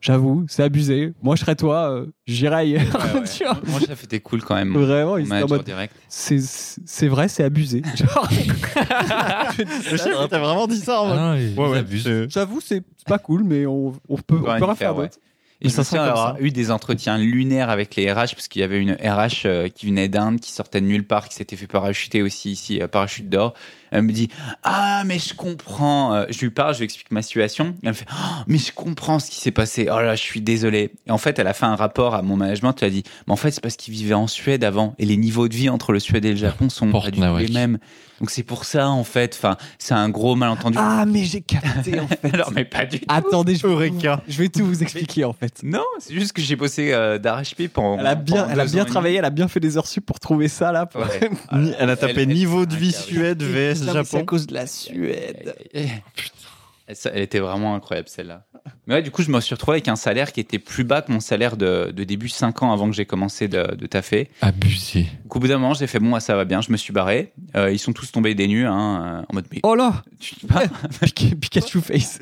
J'avoue, c'est abusé, moi je serais toi, euh, j'irais ailleurs. Tu vois
Mon chef était cool quand même.
Vraiment,
Mon
il était en
manager
mode
direct.
C'est- C'est vrai, c'est abusé. Genre,
Le chef, il t'a vraiment dit ça
Ah
en mode.
non, ils, ils
ouais, Euh,
abusent.
c'est-
j'avoue, c'est c'est pas cool, mais on, on peut,
peut
on
rien
peut rien
faire,
faire
ouais.
d'autre.
Et
Mais
je me
ça
souviens
sent comme
d'avoir
ça.
eu des entretiens lunaires avec les RH, parce qu'il y avait une RH euh, qui venait d'Inde, qui sortait de nulle part, qui s'était fait parachuter aussi ici, euh, parachute d'or. Elle me dit Ah, mais je comprends. Euh, Je lui parle, je lui explique ma situation. Elle me fait Ah, Mais je comprends ce qui s'est passé. Oh là, je suis désolé. Et en fait, elle a fait un rapport à mon management. Elle a dit Mais en fait, c'est parce qu'il vivait en Suède avant, et les niveaux de vie entre le Suède et le Japon sont pas du tout
Portnawak.
les mêmes. Donc c'est pour ça, en fait, enfin, c'est un gros malentendu.
Ah, mais j'ai capté en fait.
Alors, mais pas du tout.
Attendez, je,
Eureka.
je vais tout vous expliquer en fait.
Non, c'est juste que j'ai bossé euh, d'arrache-pied pendant.
Elle a bien,
pendant
elle a
deux ans
bien
et demi.
travaillé, elle a bien fait des heures sup pour trouver ça là. pour-
Ouais.
Ni- Elle a tapé niveau de vie
incroyable.
Suède VS
Putain, mais C'est à
Japon.
cause de la Suède.
Elle, ça- elle était vraiment incroyable celle-là. Mais ouais, du coup, je me suis retrouvé avec un salaire qui était plus bas que mon salaire de, de début 5 ans avant que j'ai commencé de, de taffer.
Abusé.
Donc, au bout d'un moment, j'ai fait bon, ah, ça va bien, je me suis barré. Euh, ils sont tous tombés des nues, hein, euh, en mode mais
Oh là
tu te barres
Pika- Pikachu Face.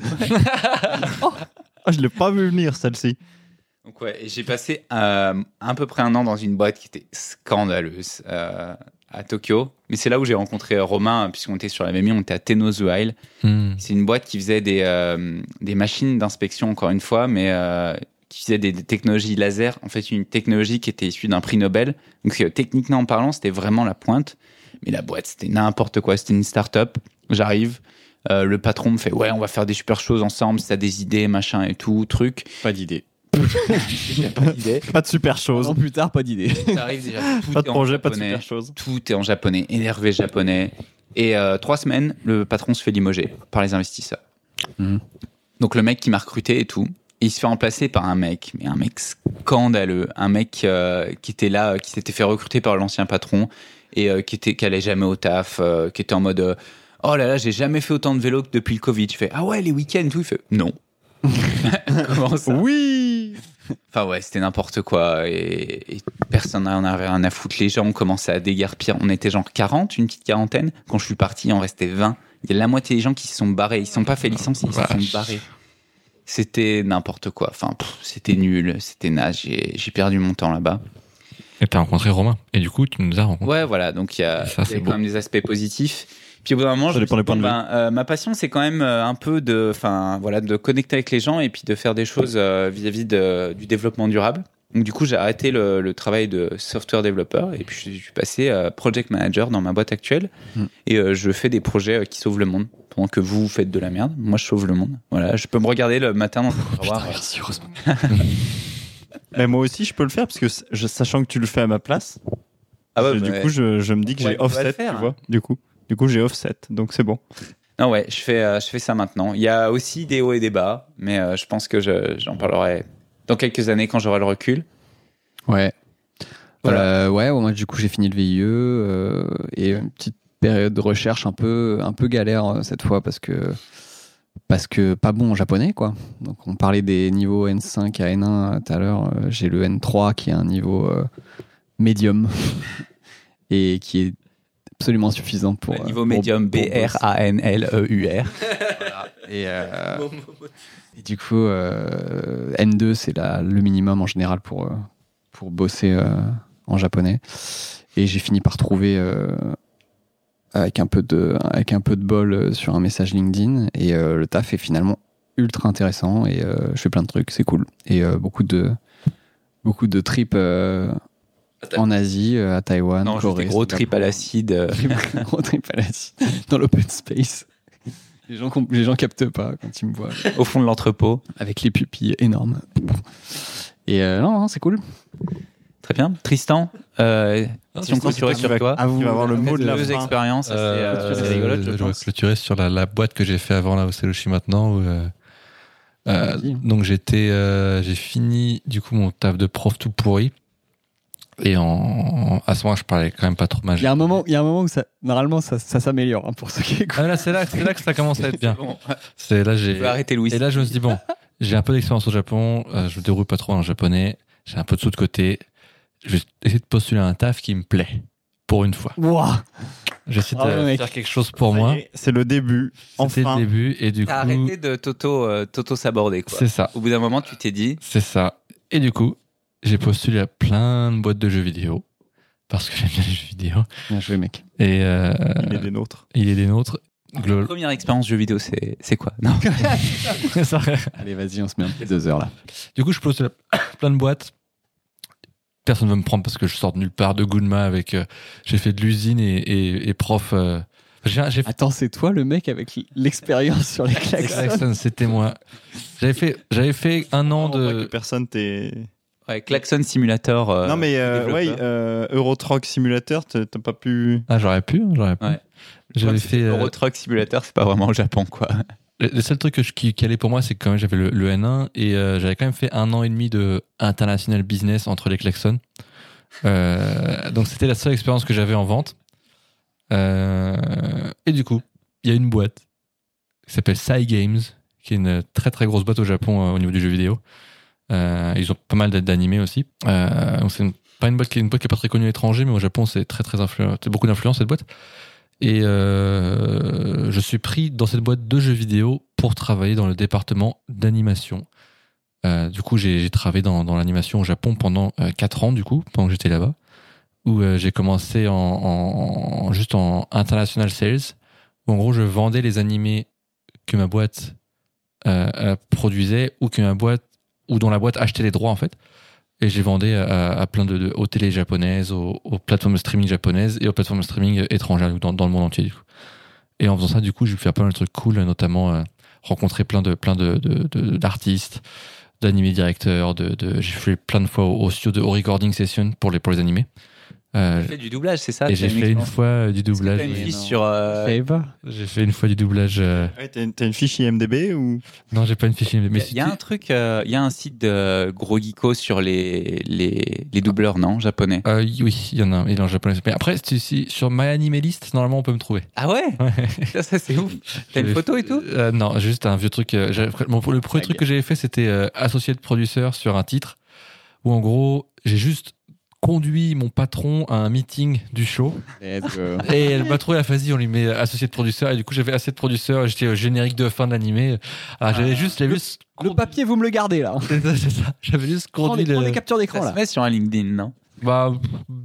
Ah, je l'ai pas vu venir celle-ci.
Donc ouais, et j'ai passé euh, à peu près un an dans une boîte qui était scandaleuse euh, à Tokyo. Mais c'est là où j'ai rencontré euh, Romain, puisqu'on était sur la même île, on était à Tenozu Isle.
Hmm.
C'est une boîte qui faisait des, euh, des machines d'inspection, encore une fois, mais euh, qui faisait des, des technologies laser. En fait, une technologie qui était issue d'un prix Nobel. Donc, euh, techniquement en parlant, c'était vraiment la pointe. Mais la boîte, c'était n'importe quoi. C'était une start-up. J'arrive. euh, le patron me fait Ouais, on va faire des super choses ensemble. Si t'as des idées, machin et tout, truc.
Pas d'idée.
Pas d'idée.
Pas de super
Trois
chose.
ans plus tard, pas d'idée.
J'arrive déjà. tout
Pas de
est en
projet, pas de
japonais.
super chose.
Tout est en japonais, énervé japonais. Et euh, trois semaines, le patron se fait limoger par les investisseurs.
Mhm.
Donc le mec qui m'a recruté et tout, il se fait remplacer par un mec, mais un mec scandaleux, un mec euh, qui était là, euh, qui s'était fait recruter par l'ancien patron et euh, qui était qui allait jamais au taf, euh, qui était en mode euh, oh là là j'ai jamais fait autant de vélo que depuis le Covid. Je fais ah ouais les week-ends et tout, il fait non. Comment ça
Oui.
Enfin ouais, c'était n'importe quoi et, et personne n'en avait rien à foutre. Les gens ont commencé à déguerpir. On était genre 40, une petite quarantaine. Quand je suis parti, il en restait 20. Il y a la moitié des gens qui se sont barrés. Ils se sont pas fait licencier, ils se
Vache.
sont barrés. C'était n'importe quoi. Enfin, pff, c'était nul, c'était naze. J'ai j'ai perdu mon temps là-bas.
Et t'as rencontré Romain. Et du coup, tu nous as rencontré.
Ouais, voilà. Donc il y a,
Ça,
il y
c'est
a
beau.
quand même des aspects positifs. Puis au bout d'un moment,
Ça
je me
dépend
suis
des points
dit,
de
ben, euh, ma passion, c'est quand même euh, un peu de, enfin voilà, de connecter avec les gens et puis de faire des choses euh, vis-à-vis de- du développement durable. Donc du coup, j'ai arrêté le, le travail de software développeur et puis je suis passé euh, project manager dans ma boîte actuelle
Hmm.
et euh, je fais des projets euh, qui sauvent le monde. Pendant que vous vous faites de la merde, moi je sauve le monde. Voilà, je peux me regarder le matin dans le miroir.
Ah, merci, heureusement.
Mais moi aussi, je peux le faire parce que c- je- sachant que tu le fais à ma place,
Ah ouais,
je- du
mais-
coup, je, je me dis que
Ouais,
j'ai
tu vas le
offset,
faire,
tu
hein.
vois. Du coup, du coup, j'ai offset, donc c'est bon.
Non, ouais, je fais, euh, je fais ça maintenant. Il y a aussi des hauts et des bas, mais euh, je pense que je- j'en parlerai dans quelques années quand j'aurai le recul.
Ouais.
Voilà.
Euh, ouais, au moins, du coup, j'ai fini le VIE euh, et une petite période de recherche un peu, un peu galère euh, cette fois parce que, parce que pas bon en japonais, quoi. Donc, on parlait des niveaux N5 à N1 euh, tout à l'heure. euh, J'ai le N3 qui est un niveau euh, médium et qui est absolument suffisant pour.
Ouais,
euh,
niveau
pour-
médium,
pour bosser.
B-R-A-N-L-E-U-R.
Et, euh, et du coup, euh, N2, c'est la- le minimum en général pour, euh, pour bosser euh, en japonais. Et j'ai fini par trouver, euh, avec, un peu de, avec un peu de bol, euh, sur un message LinkedIn. Et euh, le taf est finalement ultra intéressant. Et euh, je fais plein de trucs, c'est cool. Et euh, beaucoup de, beaucoup de trips euh, en Asie, euh, à Taïwan,
Non, je fais
Corée.
des gros trip à
Singapour.
l'acide. euh,
Un gros tripalassi dans l'open space. Les gens, comp- les gens captent pas quand ils me voient
au fond de l'entrepôt.
avec les pupilles énormes. Et euh, non, non, c'est cool.
Très bien. Tristan, euh, si on clôturait
c'est
sur
toi qui
toi,
vas- tu vas avoir le
Ah, en fait,
mot de
deux
la fin.
expériences assez, euh, assez rigolotes, je
J'aurais
pense.
clôturé sur la, la boîte que j'ai fait avant là au Seloshi maintenant. où, euh, euh,
Vas-y.
donc j'étais, euh, j'ai fini du coup mon taf de prof tout pourri. Et en, en- à ce moment, je parlais quand même pas trop mal.
Il y a un moment, il y a un moment où ça, normalement, ça, ça s'améliore hein, pour ceux qui écoutent.
Ah, là, c'est là, c'est là que ça commence à être bien.
Bon,
C'est là j'ai.
je vais arrêter Louis.
Et là, je me suis dit, bon, j'ai un peu d'expérience au Japon, euh, je me débrouille pas trop en japonais, j'ai un peu de sous de côté, je vais essayer de postuler à un taf qui me plaît, pour une fois.
Ouah
Ah
J'essaie de
Bravo, mec.
faire quelque chose pour moi.
C'est le début.
C'était
Enfin.
le début et du coup,
T'as arrêté de Toto, euh, Toto s'aborder, quoi.
c'est ça,
Au bout d'un moment, tu t'es dit,
c'est ça. Et du coup, j'ai postulé à plein de boîtes de jeux vidéo parce que j'aime bien les jeux vidéo.
Bien joué, mec.
Et euh,
Il est des nôtres.
il est des nôtres.
la
Glo-
première expérience jeu vidéo, c'est c'est quoi Non.
Ça-
Allez, vas-y, on se met un petit deux heures là.
Du coup, je postule à plein de boîtes. Personne ne veut me prendre parce que je sors de nulle part de Goodma avec. euh, j'ai fait de l'usine et, et- et prof. euh, j'ai j'ai fait.
Attends, c'est toi le mec avec l'expérience sur les
Ah,
klaxons
Klaxon, c'était moi. J'avais fait, j'avais fait un
Ah,
an
Vraiment pas
Euh, de.
que personne t'est.
Ouais, Klaxon Simulator. euh,
non mais euh, ouais,
développeur.
euh, Eurotrock Simulator, t'as t'as pas pu.
Ah, j'aurais pu, j'aurais pu.
Ouais.
J'avais
Ouais,
fait. euh,
Euro Truck Simulator, c'est pas vraiment au Japon, quoi.
le, le seul truc que je, qui, qui allait pour moi, c'est que quand même j'avais le, le N1 et euh, j'avais quand même fait un an et demi de international business entre les klaxons. Euh, donc c'était la seule expérience que j'avais en vente. Euh, et du coup, il y a une boîte qui s'appelle Sai Games, qui est une très très grosse boîte au Japon euh, au niveau du jeu vidéo. Euh, ils ont pas mal d'a- d'animés aussi. Euh, donc c'est une- pas une boîte qui est une boîte qui est pas très connue à l'étranger, mais au Japon c'est très très influent, c'est beaucoup d'influence cette boîte. Et euh, je suis pris dans cette boîte de jeux vidéo pour travailler dans le département d'animation. Euh, du coup, j'ai j'ai travaillé dans, dans l'animation au Japon pendant 4 ans, du coup, pendant que j'étais là-bas, où euh, j'ai commencé en, en- en- juste en international sales, où en gros, je vendais les animés que ma boîte euh, euh, produisait ou que ma boîte ou dont la boîte achetait les droits en fait. Et j'ai vendais à, à plein de, de- aux télés japonaises, aux, aux plateformes de streaming japonaises et aux plateformes de streaming étrangères donc dans, dans le monde entier. Du coup. Et en faisant ça, du coup, j'ai pu faire plein de trucs cool, notamment euh, rencontrer plein de plein de de- de- d'artistes, d'animés directeurs. De, de, j'ai fait plein de fois au, au studio de au recording session pour les pour les animés. Euh,
Tu fais du doublage, c'est ça
et j'ai fait une fois euh, du doublage.
T'as une
oui.
fiche sur. euh,
J'ai fait une fois du doublage. euh,
Ouais, t'as une- t'as une fiche IMDb ou
Non, j'ai pas une fiche. Mais
Il
si
y, a
tu-
un truc, euh, il y a un site de gros geeko sur les, les, les doubleurs, non Japonais.
Euh, oui, il y en a un, il est en japonais. Mais après, si, si- sur MyAnimeList, normalement, on peut me trouver.
Ah ouais Ça, ça, c'est ouf. T'as une
J'ai-
photo et tout
Euh, Non, juste un vieux truc. euh, j'avais- mon- le premier truc que j'avais fait, c'était euh, associé de producteur sur un titre où, en gros, j'ai juste conduit mon patron à un meeting du show et elle m'a trouvé la phase on lui met euh, associé de producteur et du coup j'avais assez de producteur j'étais au générique de fin de l'animé alors
Ah,
j'avais juste j'avais juste
Le papier, vous me le gardez là.
c'est ça, c'est ça. j'avais juste
Prends
conduit
les, prends
le-
les captures d'écran
Ça se
là.
met sur un LinkedIn, non
Bah,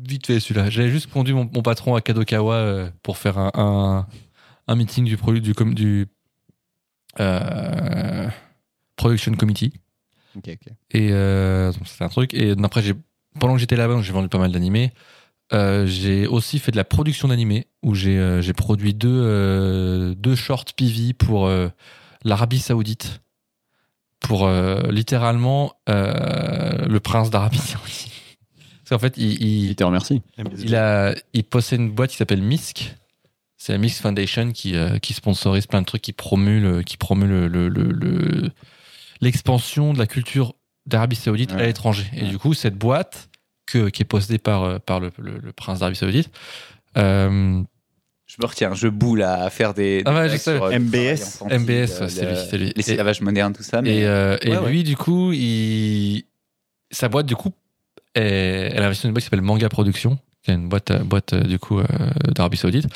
vite fait celui-là. J'avais juste conduit mon, mon patron à Kadokawa euh, pour faire un, un, un meeting du, produ- du, com- du euh, Production Committee.
Ok, ok.
Et euh, donc, c'était un truc. Et après, j'ai, pendant que j'étais là-bas, donc j'ai vendu pas mal d'animés. Euh, j'ai aussi fait de la production d'animés où j'ai, euh, j'ai produit deux, euh, deux shorts PV pour euh, l'Arabie Saoudite. Pour euh, littéralement euh, le prince d'Arabie Saoudite. Parce qu'en fait, il- il,
Il te remercie.
il, a, il possède une boîte qui s'appelle MISC. C'est la MISC Foundation qui, euh, qui sponsorise plein de trucs, qui promue le- qui promue le- le- le- le- l'expansion de la culture d'Arabie Saoudite à
Ouais.
l'étranger. Et
Ouais.
du coup, cette boîte que, qui est possédée par, euh, par le, le- le prince d'Arabie Saoudite, euh,
Je me retiens, je boule à faire des.
Ah
des
ouais, je
blagues
sais.
sur, euh,
MBS,
le travail
MBS,
infantile,
c'est lui,
euh, le-
c'est lui.
Les esclavages modernes, tout ça. Ah, Mais
et, euh, et
Ouais, ouais.
lui, du coup, il, sa boîte, du coup, est- elle a investi dans une boîte qui s'appelle Manga Production, qui est une boîte, euh, boîte euh, du coup, euh, d'Arabie Saoudite.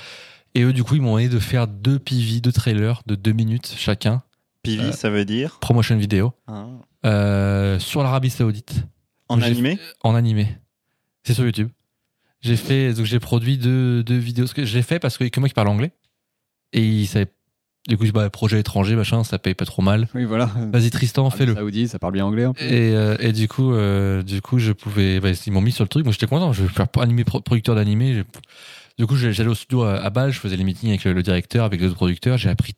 Et eux, du coup, ils m'ont aidé de faire deux PV, deux trailers de deux minutes chacun, euh,
PV, ça veut dire
promotion vidéo,
hein,
euh, sur l'Arabie Saoudite,
en
j'ai-
animé.
en animé. C'est sur YouTube. J'ai fait, donc j'ai produit deux, deux vidéos. Ce que j'ai fait parce que, que moi qui parle anglais. Et ils savaient, du coup, bah, projet étranger, machin, ça paye pas trop mal.
Oui, voilà.
Vas-y, Tristan, fais-le.
Saoudi, ça parle bien anglais. hein.
Et, euh, et du coup, euh, du coup, je pouvais. bah, ils m'ont mis sur le truc. Moi, j'étais content. Je vais faire animer pro- producteur d'animé. Je- Du coup, j'ai- j'allais au studio à, à Bâle. Je faisais les meetings avec le, le directeur, avec les autres producteurs. J'ai appris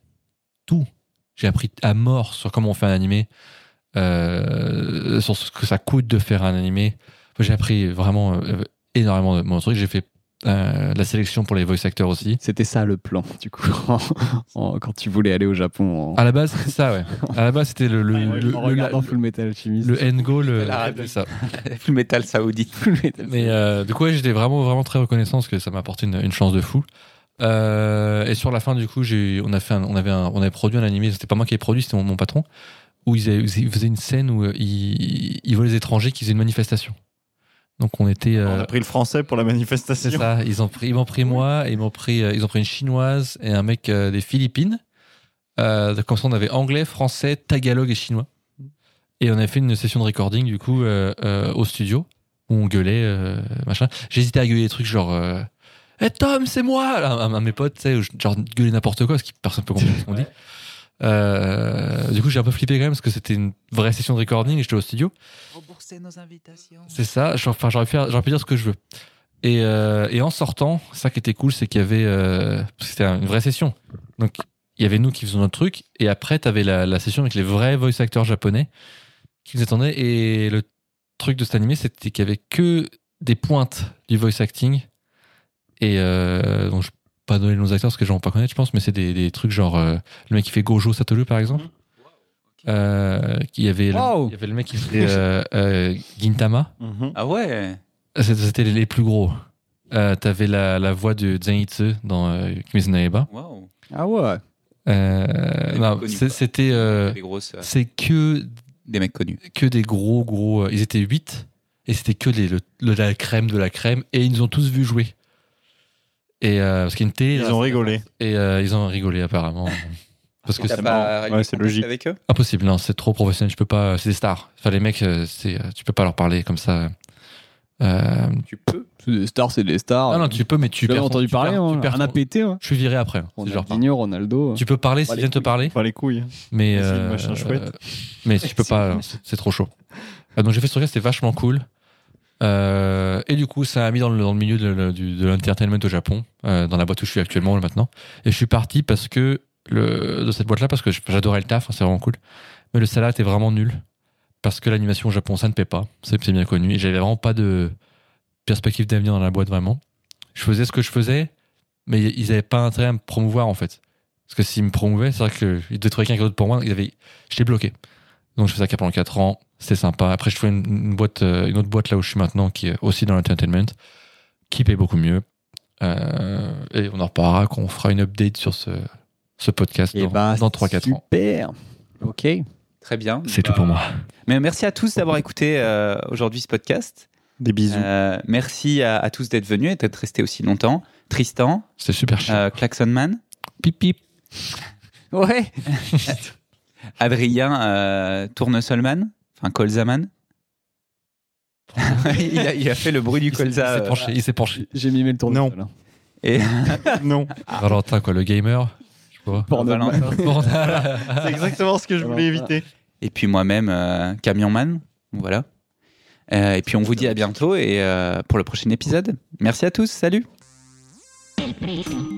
tout. J'ai appris à mort sur comment on fait un animé, euh, sur ce que ça coûte de faire un animé. Enfin, J'ai appris vraiment euh, énormément de mon truc. J'ai fait euh, la sélection pour les voice actors aussi.
C'était ça le plan, du coup, en- en- quand tu voulais aller au Japon. En...
À la base, c'est ça, ouais. À la base, c'était le Ah, le,
en
le, le-
regardant
le,
Full Metal Alchemist.
end goal. euh,
Arrête.
c'est ça.
plus métal saoudite.
Full Metal.
Mais euh, du coup, ouais, j'étais vraiment, vraiment très reconnaissant parce que ça m'a apporté une, une chance de fou. Euh, et sur la fin, du coup, j'ai, on a fait, un- on avait, un- on avait produit un animé. C'était pas moi qui ai produit, c'était mon, mon patron. Où ils, avaient- ils faisaient une scène où euh, ils, ils voient les étrangers qui faisaient une manifestation. Donc on était.
On
euh,
a pris le français pour la manifestation.
c'est ça. Ils ont pris, ils m'ont pris moi, ils m'ont pris, euh, ils ont pris une chinoise et un mec euh, des Philippines. Euh, donc, comme ça, on avait anglais, français, tagalog et chinois. Et on avait fait une session de recording du coup euh, euh, au studio où on gueulait, euh, machin. J'hésitais à gueuler des trucs genre. Euh, Hey, Tom, c'est moi là, Un un de mes potes, tu sais, où je- genre gueuler n'importe quoi, parce que personne peut comprendre ce qu'on dit. Euh, du coup, j'ai un peu flippé quand même, parce que c'était une vraie session de recording, et j'étais au studio.
Rembourser nos invitations.
C'est ça, je- enfin, j'aurais pu, j'aurais pu dire ce que je veux. Et, euh, et en sortant, ça qui était cool, c'est qu'il y avait. euh, parce que c'était une vraie session. Donc, il y avait nous qui faisions notre truc, et après, t'avais la, la session avec les vrais voice acteurs japonais qui nous attendaient. Et le truc de cet animé, c'était qu'il y avait que des pointes du voice acting. Et euh, donc, je vais pas donner nos acteurs parce que les gens vont pas connaître, je pense, mais c'est des, des trucs genre euh, le mec qui fait Gojo Satoru, par exemple. Euh, il, y avait le,
Wow.
il y avait le mec qui faisait euh, euh, Gintama.
Mhm.
Ah ouais
C'était c'était les plus gros. Euh, T'avais la, la voix de Zenitsu dans euh, Kimetsu no Yaiba.
Waouh
Ah ouais.
Euh,
Les
non,
plus connus,
c'est-
quoi.
c'était. euh,
Des grosses. euh,
c'est que,
Des mecs connus.
que des gros, gros. euh, ils étaient 8 et c'était que les, le- le- la crème de la crème et ils nous ont tous vu jouer. Et euh, parce qu'il y a une télé,
Ils ont rigolé.
Et euh, ils ont rigolé apparemment. parce que
T'as
c'est
pas réglé Ouais, c'est le contact logique.
Avec eux
impossible, non, c'est trop professionnel. Je peux pas. C'est des stars. Enfin, les mecs, euh, c'est, euh, tu peux pas leur parler comme ça. Euh,
Tu peux.
C'est des stars, c'est des stars.
ah non, tu peux, mais tu
J'ai
perds ton-
entendu
tu
parler.
perds-
hein.
tu perds
un
ton-
APT. Hein.
Je suis viré après. hein, si je repars.
Ronaldinho,
hein.
Ronaldo.
Tu peux parler si
Bah,
je
les
viens de te
couilles.
parler,
Pas les couilles.
mais
Vas-y,
euh,
machin chouette.
euh, mais si tu peux pas, euh, c'est trop chaud. Euh, donc j'ai fait ce truc-là, c'était vachement cool. Euh, et du coup, ça a mis dans le, dans le milieu de, le- du- de l'entertainment au Japon, euh, dans la boîte où je suis actuellement là, maintenant. Et je suis parti parce que le, de cette boîte-là parce que j'adorais le taf, hein, c'est vraiment cool. Mais le salaire était vraiment nul parce que l'animation au Japon, ça ne paie pas, c'est c'est bien connu. Et j'avais vraiment pas de perspective d'avenir dans la boîte vraiment. Je faisais ce que je faisais, mais ils n'avaient pas intérêt à me promouvoir en fait. Parce que s'ils me promouvaient, c'est vrai qu'ils devaient trouver quelqu'un d'autre pour moi. Ils avaient, j'étais bloqué. Donc je fais ça pendant 4 ans, c'était sympa. Après je fais une, une boîte, euh, une autre boîte là où je suis maintenant qui est aussi dans l'entertainment, qui paye beaucoup mieux. Euh, et on en reparlera quand on fera une update sur ce, ce podcast
Et
dans,
bah,
dans 3-4 ans.
Super. Ok.
Très bien. Bah,
C'est tout pour moi.
Mais merci à tous d'avoir écouté euh, aujourd'hui ce podcast.
Des bisous.
Euh, merci à, à tous d'être venus et d'être restés aussi longtemps. Tristan,
C'est super chiant.
euh, Klaxonman,
Pip pip.
Ouais.
Adrien euh, Tournesolman, enfin Colzaman. il, a, il a fait le bruit du
Il s'est- il
colza.
s'est
euh,
penché. Il s'est penché.
J'ai mimé le tournoi.
Non.
voilà.
Et
Non.
Valentin, quoi, le gamer. Je vois.
Pornhub.
Valentin.
Bon,
C'est exactement ce que je voulais
Alors,
éviter.
Et puis moi-même, euh, camionman. Voilà. Euh, et puis on vous dit à bientôt et euh, pour le prochain épisode. Merci à tous. Salut.
Represa.